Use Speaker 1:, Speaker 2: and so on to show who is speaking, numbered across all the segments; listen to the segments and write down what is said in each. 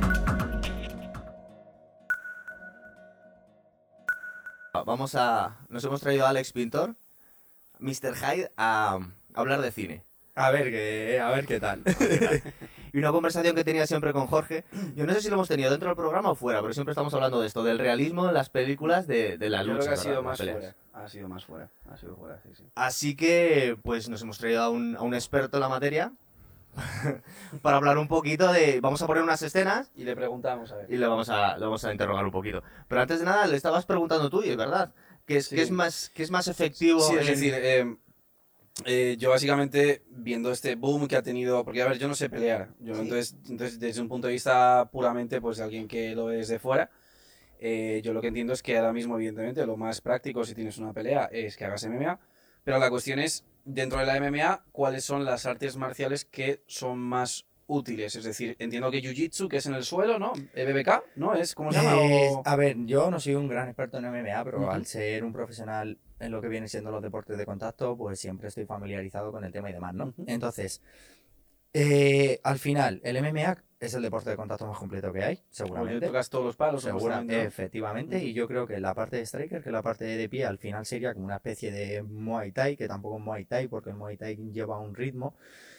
Speaker 1: va- Ah, vamos a. Nos hemos traído a Alex Pintor, Mr. Hyde, a, a hablar de cine.
Speaker 2: A ver, qué, a ver qué tal.
Speaker 1: Y una conversación que tenía siempre con Jorge. Yo no sé si lo hemos tenido dentro del programa o fuera, pero siempre estamos hablando de esto, del realismo en las películas de, de la
Speaker 2: Yo creo que ha
Speaker 1: lucha. ¿verdad?
Speaker 2: sido
Speaker 1: Las
Speaker 2: más
Speaker 1: peleas.
Speaker 2: fuera. Ha sido más fuera. Ha sido fuera, sí, sí.
Speaker 1: Así que, pues nos hemos traído a un, a un experto en la materia para hablar un poquito de. Vamos a poner unas escenas
Speaker 2: Y le preguntamos, a
Speaker 1: y
Speaker 2: ver.
Speaker 1: le vamos a, le vamos a interrogar un poquito. Pero antes de nada, le estabas preguntando tú, y es verdad. ¿Qué es,
Speaker 3: Sí.
Speaker 1: qué es, más, qué es más efectivo?
Speaker 3: Sí, es
Speaker 1: en-
Speaker 3: decir, eh, eh, yo básicamente viendo este boom que ha tenido, porque a ver, yo no sé pelear, yo
Speaker 1: Sí.
Speaker 3: entonces, entonces desde un punto de vista puramente pues de alguien que lo ve desde fuera, eh, yo lo que entiendo es que ahora mismo evidentemente lo más práctico si tienes una pelea es que hagas MMA, pero la cuestión es dentro de la MMA cuáles son las artes marciales que son más útiles, es decir, entiendo que Jiu-Jitsu que es en el suelo, ¿no? Eh, BBK, ¿no? Es ¿cómo se llama?
Speaker 4: Eh,
Speaker 3: O-
Speaker 4: a ver, yo no soy un gran experto en MMA, pero
Speaker 3: Ujú.
Speaker 4: al ser un profesional en lo que vienen siendo los deportes de contacto, pues siempre estoy familiarizado con el tema y demás, ¿no?
Speaker 3: Ujú.
Speaker 4: Entonces, eh, al final, el MMA es el deporte de contacto más completo que hay,
Speaker 3: Porque
Speaker 4: seguramente.
Speaker 3: tocas todos los palos,
Speaker 4: Segura-
Speaker 3: supuestamente, ¿no?
Speaker 4: efectivamente, y yo creo que la parte de striker, que la parte de pie, al final sería como una especie de Muay Thai, que tampoco es Muay Thai, porque el Muay Thai lleva un ritmo.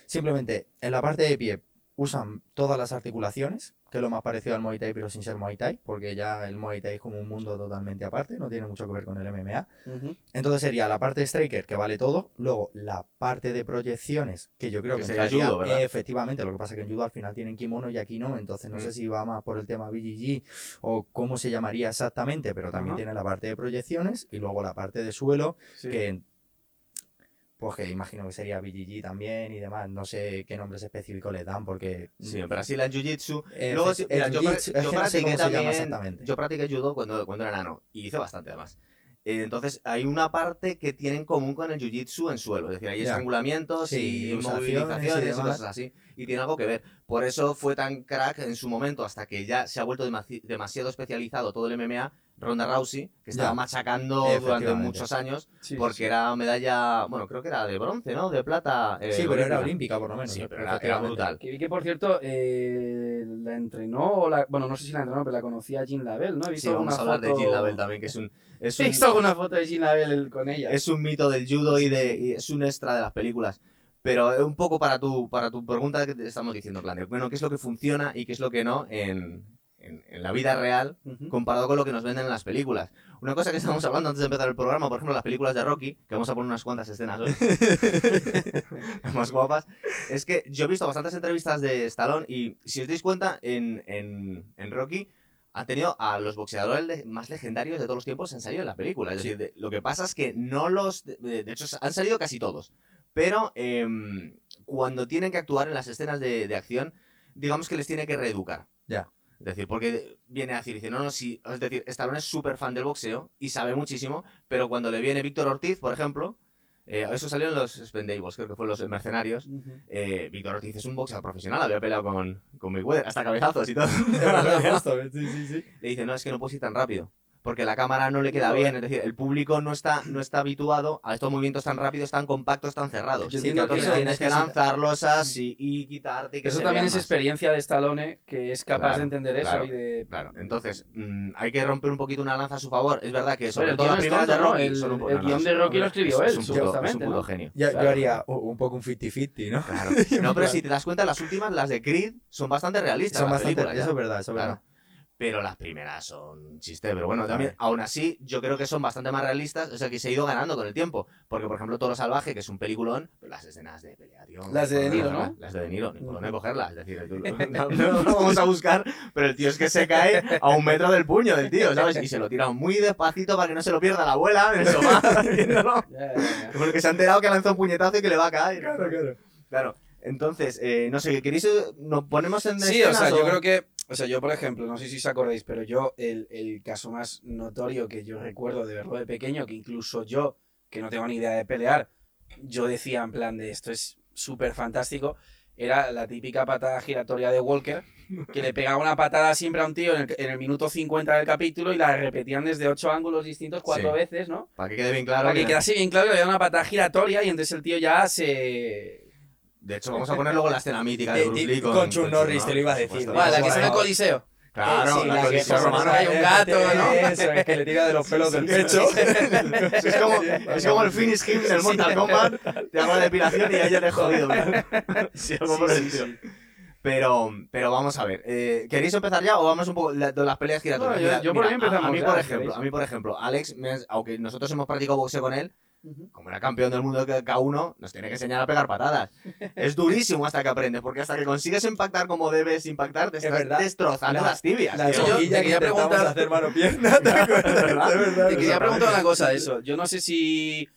Speaker 4: Simplemente, en la parte de pie usan todas las articulaciones, que es lo más parecido al Muay Thai, pero sin ser Muay Thai, porque ya el Muay Thai es como un mundo totalmente aparte, no tiene mucho que ver con el MMA.
Speaker 3: Ujú.
Speaker 4: Entonces sería la parte de Striker, que vale todo, luego la parte de proyecciones, que yo creo
Speaker 1: Que
Speaker 4: que,
Speaker 1: sería
Speaker 4: entraría-
Speaker 1: judo, ¿verdad?
Speaker 4: efectivamente, lo que pasa es que en judo al final tienen kimono y aquí no, entonces no
Speaker 3: Mm.
Speaker 4: sé si va más por el tema BGG o cómo se llamaría exactamente, pero también
Speaker 3: Ajá.
Speaker 4: tiene la parte de proyecciones y luego la parte de suelo,
Speaker 3: Sí.
Speaker 4: que pues que imagino que sería BGG también y demás, no sé qué nombres específicos le dan porque
Speaker 1: Sí, en Brasil en Jiu-Jitsu.
Speaker 4: Eh,
Speaker 1: Luego,
Speaker 4: efecti-
Speaker 1: sí, mira,
Speaker 4: el
Speaker 1: yo, pra-
Speaker 4: jiu-jitsu, es
Speaker 1: yo
Speaker 4: que no sé
Speaker 1: practiqué
Speaker 4: cómo se llama
Speaker 1: también.
Speaker 4: exactamente.
Speaker 1: Yo practiqué judo cuando, cuando era nano y hice bastante además. Eh, Entonces, hay una parte que tiene en común con el jiu-jitsu en suelo. Es decir, hay
Speaker 4: Ya.
Speaker 1: estrangulamientos
Speaker 4: Sí,
Speaker 1: y
Speaker 4: pulsaciones y
Speaker 1: movilizaciones y,
Speaker 4: demás.
Speaker 1: cosas así. Y tiene algo que ver. Por eso fue tan crack en su momento, hasta que ya se ha vuelto demasi- demasiado especializado todo el MMA, Ronda Rousey, que estaba
Speaker 4: Ya.
Speaker 1: machacando durante
Speaker 4: Efectivamente.
Speaker 1: muchos años,
Speaker 3: Sí, sí,
Speaker 1: porque
Speaker 3: sí.
Speaker 1: era medalla, bueno, creo que era de bronce, ¿no? De plata. eh,
Speaker 4: sí, pero era
Speaker 1: olímpica.
Speaker 4: olímpica por lo menos.
Speaker 1: Sí,
Speaker 4: ¿no?
Speaker 1: pero era- era
Speaker 4: Efectivamente.
Speaker 1: brutal.
Speaker 3: Que vi que, por cierto, eh, la entrenó, o la- bueno, no sé si la entrenó, pero la conocía Jean Label, ¿no? He visto
Speaker 1: Sí, vamos a
Speaker 3: alguna
Speaker 1: hablar de
Speaker 3: foto-
Speaker 1: Jill Label también, que es un, es
Speaker 3: He
Speaker 1: un,
Speaker 3: visto alguna foto de Jean Label el- con ella.
Speaker 1: es un mito del judo y, de, y es un extra de las películas. Pero eh, un poco para tu, para tu pregunta que te estamos diciendo, en plan de, bueno, ¿qué es lo que funciona y qué es lo que no en, en- en la vida real
Speaker 3: Ujú.
Speaker 1: comparado con lo que nos venden en las películas? Una cosa que estábamos hablando antes de empezar el programa, por ejemplo, las películas de Rocky, que vamos a poner unas cuantas escenas hoy, las más guapas, es que yo he visto bastantes entrevistas de Stallone y si os dais cuenta, en, en- en Rocky ha tenido a los boxeadores le- más legendarios de todos los tiempos han salido en la película. Es decir, de- lo que pasa es que no los... De, de hecho, han salido casi todos. Pero em, cuando tienen que actuar en las escenas de, de acción, digamos que les tiene que reeducar.
Speaker 4: Ya.
Speaker 1: Es decir, porque viene a decir, dice, no, no, sí, es decir, Stallone es súper fan del boxeo y sabe muchísimo, pero cuando le viene Víctor Ortiz, por ejemplo, eh, eso salió en los Spendables, creo que fue en los Mercenarios,
Speaker 3: Ujú.
Speaker 1: eh, Víctor Ortiz es un boxeador profesional, había peleado con, con Mayweather, hasta cabezazos y todo.
Speaker 4: sí, sí, sí.
Speaker 1: le dice, no, es que no puedes ir tan rápido, porque la cámara no le queda bien, es decir, el público no está, no está habituado a estos movimientos tan rápidos, tan compactos, tan cerrados.
Speaker 3: Yo
Speaker 1: Sí,
Speaker 3: entiendo
Speaker 1: entonces
Speaker 3: que eso-
Speaker 1: tienes que
Speaker 4: eso-
Speaker 1: lanzarlos así y quitarte. y Que
Speaker 3: Eso
Speaker 1: se
Speaker 3: también
Speaker 1: vea
Speaker 3: es
Speaker 1: más.
Speaker 3: experiencia de Stallone, que es capaz
Speaker 1: Claro,
Speaker 3: de entender eso
Speaker 1: claro,
Speaker 3: y de...
Speaker 1: Claro, entonces mm, hay que romper un poquito una lanza a su favor. Es verdad que
Speaker 3: Pero
Speaker 1: sobre
Speaker 3: el
Speaker 1: todo las
Speaker 3: guion es
Speaker 1: primeras de
Speaker 3: tonto, ¿no?
Speaker 1: Rocky
Speaker 3: El-
Speaker 1: son un poco-
Speaker 3: el
Speaker 1: no, no,
Speaker 3: guion
Speaker 1: es-
Speaker 3: de Rocky lo escribió
Speaker 1: es- es
Speaker 3: él,
Speaker 1: un puto- es un
Speaker 3: supuestamente,
Speaker 1: puto
Speaker 3: ¿no?
Speaker 1: genio.
Speaker 4: Ya-
Speaker 3: Claro.
Speaker 4: Yo haría u- un poco un 50-50, ¿no?
Speaker 1: Claro. No, pero si te das cuenta, las últimas, las de Creed, son bastante realistas.
Speaker 4: Son
Speaker 1: las
Speaker 4: bastante-
Speaker 1: películas, ya.
Speaker 4: eso es verdad, eso es
Speaker 1: Claro.
Speaker 4: verdad.
Speaker 1: Pero las primeras son un chiste. Pero bueno, también, aún así, yo creo que son bastante más realistas. O sea, que se ha ido ganando con el tiempo. Porque, por ejemplo, Toro Salvaje, que es un peliculón, pero las escenas de pelea, tío.
Speaker 3: Las de
Speaker 1: no,
Speaker 3: De Niro,
Speaker 1: no,
Speaker 3: ¿no? Mm.
Speaker 1: Las de De Niro, ni por dónde cogerlas. Es decir, tú- no, no lo vamos a buscar, pero el tío es que se cae a un metro del puño del tío, ¿sabes? Y se lo tira muy despacito para que no se lo pierda la abuela en el sofá, haciéndolo.
Speaker 3: Ya, ya, ya.
Speaker 1: Porque se ha enterado que lanzó un puñetazo y que le va a caer. Claro. Entonces, eh, no sé, ¿queréis? eh, ¿Nos ponemos en
Speaker 3: Sí, o sea,
Speaker 1: escenas
Speaker 3: yo creo que, o sea, yo por ejemplo, no sé si os acordáis, pero yo el, el caso más notorio que yo recuerdo de verlo de pequeño, que incluso yo, que no tengo ni idea de pelear, yo decía en plan de esto es súper fantástico, era la típica patada giratoria de Walker, que le pegaba una patada siempre a un tío en el, en el minuto 50 del capítulo y la repetían desde ocho ángulos distintos cuatro
Speaker 1: Sí.
Speaker 3: veces, ¿no?
Speaker 1: Para que quede bien claro.
Speaker 3: Para que
Speaker 1: que-
Speaker 3: quedase bien claro que le daba una patada giratoria y entonces el tío ya se...
Speaker 1: De hecho, vamos a poner luego la escena mítica de
Speaker 4: Eh,
Speaker 1: Bruce
Speaker 4: eh,
Speaker 1: Lee con,
Speaker 4: con Chuck Norris, te lo iba a
Speaker 1: Por
Speaker 4: decir.
Speaker 1: supuesto.
Speaker 4: Guau,
Speaker 3: Bueno, la que
Speaker 4: Guau.
Speaker 3: sale en el Coliseo.
Speaker 1: Claro,
Speaker 3: Sí,
Speaker 1: la,
Speaker 3: la que
Speaker 1: condición
Speaker 3: por
Speaker 1: romana.
Speaker 3: detrás hay un gato,
Speaker 4: este,
Speaker 3: ¿no?
Speaker 4: Eso, es que le tira de los pelos del pecho.
Speaker 1: Sí, es, como, es como el finish him del Mortal Kombat. Te hago la depilación y ya ya te he jodido. bro. Algo por el estilo. Pero, pero vamos a ver. eh, ¿Queréis empezar ya o vamos un poco la- de las peleas giratorias?
Speaker 2: No, yo-
Speaker 1: Mira,
Speaker 2: yo por
Speaker 1: mira,
Speaker 2: mí
Speaker 1: a- A,
Speaker 2: empezamos
Speaker 1: mí,
Speaker 2: ya,
Speaker 1: por
Speaker 2: si
Speaker 1: ejemplo,
Speaker 2: queréis.
Speaker 1: a mí, por ejemplo, Alex, me has- aunque nosotros hemos practicado boxeo con él,
Speaker 3: Ujú.
Speaker 1: como era campeón del mundo de K1, nos tiene que enseñar a pegar patadas. Es durísimo hasta que aprendes, porque hasta que consigues impactar como debes impactar, te
Speaker 3: Es
Speaker 1: estás
Speaker 3: verdad.
Speaker 1: destrozando
Speaker 3: La-
Speaker 1: las tibias.
Speaker 3: la
Speaker 1: tío.
Speaker 3: yo-
Speaker 2: Coquilla
Speaker 3: te quería
Speaker 2: que intentamos
Speaker 3: preguntar- Ah,
Speaker 2: hacer mano pierna, ¿te acuerdas?
Speaker 1: Es verdad.
Speaker 2: Es verdad,
Speaker 3: Te
Speaker 2: es verdad.
Speaker 3: quería preguntar una cosa de eso. Yo no sé si.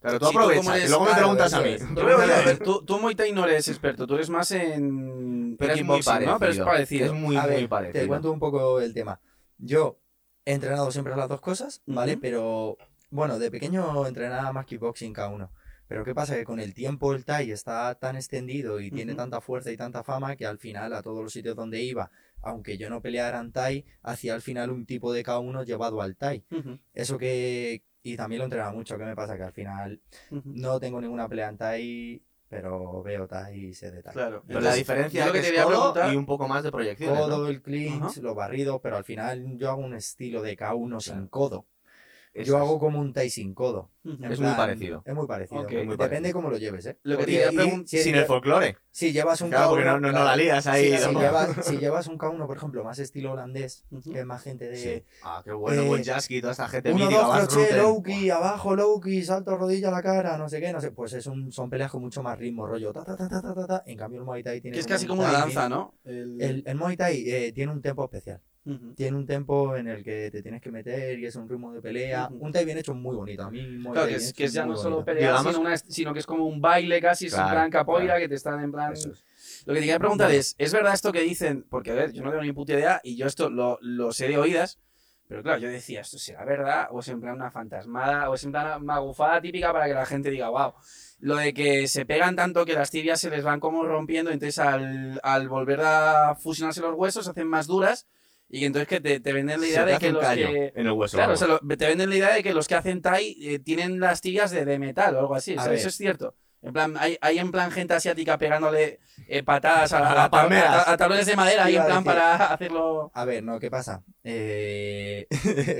Speaker 1: Pero tú
Speaker 3: si cómo
Speaker 1: aprovechas
Speaker 3: eres-
Speaker 1: y luego me
Speaker 3: claro,
Speaker 1: preguntas a
Speaker 3: eso
Speaker 1: mí.
Speaker 3: es. Yo creo que, a ver, tú, tú en Muay Thai no eres experto, tú eres más en.
Speaker 1: Pero es muy
Speaker 3: kickboxing,
Speaker 1: parecido.
Speaker 3: ¿no? Pero es parecido.
Speaker 1: Es muy,
Speaker 4: A ver,
Speaker 1: muy parecido.
Speaker 4: Te cuento un poco el tema. Yo he entrenado siempre las dos cosas, ¿vale?
Speaker 3: Ujú.
Speaker 4: Pero, bueno, de pequeño entrenaba más kickboxing cada uno. Pero ¿qué pasa? Que con el tiempo el Thai está tan extendido y tiene
Speaker 3: Ujú.
Speaker 4: tanta fuerza y tanta fama que al final a todos los sitios donde iba, aunque yo no peleara en Thai, hacía al final un tipo de K1 llevado al Thai.
Speaker 3: Ujú,
Speaker 4: Eso que... Y también lo entrenaba mucho. ¿Qué me pasa? Que al final
Speaker 3: ujú.
Speaker 4: no tengo ninguna pelea en Thai, pero veo Thai y sé de Thai.
Speaker 3: Claro.
Speaker 1: Pero la
Speaker 3: Entonces,
Speaker 1: diferencia
Speaker 3: yo
Speaker 1: es
Speaker 3: lo
Speaker 1: que
Speaker 3: que
Speaker 1: es
Speaker 3: te voy a
Speaker 1: codo
Speaker 3: preguntar-
Speaker 1: y un poco más de proyección.
Speaker 4: Codo, el clinch,
Speaker 3: Ajá.
Speaker 4: los barridos, pero al final yo hago un estilo de K1 sin codo. Yo hago como un Tai sin codo.
Speaker 3: Ujú.
Speaker 4: En
Speaker 1: Es muy parecido.
Speaker 4: Es muy parecido.
Speaker 3: Ok.
Speaker 1: Muy
Speaker 4: Depende
Speaker 1: parecido.
Speaker 4: cómo lo lleves, ¿eh?
Speaker 3: Lo que te
Speaker 4: Y-
Speaker 3: quería
Speaker 4: y
Speaker 3: preguntar.
Speaker 4: si,
Speaker 1: Sin el folclore.
Speaker 4: si llevas un
Speaker 1: Claro, porque no,
Speaker 4: K1,
Speaker 1: no, no
Speaker 4: claro.
Speaker 1: la lías
Speaker 4: Sí,
Speaker 1: ahí.
Speaker 4: si,
Speaker 1: ¿no?
Speaker 4: llevas, si llevas un K1, por ejemplo, más estilo holandés, que es más gente de...
Speaker 1: Sí. Ah, qué bueno,
Speaker 4: Eh,
Speaker 1: buen Jasky, toda esta gente
Speaker 4: Uno,
Speaker 1: mítica.
Speaker 4: dos,
Speaker 1: Van
Speaker 4: crochet,
Speaker 1: Ruten.
Speaker 4: Loki, abajo, Loki, salto, rodilla a la cara, no sé qué, no sé. Pues es un, son peleas con mucho más ritmo, rollo. Ta, ta, ta, ta, ta, ta, ta. En cambio, el Muay Thai tiene.
Speaker 3: Que es casi como
Speaker 4: un
Speaker 3: una
Speaker 4: timing.
Speaker 3: danza, ¿no? El-
Speaker 4: El, el Muay Thai eh, tiene un tempo especial.
Speaker 3: Ujú.
Speaker 4: Tiene un tempo en el que te tienes que meter y es un ritmo de pelea.
Speaker 3: Ujú.
Speaker 4: Un Thai bien hecho es muy bonito. A mí, Muay
Speaker 3: Claro,
Speaker 4: Thai
Speaker 3: que
Speaker 4: bien
Speaker 3: es,
Speaker 4: hecho
Speaker 3: que es ya
Speaker 4: muy
Speaker 3: no solo
Speaker 4: bonito.
Speaker 3: pelea,
Speaker 1: Digamos-
Speaker 3: sino, una- sino que es como un baile casi, es en
Speaker 1: Claro,
Speaker 3: plan capoeira
Speaker 1: claro.
Speaker 3: que te están en plan.
Speaker 1: Eso es.
Speaker 3: Lo que te quería preguntar es, ¿es verdad esto que dicen? Porque, a ver, yo no tengo ni puta idea y yo esto lo, lo sé de oídas, pero claro, yo decía, ¿esto será verdad? ¿O es en plan una fantasmada? ¿O es en plan una magufada típica para que la gente diga, wow? Lo de que se pegan tanto que las tibias se les van como rompiendo, entonces al, al volver a fusionarse los huesos se hacen más duras y que entonces que te, te venden la
Speaker 1: Se
Speaker 3: idea
Speaker 1: te
Speaker 3: de
Speaker 1: hace
Speaker 3: que
Speaker 1: un
Speaker 3: los
Speaker 1: callo
Speaker 3: que...
Speaker 1: en el
Speaker 4: Pues
Speaker 1: hueso.
Speaker 3: Claro,
Speaker 1: vamos.
Speaker 3: o sea, lo- te venden la idea de que los que hacen Thai eh, tienen las tibias de, de metal o algo así. O
Speaker 4: A
Speaker 3: sea,
Speaker 4: ver.
Speaker 3: eso es cierto. En plan, hay, hay en plan gente asiática pegándole eh, patadas a,
Speaker 1: A
Speaker 3: a-
Speaker 1: las
Speaker 3: a tab-
Speaker 1: palmeras.
Speaker 3: a- a tablones de madera
Speaker 4: Te
Speaker 3: ahí
Speaker 4: iba
Speaker 3: en
Speaker 4: a
Speaker 3: plan
Speaker 4: decir.
Speaker 3: para hacerlo.
Speaker 4: A ver, no, ¿qué pasa? Eh...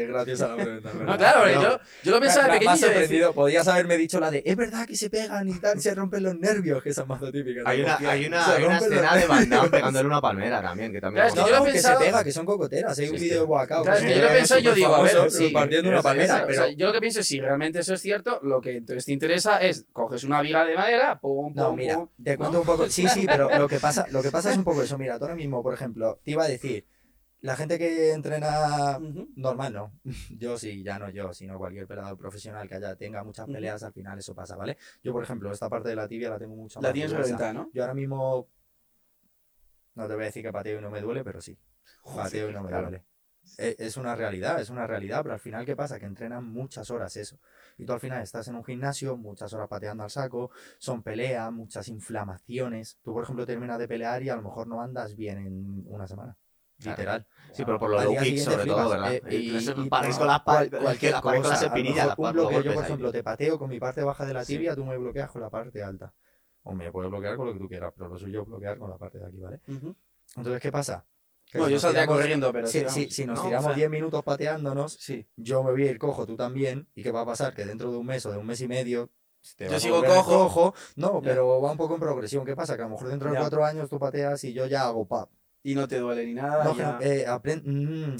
Speaker 4: Gracias a la pregunta.
Speaker 3: No,
Speaker 4: ¿verdad?
Speaker 3: claro,
Speaker 4: No.
Speaker 3: yo, yo lo pensaba de
Speaker 4: Me-
Speaker 3: pequeño.
Speaker 4: me ha
Speaker 3: y yo decía,
Speaker 4: sorprendido. Podías haberme dicho la de es verdad que se pegan y tal, se rompen los nervios, que esa es más típica.
Speaker 1: Hay una,
Speaker 4: tío.
Speaker 1: hay una,
Speaker 4: Se
Speaker 1: hay una
Speaker 4: rompen
Speaker 1: escena
Speaker 4: los-
Speaker 1: de Van Damme pegándole una palmera también, que también...
Speaker 3: Claro,
Speaker 1: me
Speaker 3: es
Speaker 4: No,
Speaker 3: yo
Speaker 1: gusta.
Speaker 3: lo he
Speaker 4: no, que se
Speaker 3: pensado-
Speaker 4: pega, que son cocoteras. Hay
Speaker 1: Sí,
Speaker 4: un
Speaker 1: es
Speaker 4: vídeo de Guacao.
Speaker 3: Claro,
Speaker 1: es
Speaker 4: que
Speaker 1: que yo lo
Speaker 4: es
Speaker 3: pienso y yo digo, a ver,
Speaker 4: superfamoso,
Speaker 3: sí,
Speaker 4: partiendo una
Speaker 1: es-
Speaker 3: Eso,
Speaker 4: palmera,
Speaker 3: o
Speaker 4: pero
Speaker 3: sea, yo lo que pienso es si realmente eso es cierto, lo que entonces te interesa es coges una viga de madera, pum, pum,
Speaker 4: No, mira,
Speaker 3: pum.
Speaker 4: te cuento un poco. Sí, sí, pero lo que pasa, lo que pasa es un poco eso. Mira, tú ahora mismo, por ejemplo, te iba a decir, la gente que entrena
Speaker 3: Ujú.
Speaker 4: normal, no. Yo sí, ya no yo, sino cualquier peleador profesional que haya tenga muchas
Speaker 3: Ujú.
Speaker 4: peleas, al final eso pasa, ¿vale? Yo, por ejemplo, esta parte de la tibia la tengo mucho
Speaker 3: La
Speaker 4: más
Speaker 3: tienes
Speaker 4: gruesa.
Speaker 3: reventada, ¿no?
Speaker 4: Yo ahora mismo no te voy a decir que pateo y no me duele, pero sí. Pateo y no me
Speaker 1: claro.
Speaker 4: duele. E- Es una realidad, es una realidad, pero al final, ¿qué pasa? Que entrenan muchas horas eso. Y tú al final estás en un gimnasio, muchas horas pateando al saco, son peleas, muchas inflamaciones. Tú, por ejemplo, terminas de pelear y a lo mejor no andas bien en una semana.
Speaker 1: Claro.
Speaker 4: Literal.
Speaker 1: Sí, pero por lo
Speaker 4: Al
Speaker 1: low
Speaker 4: día
Speaker 1: kick
Speaker 4: siguiente
Speaker 1: sobre todo,
Speaker 4: flipas,
Speaker 1: ¿verdad?
Speaker 4: eh,
Speaker 1: y,
Speaker 4: y- y-
Speaker 1: parís con las
Speaker 4: cual-
Speaker 1: pal- que la parís con las
Speaker 4: cosa, a lo
Speaker 1: espinillas,
Speaker 4: mejor
Speaker 1: las
Speaker 4: un
Speaker 1: pal- los
Speaker 4: bloqueo, yo,
Speaker 1: golpes
Speaker 4: por
Speaker 1: ahí.
Speaker 4: ejemplo, te pateo con mi parte baja de la
Speaker 1: Sí.
Speaker 4: tibia, tú me bloqueas con la parte alta. O me puedes bloquear con lo que tú quieras, pero lo suyo es bloquear con la parte de aquí, ¿vale?
Speaker 3: Ujú.
Speaker 4: Entonces, ¿qué pasa? Que
Speaker 3: Bueno,
Speaker 4: si
Speaker 3: yo
Speaker 4: nos
Speaker 3: saldría
Speaker 4: tiramos-
Speaker 3: corriendo, pero
Speaker 4: si,
Speaker 3: sí,
Speaker 4: si-
Speaker 3: vamos.
Speaker 4: si nos
Speaker 3: No,
Speaker 4: tiramos
Speaker 3: o sea,
Speaker 4: 10 minutos pateándonos,
Speaker 3: Sí.
Speaker 4: yo me voy a ir cojo, tú también. ¿Y qué va a pasar? Que dentro de un mes o de un mes y medio. te
Speaker 3: Yo
Speaker 4: vas a
Speaker 3: sigo
Speaker 4: volver a
Speaker 3: cojo.
Speaker 4: No,
Speaker 3: Ya.
Speaker 4: pero va un poco en progresión. ¿Qué pasa? Que a lo mejor dentro de
Speaker 3: Ya.
Speaker 4: cuatro años tú pateas y yo ya hago pap.
Speaker 3: Y no te duele ni nada.
Speaker 4: No,
Speaker 3: Ah, ya-
Speaker 4: que no, eh, apren- mm,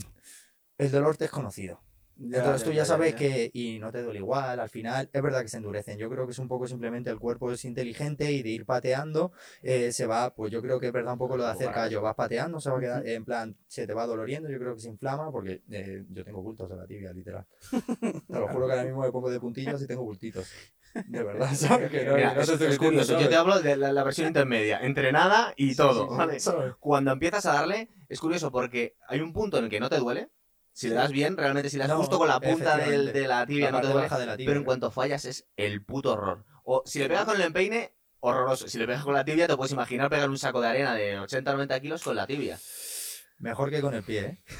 Speaker 4: el dolor te es conocido.
Speaker 3: ya,
Speaker 4: Entonces tú ya, sabes
Speaker 3: ya.
Speaker 4: que y no te duele igual, al final es verdad que se endurecen. Yo creo que es un poco simplemente el cuerpo es inteligente y de ir pateando eh, se va, pues yo creo que es verdad un poco lo de hacer callo, vas pateando, se va a quedar, en plan, se te va doloriendo, yo creo que se inflama porque eh, yo tengo bultos en la tibia, literal. Te lo juro que ahora mismo me pongo de puntillas y tengo bultitos. De verdad, ¿sabes? Que no,
Speaker 1: Mira,
Speaker 4: no te
Speaker 1: es,
Speaker 4: estoy
Speaker 1: es
Speaker 4: mintiendo,
Speaker 1: curioso, yo
Speaker 4: ¿sabes?
Speaker 1: te hablo de la, la versión intermedia, entrenada y todo,
Speaker 3: sí,
Speaker 1: ¿vale?
Speaker 4: ¿Sabes?
Speaker 1: Cuando empiezas a darle, es curioso porque hay un punto en el que no te duele, si le das bien, realmente si le das
Speaker 4: No,
Speaker 1: justo con la punta del-
Speaker 4: efectivamente.
Speaker 1: de la tibia
Speaker 4: La
Speaker 1: no te
Speaker 4: parte
Speaker 1: duele,
Speaker 4: baja de la tibia.
Speaker 1: pero en cuanto fallas es el puto horror. O si le pegas con el empeine, horroroso. Si le pegas con la tibia, te puedes imaginar pegar un saco de arena de 80 o 90 kilos con la tibia.
Speaker 4: Mejor que con el pie, ¿eh?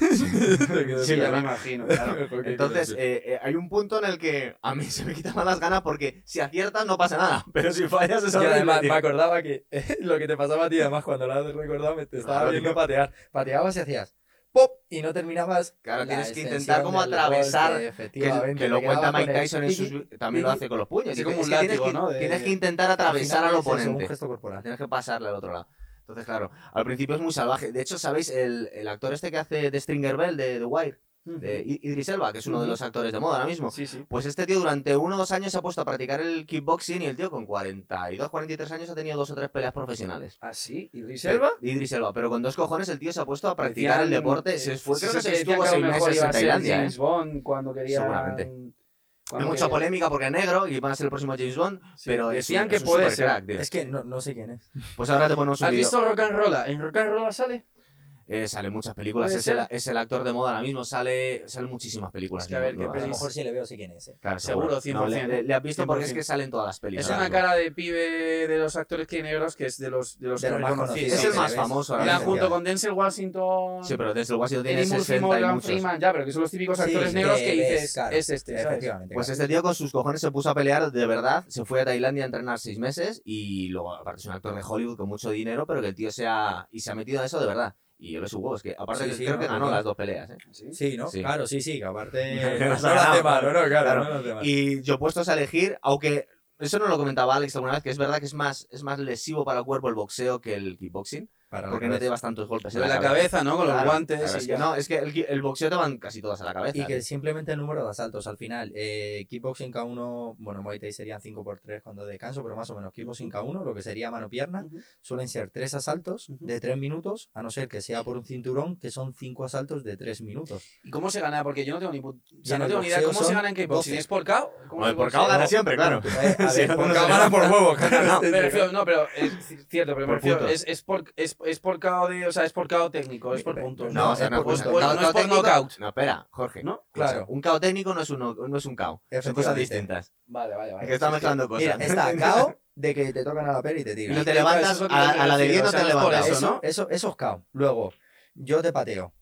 Speaker 3: Sí, ya
Speaker 1: ¿verdad?
Speaker 3: me imagino, claro.
Speaker 4: Mejor que con el
Speaker 1: Entonces,
Speaker 4: pie.
Speaker 1: eh, eh, hay un punto en el que a mí se me quitan más las ganas porque si aciertas no pasa nada, pero si fallas es
Speaker 4: Y
Speaker 1: horrible,
Speaker 4: además
Speaker 1: tío.
Speaker 4: me acordaba que lo que te pasaba a ti, además, cuando lo has recordado, me te estaba
Speaker 1: Claro,
Speaker 4: viendo
Speaker 1: tío.
Speaker 4: patear. Pateabas y hacías. ¡pop! Y no terminabas.
Speaker 1: Claro,
Speaker 4: la
Speaker 1: tienes que
Speaker 4: extensión
Speaker 1: intentar como
Speaker 4: del
Speaker 1: atravesar,
Speaker 4: golpe,
Speaker 1: Que,
Speaker 4: efectivamente,
Speaker 1: que lo
Speaker 4: te quedaba
Speaker 1: cuenta
Speaker 4: con
Speaker 1: Mike
Speaker 4: el
Speaker 1: Tyson en sus.
Speaker 4: piqui,
Speaker 1: También lo
Speaker 4: piqui.
Speaker 1: hace con los puños.
Speaker 3: Así
Speaker 1: Y
Speaker 3: como
Speaker 1: es
Speaker 3: un
Speaker 1: que tienes
Speaker 3: látigo,
Speaker 1: que-
Speaker 3: ¿no? De-
Speaker 1: Tienes que intentar
Speaker 4: Al final
Speaker 1: atravesar al
Speaker 4: es eso,
Speaker 1: oponente.
Speaker 4: Un gesto corporal.
Speaker 1: Tienes que pasarle al otro lado. Entonces, claro, al principio es muy salvaje. De hecho, ¿sabéis? El, el actor este que hace de Stringer Bell de The Wire, de I- Idris Elba, que es uno de
Speaker 3: Ujú.
Speaker 1: los actores de moda ahora mismo.
Speaker 3: Mm. Sí, sí.
Speaker 1: Pues este tío durante uno o dos años se ha puesto a practicar el kickboxing y el tío con 42, 43 años ha tenido dos o tres peleas profesionales.
Speaker 3: ¿Así? ¿Y
Speaker 1: Idris Elba, pero con dos cojones el tío se ha puesto a practicar el
Speaker 3: Decían,
Speaker 1: deporte. Se fue,
Speaker 3: sí,
Speaker 1: creo que
Speaker 3: sí,
Speaker 1: se
Speaker 3: decían
Speaker 1: estuvo
Speaker 3: que a lo
Speaker 1: seis
Speaker 3: mejor
Speaker 1: meses
Speaker 3: iba
Speaker 1: en
Speaker 3: a ser
Speaker 1: Tailandia. ¿eh?
Speaker 3: James Bond cuando quería.
Speaker 1: Seguramente. Hay
Speaker 3: cuando
Speaker 1: mucha
Speaker 3: quería-
Speaker 1: polémica porque es negro y van a ser el próximo James Bond,
Speaker 3: Pues Sí,
Speaker 1: pero es
Speaker 3: decían
Speaker 1: un-
Speaker 3: que
Speaker 1: es un
Speaker 3: puede ser.
Speaker 1: supercrack, tío.
Speaker 4: Es que no, no sé quién es.
Speaker 1: Pues ahora te ponemos un
Speaker 3: ¿Has
Speaker 1: vídeo.
Speaker 3: visto Rock and Rolla? ¿En Rock and Rolla sale?
Speaker 1: Eh, sale en muchas películas.
Speaker 3: Puede
Speaker 1: Es el,
Speaker 3: ser.
Speaker 1: es el actor de moda ahora mismo. Sale, sale en muchísimas películas.
Speaker 3: Es que a ver,
Speaker 1: nuevas.
Speaker 3: qué
Speaker 4: A lo
Speaker 3: pelis-
Speaker 4: mejor si le veo sé quién es. eh.
Speaker 1: Claro,
Speaker 3: Seguro, 100%.
Speaker 1: No, le, le- le has visto porque es
Speaker 3: 100%.
Speaker 1: que salen todas las películas.
Speaker 3: Es una cara de pibe de los actores que hay negros que es de los, de los
Speaker 4: De
Speaker 3: que
Speaker 4: los
Speaker 3: más
Speaker 4: más
Speaker 3: conocí.
Speaker 4: conocidos.
Speaker 1: Es
Speaker 3: Sí,
Speaker 1: el
Speaker 3: sí,
Speaker 1: más
Speaker 3: sí.
Speaker 4: ¿ves?
Speaker 1: famoso ¿eh? ahora
Speaker 3: La
Speaker 1: mismo.
Speaker 3: junto con Denzel Washington.
Speaker 1: Sí, pero desde luego si tiene
Speaker 3: Eddie Murphy,
Speaker 1: 60 y
Speaker 3: Morgan
Speaker 1: muchos.
Speaker 3: Freeman, ya, pero que son los típicos
Speaker 4: Sí,
Speaker 3: actores
Speaker 4: que
Speaker 3: negros que
Speaker 4: ves,
Speaker 3: dices,
Speaker 4: claro,
Speaker 3: es este, ¿sabes?
Speaker 4: Efectivamente.
Speaker 1: Pues
Speaker 4: claro.
Speaker 1: este tío con sus cojones se puso a pelear de verdad, se fue a Tailandia a entrenar seis meses y luego, aparte es un actor de Hollywood con mucho dinero, pero que el tío se ha, y se ha metido a eso de verdad. Y yo le subo, es que aparte
Speaker 4: Sí,
Speaker 1: que
Speaker 4: sí,
Speaker 1: creo
Speaker 4: no,
Speaker 1: que ganó
Speaker 4: total.
Speaker 1: las dos peleas. ¿eh?
Speaker 4: Sí, ¿no?
Speaker 1: Sí.
Speaker 4: Claro, sí, sí, que aparte.
Speaker 1: No
Speaker 4: no
Speaker 1: has
Speaker 4: lo hace
Speaker 1: ganado,
Speaker 4: malo, ¿no?
Speaker 1: claro.
Speaker 4: Claro, no lo hace malo.
Speaker 1: Y yo puestos a elegir, aunque eso no lo comentaba Alex alguna vez, que es verdad que es más, es más lesivo para el cuerpo el boxeo que el kickboxing,
Speaker 4: Para la
Speaker 1: porque no te
Speaker 4: cabeza.
Speaker 1: llevas tantos golpes en
Speaker 3: Pero la cabeza, ¿no? Con los
Speaker 1: Claro,
Speaker 3: guantes.
Speaker 1: claro,
Speaker 3: y
Speaker 1: es que
Speaker 3: ya.
Speaker 1: no, es que el, ki- el boxeo te van casi todas a la cabeza. ¿eh?
Speaker 4: Y que
Speaker 1: tío.
Speaker 4: simplemente el número de asaltos al final. Eh, kickboxing K1, bueno, Muay Thai serían 5x3 cuando descanso, pero más o menos kickboxing K1, lo que sería mano-pierna,
Speaker 3: Ujú.
Speaker 4: suelen ser 3 asaltos de 3 minutos, a no ser que sea por un cinturón, que son 5 asaltos de 3 minutos.
Speaker 3: ¿Y cómo se gana? Porque yo no tengo ni, put- o sea,
Speaker 4: en
Speaker 3: no
Speaker 4: el
Speaker 3: tengo ni idea
Speaker 4: boxeo
Speaker 3: cómo se
Speaker 4: son
Speaker 3: gana en kickboxing.
Speaker 4: 12.
Speaker 3: ¿Es por KO? ¿Cómo
Speaker 1: Bueno,
Speaker 3: es
Speaker 1: por
Speaker 3: boxeo?
Speaker 1: KO gana siempre, claro.
Speaker 4: Eh, a
Speaker 1: Sí,
Speaker 4: ver,
Speaker 1: no,
Speaker 4: por
Speaker 1: no
Speaker 4: cada
Speaker 1: se
Speaker 4: gana
Speaker 1: llama.
Speaker 4: por huevos.
Speaker 3: No, me refiero- no, pero es cierto, pero me
Speaker 1: Por
Speaker 3: refiero,
Speaker 1: puntos.
Speaker 3: es, es por, es, es por KO de, o sea, es por KO técnico, es por puntos.
Speaker 1: No, o
Speaker 4: es
Speaker 1: sea, no,
Speaker 4: por
Speaker 1: pues,
Speaker 4: gusto.
Speaker 1: un
Speaker 3: No,
Speaker 1: cao-
Speaker 3: no es por
Speaker 1: técnico-
Speaker 3: knockout.
Speaker 1: No, espera, Jorge.
Speaker 3: ¿No?
Speaker 1: Escucha,
Speaker 4: Claro.
Speaker 1: Un KO técnico no es, un no, no es un KO. Son cosas
Speaker 4: Efectivamente.
Speaker 1: distintas.
Speaker 3: Vale, vale, vale.
Speaker 1: Es que está mezclando cosas.
Speaker 4: Mira, está KO de que te tocan a la pera y te
Speaker 1: Y
Speaker 4: tiran.
Speaker 1: no te
Speaker 3: Claro,
Speaker 1: levantas,
Speaker 3: eso es lo que
Speaker 1: a,
Speaker 3: yo me
Speaker 1: a la de 10
Speaker 3: refiero,
Speaker 1: no
Speaker 3: o sea,
Speaker 1: te
Speaker 3: no es por
Speaker 1: levantas.
Speaker 3: eso, ¿no?
Speaker 4: Eso, eso es KO. Luego, yo te pateo.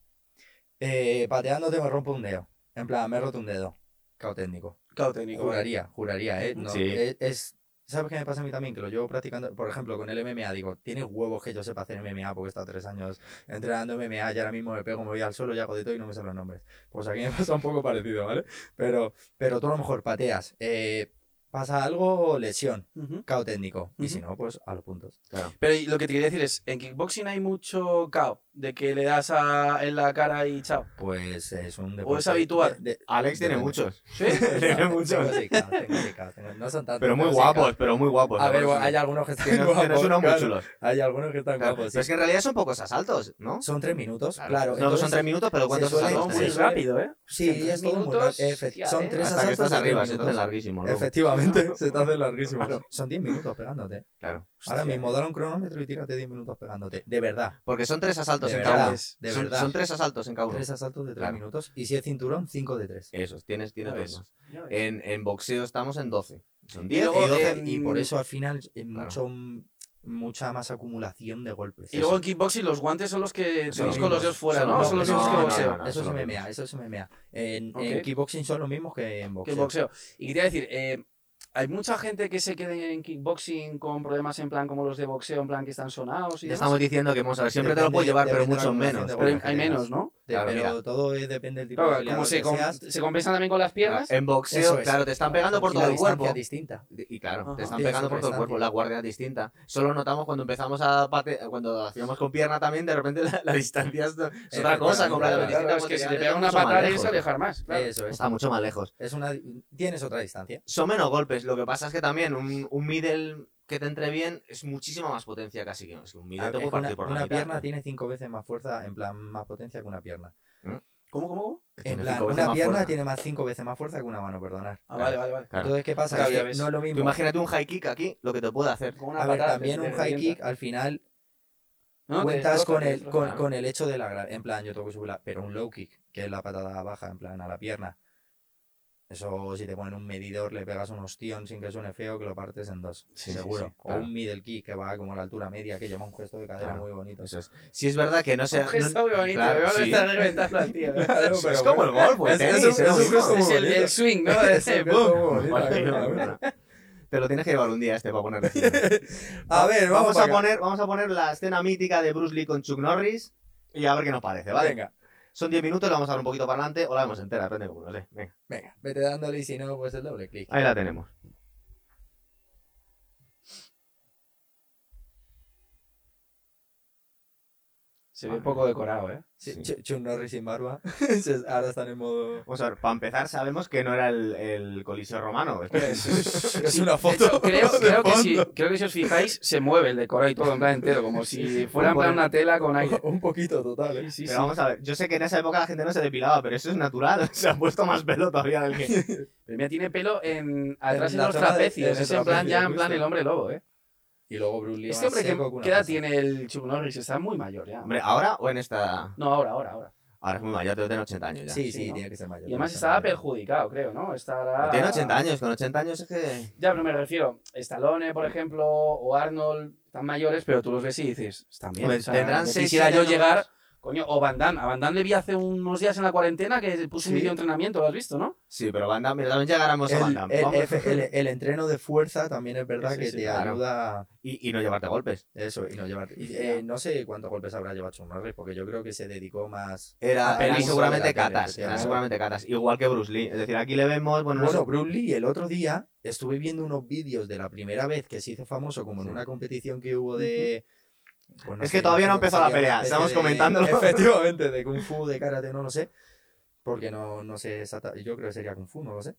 Speaker 4: Eh, pateándote me rompo un dedo. En plan, me he roto un dedo. KO técnico.
Speaker 3: KO técnico, vale.
Speaker 4: Juraría, juraría, ¿eh? No,
Speaker 1: Sí.
Speaker 4: es, es- ¿Sabes qué me pasa a mí también? Que lo llevo practicando, por ejemplo, con el MMA. Digo, tienes huevos que yo sepa hacer MMA porque he estado tres años entrenando MMA y ahora mismo me pego, me voy al suelo y hago de todo y no me salen los nombres. Pues aquí me pasa un poco parecido, ¿vale? Pero, pero tú a lo mejor pateas. eh, pasa algo, lesión,
Speaker 3: Ujú.
Speaker 4: cao técnico. Y si
Speaker 3: Ujú.
Speaker 4: no, pues a los puntos.
Speaker 3: Pero y lo que te quería decir es, en kickboxing hay mucho KO, de que le das a, en la cara y chao.
Speaker 4: Pues es un deporte.
Speaker 3: ¿O es habitual?
Speaker 4: de- de-
Speaker 1: Alex tiene
Speaker 4: Depende.
Speaker 1: muchos.
Speaker 3: ¿Sí?
Speaker 1: Tiene
Speaker 4: tengo
Speaker 1: muchos.
Speaker 4: sí, claro, tengo sí, claro, tengo- No son tantos.
Speaker 1: Pero muy
Speaker 4: tengo sí, claro.
Speaker 1: guapos, pero muy guapos.
Speaker 4: A
Speaker 1: la
Speaker 4: ver,
Speaker 1: verdad.
Speaker 4: bueno, hay algunos que están
Speaker 1: Que no- que no
Speaker 4: guapos,
Speaker 1: son muy
Speaker 4: claro.
Speaker 1: chulos.
Speaker 4: Hay algunos que están
Speaker 1: Claro,
Speaker 4: guapos.
Speaker 1: Pero
Speaker 4: sí.
Speaker 1: es que en realidad son pocos asaltos, ¿no?
Speaker 4: Son tres minutos, pues claro.
Speaker 1: No, que
Speaker 4: entonces-
Speaker 1: son tres minutos, pero ¿cuántos
Speaker 4: se suele-
Speaker 1: asaltos
Speaker 3: Son muy
Speaker 1: tenéis?
Speaker 4: sí.
Speaker 3: rápido, ¿eh? En
Speaker 4: Sí,
Speaker 3: tres
Speaker 4: es todo muy
Speaker 3: minutos,
Speaker 4: rápido. Efe-
Speaker 3: hostia,
Speaker 4: son
Speaker 3: ¿eh?
Speaker 4: tres
Speaker 1: Hasta que
Speaker 4: asaltos
Speaker 1: estás
Speaker 4: de tres
Speaker 1: arriba, se te hace
Speaker 4: minutos.
Speaker 1: larguísimo. luego.
Speaker 4: Efectivamente, se te hace larguísimo. Son 10 minutos pegándote.
Speaker 1: Claro.
Speaker 4: Ahora
Speaker 3: Hostia.
Speaker 4: mismo, dar un cronómetro y tírate 10 minutos pegándote. De verdad.
Speaker 1: Porque son tres asaltos
Speaker 4: De
Speaker 1: en cada
Speaker 4: verdad.
Speaker 1: uno.
Speaker 4: De
Speaker 1: Son-
Speaker 4: verdad.
Speaker 1: Son tres asaltos en cada uno.
Speaker 4: Tres asaltos de 3
Speaker 1: Claro.
Speaker 4: minutos. Y si es cinturón, 5 de 3.
Speaker 1: Esos, tienes, tienes
Speaker 3: Ya ves.
Speaker 1: dos más.
Speaker 3: Ya ves.
Speaker 1: En, en boxeo estamos en 12. Son Eh, 10 y,
Speaker 3: luego
Speaker 1: 12.
Speaker 3: en-
Speaker 4: Eh, Y por eso al final eh,
Speaker 1: Claro.
Speaker 4: mucho, mucha más acumulación de golpes.
Speaker 3: Y luego en kickboxing los guantes son los
Speaker 1: Son
Speaker 3: que
Speaker 1: los
Speaker 3: tenéis con los
Speaker 1: mismos.
Speaker 3: dedos fuera,
Speaker 1: Son
Speaker 3: ¿no?
Speaker 1: los
Speaker 3: Son los
Speaker 1: mismos.
Speaker 3: mismos que
Speaker 1: No, no,
Speaker 3: boxeo.
Speaker 1: no, no.
Speaker 4: eso
Speaker 1: son
Speaker 4: se
Speaker 1: los
Speaker 4: me
Speaker 1: mismos.
Speaker 4: mea, eso se me mea. En,
Speaker 3: Ok.
Speaker 4: en kickboxing son los mismos que en
Speaker 3: que
Speaker 4: boxeo.
Speaker 3: el boxeo. Y quería decir, eh, hay mucha gente que se quede en kickboxing con problemas en plan como los de boxeo, en plan que están sonados y
Speaker 1: Te
Speaker 3: demás.
Speaker 1: estamos diciendo que vamos a ver, siempre te lo puedes
Speaker 4: Depende-
Speaker 1: llevar, pero
Speaker 4: depende de la
Speaker 1: mucho
Speaker 4: combinación
Speaker 1: menos.
Speaker 4: de
Speaker 3: Pero hay,
Speaker 4: golpes que
Speaker 3: hay
Speaker 4: tengas.
Speaker 3: menos, ¿no?
Speaker 4: De-
Speaker 1: Claro,
Speaker 4: pero
Speaker 1: mira.
Speaker 4: todo es- depende del tipo
Speaker 3: Claro,
Speaker 4: de
Speaker 3: como
Speaker 4: peleador
Speaker 3: se,
Speaker 4: que
Speaker 3: com-
Speaker 4: seas.
Speaker 3: se compensan también con las piernas.
Speaker 1: En boxeo,
Speaker 4: Eso es.
Speaker 1: claro, te están pegando por
Speaker 4: Y la
Speaker 1: todo el
Speaker 4: distancia
Speaker 1: cuerpo.
Speaker 4: distinta.
Speaker 1: Y claro,
Speaker 3: Ajá.
Speaker 1: te están
Speaker 4: Eso,
Speaker 1: pegando por todo el
Speaker 4: distancia.
Speaker 1: cuerpo, la guardia es distinta. Solo notamos cuando empezamos a pate- cuando hacíamos con pierna también, de repente la, la distancia es, es otra cosa
Speaker 4: Efectivamente,
Speaker 1: completamente
Speaker 4: claro,
Speaker 1: distinta.
Speaker 3: es
Speaker 1: porque
Speaker 3: que si
Speaker 1: ya
Speaker 3: te
Speaker 1: te
Speaker 3: pega
Speaker 1: deja
Speaker 3: una
Speaker 1: mucho más
Speaker 3: patada tienes
Speaker 1: lejos.
Speaker 3: que alejar más. Eh, claro.
Speaker 4: Eso es.
Speaker 1: Está mucho más lejos.
Speaker 4: es una, tienes otra distancia.
Speaker 1: Son menos golpes, lo que pasa es que también un, un middle que te entre bien es muchísima más potencia casi que es que un middle
Speaker 4: A-
Speaker 1: te puede
Speaker 4: es
Speaker 1: partir
Speaker 4: Una,
Speaker 1: por la
Speaker 4: una
Speaker 1: mitad.
Speaker 4: pierna tiene cinco veces más fuerza, en plan, más potencia que una pierna.
Speaker 3: ¿Cómo, cómo, cómo?
Speaker 4: En
Speaker 1: Tiene
Speaker 4: plan,
Speaker 1: cinco veces
Speaker 4: una
Speaker 1: más
Speaker 4: pierna
Speaker 1: fuerza.
Speaker 4: tiene más cinco veces más fuerza que una mano, perdonar.
Speaker 3: Ah,
Speaker 1: Claro.
Speaker 3: vale, vale, vale.
Speaker 1: Claro.
Speaker 4: Entonces, ¿qué pasa?
Speaker 3: Claro,
Speaker 4: Que
Speaker 3: ya ves.
Speaker 4: no es lo
Speaker 1: Tú
Speaker 4: mismo.
Speaker 1: imagínate un high kick aquí, lo que te puede hacer.
Speaker 3: Con una
Speaker 4: A ver,
Speaker 3: patada te-
Speaker 4: también
Speaker 3: te
Speaker 4: un high
Speaker 3: revienta.
Speaker 4: kick, al final,
Speaker 3: No, pues, te
Speaker 4: cuentas
Speaker 3: destroza,
Speaker 4: con
Speaker 3: te
Speaker 4: el, con,
Speaker 3: destroza.
Speaker 4: con el hecho de la gra- En plan, yo tengo que subir la- Pero un low kick, que es la patada baja, en plan, a la pierna. Eso, si te ponen un medidor, le pegas un ostión sin que suene feo, que lo partes en dos.
Speaker 1: Sí, sí,
Speaker 4: seguro.
Speaker 1: sí,
Speaker 4: o
Speaker 1: claro.
Speaker 4: un middle kick, que va como a la altura media, que lleva un gesto de cadera
Speaker 1: Claro,
Speaker 4: muy bonito.
Speaker 1: Eso es. Si es verdad que no sea.
Speaker 3: Un gesto
Speaker 1: no-
Speaker 3: muy bonito,
Speaker 1: claro,
Speaker 3: me van a
Speaker 1: sí.
Speaker 3: estar reventando al tío.
Speaker 4: Claro,
Speaker 1: es
Speaker 4: pero
Speaker 1: como el golf, o el
Speaker 4: Es-
Speaker 1: tenis,
Speaker 4: es un-
Speaker 1: es
Speaker 4: es
Speaker 1: lo
Speaker 4: un
Speaker 1: mismo.
Speaker 4: gesto
Speaker 3: Es el, el swing, ¿no? De
Speaker 4: Eso,
Speaker 3: ese
Speaker 4: qué
Speaker 3: boom.
Speaker 4: todo bonito,
Speaker 1: Vale,
Speaker 4: qué
Speaker 1: venga,
Speaker 4: bonito.
Speaker 1: venga. Te lo tienes que llevar un día este para poner
Speaker 4: A ver, vamos,
Speaker 1: vamos a
Speaker 4: acá.
Speaker 1: poner, vamos a poner la escena mítica de Bruce Lee con Chuck Norris y a ver qué nos parece, ¿vale?
Speaker 4: Venga.
Speaker 1: son 10 minutos, la vamos a dar un poquito para adelante o la vemos entera, depende de cómo lo sé. Venga,
Speaker 4: Venga, vete dándole y si no, pues el doble clic.
Speaker 1: ahí la tenemos.
Speaker 3: Se ve poco decorado, ¿eh?
Speaker 4: Sí,
Speaker 1: Sí.
Speaker 4: Ch- Chuck Norris sin barba. Se- Ahora están en modo.
Speaker 1: Vamos a ver, para empezar, sabemos que no era el, el Coliseo Romano. es que-
Speaker 4: Es una
Speaker 3: De
Speaker 4: foto.
Speaker 3: hecho, creo,
Speaker 4: de
Speaker 3: creo que
Speaker 4: fondo.
Speaker 3: si, creo que si os fijáis, se mueve el decorado y todo en plan entero, como si fuera en plan una tela con aire.
Speaker 4: Un poquito total, ¿eh?
Speaker 3: Sí, sí,
Speaker 1: Pero
Speaker 3: sí.
Speaker 1: vamos a ver, yo sé que en esa época la gente no se depilaba, pero eso es natural. Se ha puesto más pelo todavía del que.
Speaker 3: Pero mira, tiene pelo en, atrás
Speaker 4: En
Speaker 3: en,
Speaker 4: la
Speaker 3: los
Speaker 4: zona de-
Speaker 3: trapecios.
Speaker 4: en el
Speaker 3: Es en plan,
Speaker 4: trapecio,
Speaker 3: ya en plan
Speaker 4: justo.
Speaker 3: el hombre lobo, ¿eh?
Speaker 4: Y luego Bruce Lee
Speaker 3: Este
Speaker 4: más
Speaker 3: hombre, que,
Speaker 4: seco que una
Speaker 3: ¿qué edad
Speaker 4: taza.
Speaker 3: tiene el Chuck Norris? Está muy mayor ya.
Speaker 1: Hombre, ¿ahora o en esta.?
Speaker 3: No, ahora, ahora, ahora.
Speaker 1: Ahora es muy mayor, debe tener 80 años ya.
Speaker 4: Sí, sí,
Speaker 3: Sí, ¿no?
Speaker 4: tiene que ser mayor.
Speaker 3: Y además
Speaker 4: tiene que ser
Speaker 3: estaba
Speaker 4: mayor.
Speaker 3: perjudicado, creo, ¿no? Estará...
Speaker 1: Pero Tiene 80 años, con 80 años es que.
Speaker 3: Ya, pero me refiero, Stallone, por ejemplo, o Arnold, están mayores, pero tú los ves y dices, están bien.
Speaker 1: Hombre,
Speaker 3: o sea,
Speaker 1: tendrán
Speaker 3: yo
Speaker 1: seis,
Speaker 3: quisiera
Speaker 1: siete
Speaker 3: yo
Speaker 1: años
Speaker 3: llegar,
Speaker 1: más.
Speaker 3: coño, o Van Damme. A Van Damme le vi hace unos días en la cuarentena que
Speaker 1: Sí.
Speaker 3: puso un vídeo de entrenamiento, ¿lo has visto, no?
Speaker 1: Sí, pero Van Damme, también llegaremos a Van
Speaker 4: El,
Speaker 1: Damme.
Speaker 4: el
Speaker 1: Vamos.
Speaker 4: F- el- el entreno de fuerza también es verdad
Speaker 3: Sí,
Speaker 4: que
Speaker 3: sí,
Speaker 4: te
Speaker 1: claro.
Speaker 4: ayuda
Speaker 1: Y, y no llevarte golpes.
Speaker 4: eso y no llevar. y, eh, no sé cuántos golpes habrá llevado Chuck Norris, porque yo creo que se dedicó más.
Speaker 1: Era,
Speaker 4: Ah,
Speaker 1: eran
Speaker 4: pelis.
Speaker 1: seguramente
Speaker 4: Sobre la tele,
Speaker 1: catas,
Speaker 4: sí,
Speaker 1: eran
Speaker 4: claro.
Speaker 1: seguramente catas. Igual que Bruce Lee. Es decir, aquí le vemos, bueno, no sé-
Speaker 4: Bueno, Bruce Lee, el otro día estuve viendo unos vídeos de la primera vez que se hizo famoso, como en
Speaker 1: Sí.
Speaker 4: una competición que hubo de. pues
Speaker 1: Es que todavía no
Speaker 4: cómo
Speaker 1: empezó la
Speaker 4: sería, una
Speaker 1: pelea,
Speaker 4: especie
Speaker 1: estamos
Speaker 4: de-
Speaker 1: comentándolo.
Speaker 4: Efectivamente, de Kung Fu, de Karate, no lo sé. Porque no, no sé exactamente. Yo creo que sería Kung Fu, no lo sé.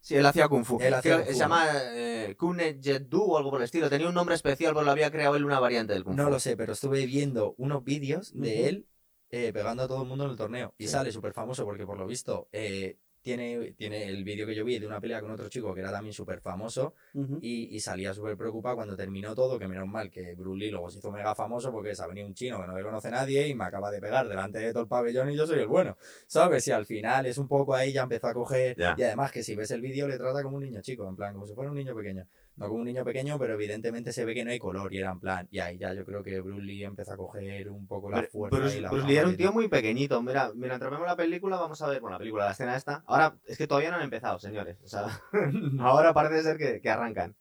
Speaker 1: Sí, él hacía Kung Fu.
Speaker 4: Él hacía
Speaker 1: Creo-
Speaker 4: Kung Fu.
Speaker 1: Se llama eh, Kune Jedu o algo por el estilo. Tenía un nombre especial, porque lo había creado él una variante del Kung Fu.
Speaker 4: No lo sé, pero estuve viendo unos vídeos de
Speaker 3: Ujú.
Speaker 4: él eh, pegando a todo el mundo en el torneo. Y
Speaker 1: Sí.
Speaker 4: sale súper famoso porque por lo visto eh, tiene, tiene el vídeo que yo vi de una pelea con otro chico que era también súper famoso y, y salía súper preocupado cuando terminó todo, que menos mal que Bruce Lee luego se hizo mega famoso porque se ha venido un chino que no le conoce nadie y me acaba de pegar delante de todo el pabellón y yo soy el bueno. ¿Sabes? Y al final es un poco ahí ya empezó a coger...
Speaker 1: Ya.
Speaker 4: Y además que si ves el vídeo le trata como un niño chico, en plan, como si fuera un niño pequeño. No como un niño pequeño, pero evidentemente se ve que no hay color y era en plan... Y ahí ya yo creo que Bruce Lee empezó a coger un poco la
Speaker 1: Bru-
Speaker 4: fuerza
Speaker 1: Bruce,
Speaker 4: y la
Speaker 1: Bruce
Speaker 4: fama
Speaker 1: Lee era un
Speaker 4: que tenía.
Speaker 1: tío muy pequeñito. Mira, mientras vemos la película, vamos a ver, bueno, la película, la escena esta. Ahora, es que todavía no han empezado, señores. O sea, ahora parece ser que, que arrancan.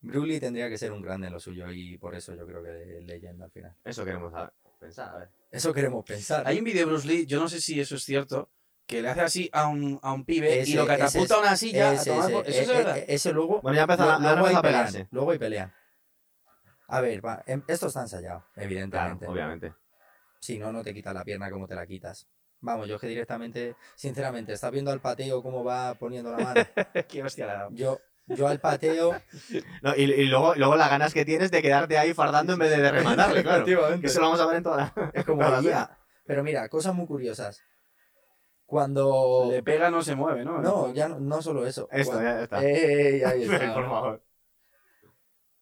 Speaker 4: Bruce Lee tendría que ser un grande en lo suyo y por eso yo creo que es leyenda al final.
Speaker 1: Eso queremos a- pensar, a ver.
Speaker 4: Eso queremos pensar.
Speaker 3: Hay un vídeo de Bruce Lee, yo no sé si eso es cierto, que le hace así a un, a un pibe
Speaker 4: Ese-
Speaker 3: y lo
Speaker 4: ese es-
Speaker 3: catapulta a una silla.
Speaker 4: Ese,
Speaker 3: a tomar
Speaker 4: ese,
Speaker 3: por- ¿Eso
Speaker 4: eh,
Speaker 3: es
Speaker 4: eh,
Speaker 3: verdad?
Speaker 4: eh, ese luego.
Speaker 1: Bueno, ya empieza la-
Speaker 4: luego
Speaker 1: ahora empieza
Speaker 4: hay
Speaker 1: a
Speaker 4: pelea,
Speaker 1: pelearse.
Speaker 4: Luego hay pelea. A ver, va, em- esto está ensayado,
Speaker 1: Claro,
Speaker 4: evidentemente.
Speaker 1: obviamente.
Speaker 4: si no, no te quita la pierna como te la quitas. Vamos, yo es que directamente, sinceramente, estás viendo al pateo cómo va poniendo la mano.
Speaker 3: Qué hostia le ha dado.
Speaker 4: Yo, yo al pateo.
Speaker 1: No, y, y luego, luego las ganas que tienes de quedarte ahí fardando en vez de, de rematarle, claro. Que eso lo vamos a ver en toda la...
Speaker 4: Es como.
Speaker 1: Claro,
Speaker 4: "Hostia". Pero mira, cosas muy curiosas. Cuando.
Speaker 3: Le pega, no se mueve, ¿no?
Speaker 4: No, ya no, no solo eso.
Speaker 1: Esto,
Speaker 4: Cuan-
Speaker 1: ya está.
Speaker 4: Ey, ey, ahí está.
Speaker 1: Por favor.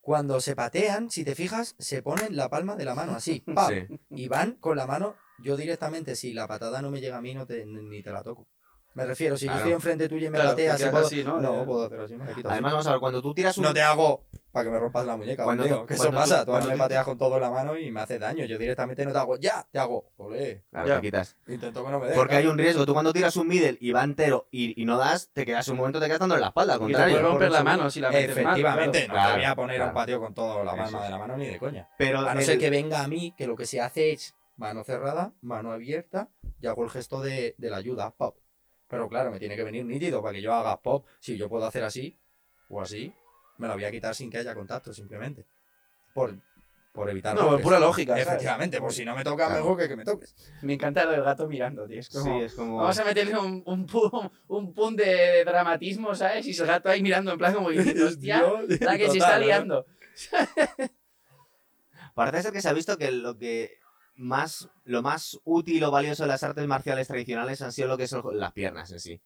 Speaker 4: Cuando se patean, si te fijas, se ponen la palma de la mano así. ¡pam!
Speaker 1: Sí.
Speaker 4: y van con la mano. Yo directamente, si la patada no me llega a mí, no te, ni te la toco. Me refiero, si
Speaker 1: Claro.
Speaker 4: yo estoy enfrente tuyo y me
Speaker 3: Claro, te
Speaker 4: pateas,
Speaker 3: quedas
Speaker 4: puedo-
Speaker 3: así, ¿no?
Speaker 4: no
Speaker 3: Eh,
Speaker 4: puedo hacer así, me la quito
Speaker 1: Además,
Speaker 4: así.
Speaker 1: vamos a ver, cuando tú tiras un...
Speaker 4: No te hago para que me rompas la muñeca.
Speaker 1: Cuando
Speaker 4: hombre,
Speaker 1: tú-
Speaker 4: que eso
Speaker 1: cuando tú-
Speaker 4: pasa. Tú a mí
Speaker 1: cuando
Speaker 4: me
Speaker 1: tú-
Speaker 4: pateas con todo la mano y me hace daño. Yo directamente no te hago ya, te hago. Olé.
Speaker 1: Claro,
Speaker 3: Ya.
Speaker 1: te quitas.
Speaker 4: Intento que no me dé.
Speaker 1: Porque hay un riesgo. Tú cuando tiras un middle y va entero y, y no das, te quedas un momento, te quedas dando en la espalda, al
Speaker 3: Y te puede
Speaker 1: contrario.
Speaker 3: romper
Speaker 4: por
Speaker 3: la
Speaker 4: eso-
Speaker 3: mano si la metes mal,
Speaker 4: Efectivamente, no
Speaker 1: Claro,
Speaker 4: te voy a poner a un
Speaker 1: claro.
Speaker 4: patio con toda la
Speaker 1: Eso
Speaker 4: palma
Speaker 1: es.
Speaker 4: de la mano ni de coña.
Speaker 1: Pero
Speaker 4: A no
Speaker 1: el-
Speaker 4: ser que venga a mí, que lo que se hace es mano cerrada, mano abierta, y hago el gesto de, de la ayuda, pop. Pero claro, me tiene que venir nítido para que yo haga pop. Si yo puedo hacer así o así, me la voy a quitar sin que haya contacto, simplemente. Por, por evitar.
Speaker 3: No, por
Speaker 4: golpes.
Speaker 3: pura lógica. ¿sabes?
Speaker 4: Efectivamente, por si no me toca,
Speaker 1: Claro.
Speaker 4: mejor que que me toques.
Speaker 3: Me encanta lo del gato mirando, tío. Es como...
Speaker 1: Sí, es como...
Speaker 3: Vamos a meterle un, un, pu- un pun de, de dramatismo, ¿sabes? Y el gato ahí mirando en plan como diciendo, hostia,
Speaker 4: Dios,
Speaker 3: la que se
Speaker 4: total,
Speaker 3: está
Speaker 4: ¿no?
Speaker 3: liando.
Speaker 1: Parece ser que se ha visto que lo que más lo más útil o valioso de las artes marciales tradicionales han sido lo que son las piernas en sí.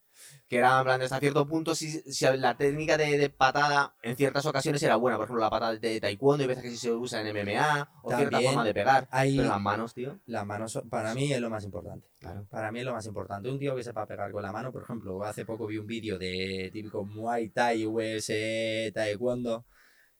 Speaker 1: Que era, en plan, hasta cierto punto, si, si la técnica de, de patada en ciertas ocasiones era buena. Por ejemplo, la patada de taekwondo, y veces que sí se usa en MMA, o cierta
Speaker 4: También
Speaker 1: forma de pegar.
Speaker 4: Ahí
Speaker 1: Pero las manos, tío.
Speaker 4: las manos, son- para mí es lo más importante.
Speaker 1: Claro.
Speaker 4: Para mí es lo más importante. Un tío que sepa pegar con la mano, por ejemplo, hace poco vi un vídeo de típico Muay Thai, E, UFC, Taekwondo.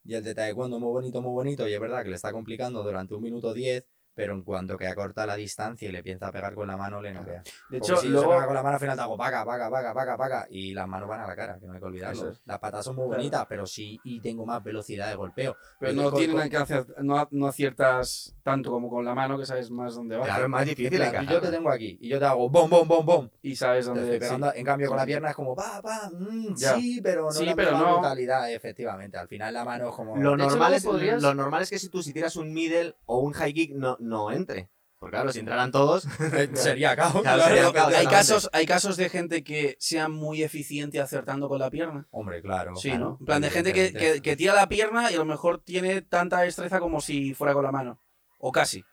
Speaker 4: Y el de Taekwondo muy bonito, muy bonito. Y es verdad que le está complicando durante un minuto 10. pero en cuanto que acorta la distancia y le empieza a pegar con la mano, le
Speaker 3: De
Speaker 4: noquea. Porque
Speaker 3: hecho,
Speaker 4: si yo se
Speaker 3: luego,
Speaker 4: pega con la mano al final te hago paga, paga, paga, paga, paga. Y las manos van a la cara, que no hay que olvidarlo.
Speaker 3: Eso es.
Speaker 4: Las patas son muy
Speaker 3: Claro.
Speaker 4: bonitas, pero sí, y tengo más velocidad de golpeo.
Speaker 3: pero
Speaker 4: el
Speaker 3: no
Speaker 4: col-
Speaker 3: tienen
Speaker 4: col-
Speaker 3: que hacer, no, no aciertas tanto como con la mano, que sabes más dónde va.
Speaker 1: Claro, es más difícil
Speaker 4: Claro,
Speaker 1: encajar.
Speaker 4: yo te tengo aquí y yo te hago bom, bom, bom, bom.
Speaker 3: Y sabes
Speaker 4: Te estoy
Speaker 3: dónde. sí.
Speaker 4: pegando. En cambio, con
Speaker 3: Sí,
Speaker 4: la
Speaker 3: sí.
Speaker 4: pierna es como, pa, pa, mm,
Speaker 3: Ya.
Speaker 4: sí, pero no
Speaker 3: Sí,
Speaker 4: la
Speaker 3: pero
Speaker 4: misma
Speaker 3: no.
Speaker 4: brutalidad, efectivamente. Al final la mano es como...
Speaker 1: Lo
Speaker 4: De hecho,
Speaker 1: normal,
Speaker 4: luego
Speaker 1: es,
Speaker 4: podrías-
Speaker 1: lo normal es que si tú si tiras un middle o un high kick no, no entre. Porque claro, si entraran todos,
Speaker 4: Sería caos.
Speaker 1: Claro,
Speaker 4: claro,
Speaker 1: sería
Speaker 4: lo que-
Speaker 1: caos.
Speaker 3: Hay
Speaker 1: Exactamente.
Speaker 3: casos, hay casos de gente que sea muy eficiente acertando con la pierna.
Speaker 4: Hombre, claro.
Speaker 3: Sí,
Speaker 4: claro,
Speaker 3: ¿no? En plan de gente que, que- que tira la pierna y a lo mejor tiene tanta destreza como si fuera con la mano. O casi.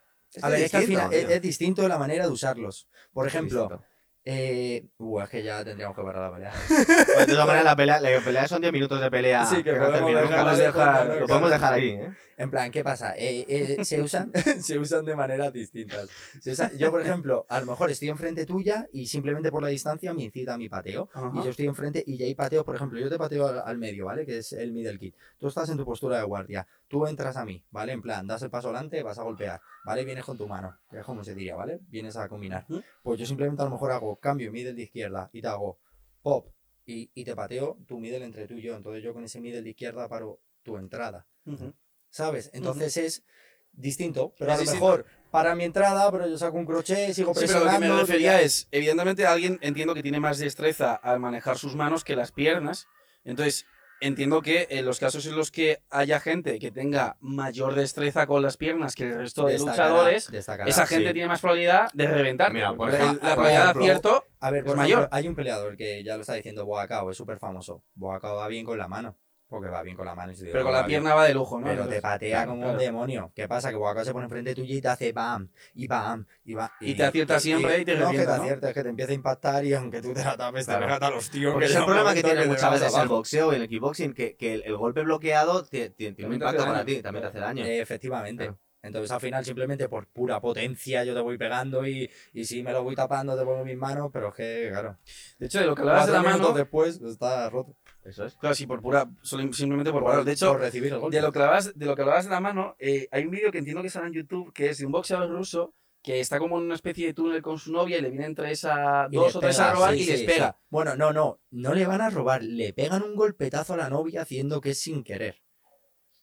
Speaker 4: A ver, Este es que al
Speaker 1: distinto,
Speaker 4: final es,
Speaker 1: tío.
Speaker 4: es distinto la manera de usarlos. Por ejemplo,
Speaker 1: Distinto.
Speaker 4: eh, uh, es que ya tendríamos que parar la pelea.
Speaker 1: Pues, de todas maneras, la pelea, la pelea son 10 minutos de pelea.
Speaker 3: Sí, que
Speaker 1: Ah, no
Speaker 3: podemos
Speaker 1: terminan
Speaker 3: dejarla
Speaker 1: nunca.
Speaker 3: de dejar-
Speaker 1: Lo podemos dejar ahí, ¿eh?
Speaker 4: En plan, ¿qué pasa? Eh, eh, se, usan, se usan de maneras distintas. Se usa- yo, por ejemplo, a lo mejor estoy enfrente tuya y simplemente por la distancia me incita a mi pateo. Y yo estoy enfrente y ya hay pateos, por ejemplo, yo te pateo al, al medio, ¿vale? Que es el middle kick. Tú estás en tu postura de guardia, tú entras a mí, ¿vale? En plan, das el paso adelante, vas a golpear, ¿vale? Vienes con tu mano, que es como se diría, ¿vale? Vienes a combinar.
Speaker 3: Ujú.
Speaker 4: Pues yo simplemente a lo mejor hago cambio middle de izquierda y te hago pop y, y te pateo tu middle entre tú y yo. Entonces yo con ese middle de izquierda paro tu entrada,
Speaker 3: Ujú.
Speaker 4: ¿sabes? Entonces es distinto, pero a
Speaker 3: Es
Speaker 4: lo
Speaker 3: distinto.
Speaker 4: mejor para mi entrada, pero yo saco un crochet, sigo
Speaker 3: Sí, pero lo que
Speaker 4: presionando.
Speaker 3: me
Speaker 4: tú
Speaker 3: refería
Speaker 4: ya-
Speaker 3: es, evidentemente alguien entiendo que tiene más destreza al manejar sus manos que las piernas. Entonces, entiendo que en los casos en los que haya gente que tenga mayor destreza con las piernas que el resto de
Speaker 4: Destacará,
Speaker 3: luchadores,
Speaker 4: destacará.
Speaker 3: esa gente
Speaker 1: sí.
Speaker 3: tiene más probabilidad de reventar.
Speaker 1: Mira, por
Speaker 3: Porque el-
Speaker 1: ejemplo, por
Speaker 3: la probabilidad de
Speaker 4: ejemplo,
Speaker 3: acierto
Speaker 4: A ver,
Speaker 3: Es
Speaker 4: por
Speaker 3: mayor.
Speaker 4: mayor. hay un peleador que ya lo está diciendo Boacao, es súper famoso. Boacao va bien con la mano, porque va bien con la mano. y se
Speaker 3: Pero
Speaker 4: digo,
Speaker 3: con la
Speaker 4: va bien.
Speaker 3: pierna va de lujo, ¿no?
Speaker 4: Pero te
Speaker 3: Entonces,
Speaker 4: patea
Speaker 3: claro,
Speaker 4: como
Speaker 3: claro.
Speaker 4: un demonio. ¿Qué pasa? Que Boacao se pone enfrente tuyo y te hace bam, y bam, y bam.
Speaker 3: Y te acierta siempre y te
Speaker 4: no, que
Speaker 3: revienta,
Speaker 4: te
Speaker 3: ¿no?
Speaker 4: acierta, es que te empieza a impactar y aunque tú te la tapes,
Speaker 1: Claro.
Speaker 4: te regata a los tíos.
Speaker 1: Porque es
Speaker 4: ya
Speaker 1: el problema
Speaker 4: un
Speaker 1: que
Speaker 4: momento
Speaker 1: tiene
Speaker 4: te
Speaker 1: muchas
Speaker 4: vas
Speaker 1: veces el
Speaker 4: abajo.
Speaker 1: boxeo y el kickboxing, que, que el, el golpe bloqueado te- te- tiene un
Speaker 2: También te hace
Speaker 1: impacto para
Speaker 2: daño.
Speaker 1: ti, también te hace daño.
Speaker 4: Eh, Efectivamente.
Speaker 1: Claro.
Speaker 4: Entonces al final simplemente por pura potencia yo te voy pegando y, y si me lo voy tapando te pongo mis manos, pero es que, claro.
Speaker 3: De hecho, de lo que hablabas de la
Speaker 4: Cuatro
Speaker 3: mano...
Speaker 4: minutos después está roto.
Speaker 1: Eso es.
Speaker 3: Claro, sí, por pura... solo- Simplemente por parar. De hecho,
Speaker 4: por recibir el golpe.
Speaker 3: De lo que hablabas de, lo que hablabas de la mano, eh, hay un vídeo que entiendo que sale en YouTube que es de un boxeador ruso que está como en una especie de túnel con su novia y le vienen tres a
Speaker 4: Y
Speaker 3: dos
Speaker 4: les
Speaker 3: o tres
Speaker 4: pega,
Speaker 3: a robar
Speaker 4: sí,
Speaker 3: y
Speaker 4: sí,
Speaker 3: les
Speaker 4: sí.
Speaker 3: pega.
Speaker 4: Bueno, no, no, no le van a robar, le pegan un golpetazo a la novia haciendo que es sin querer.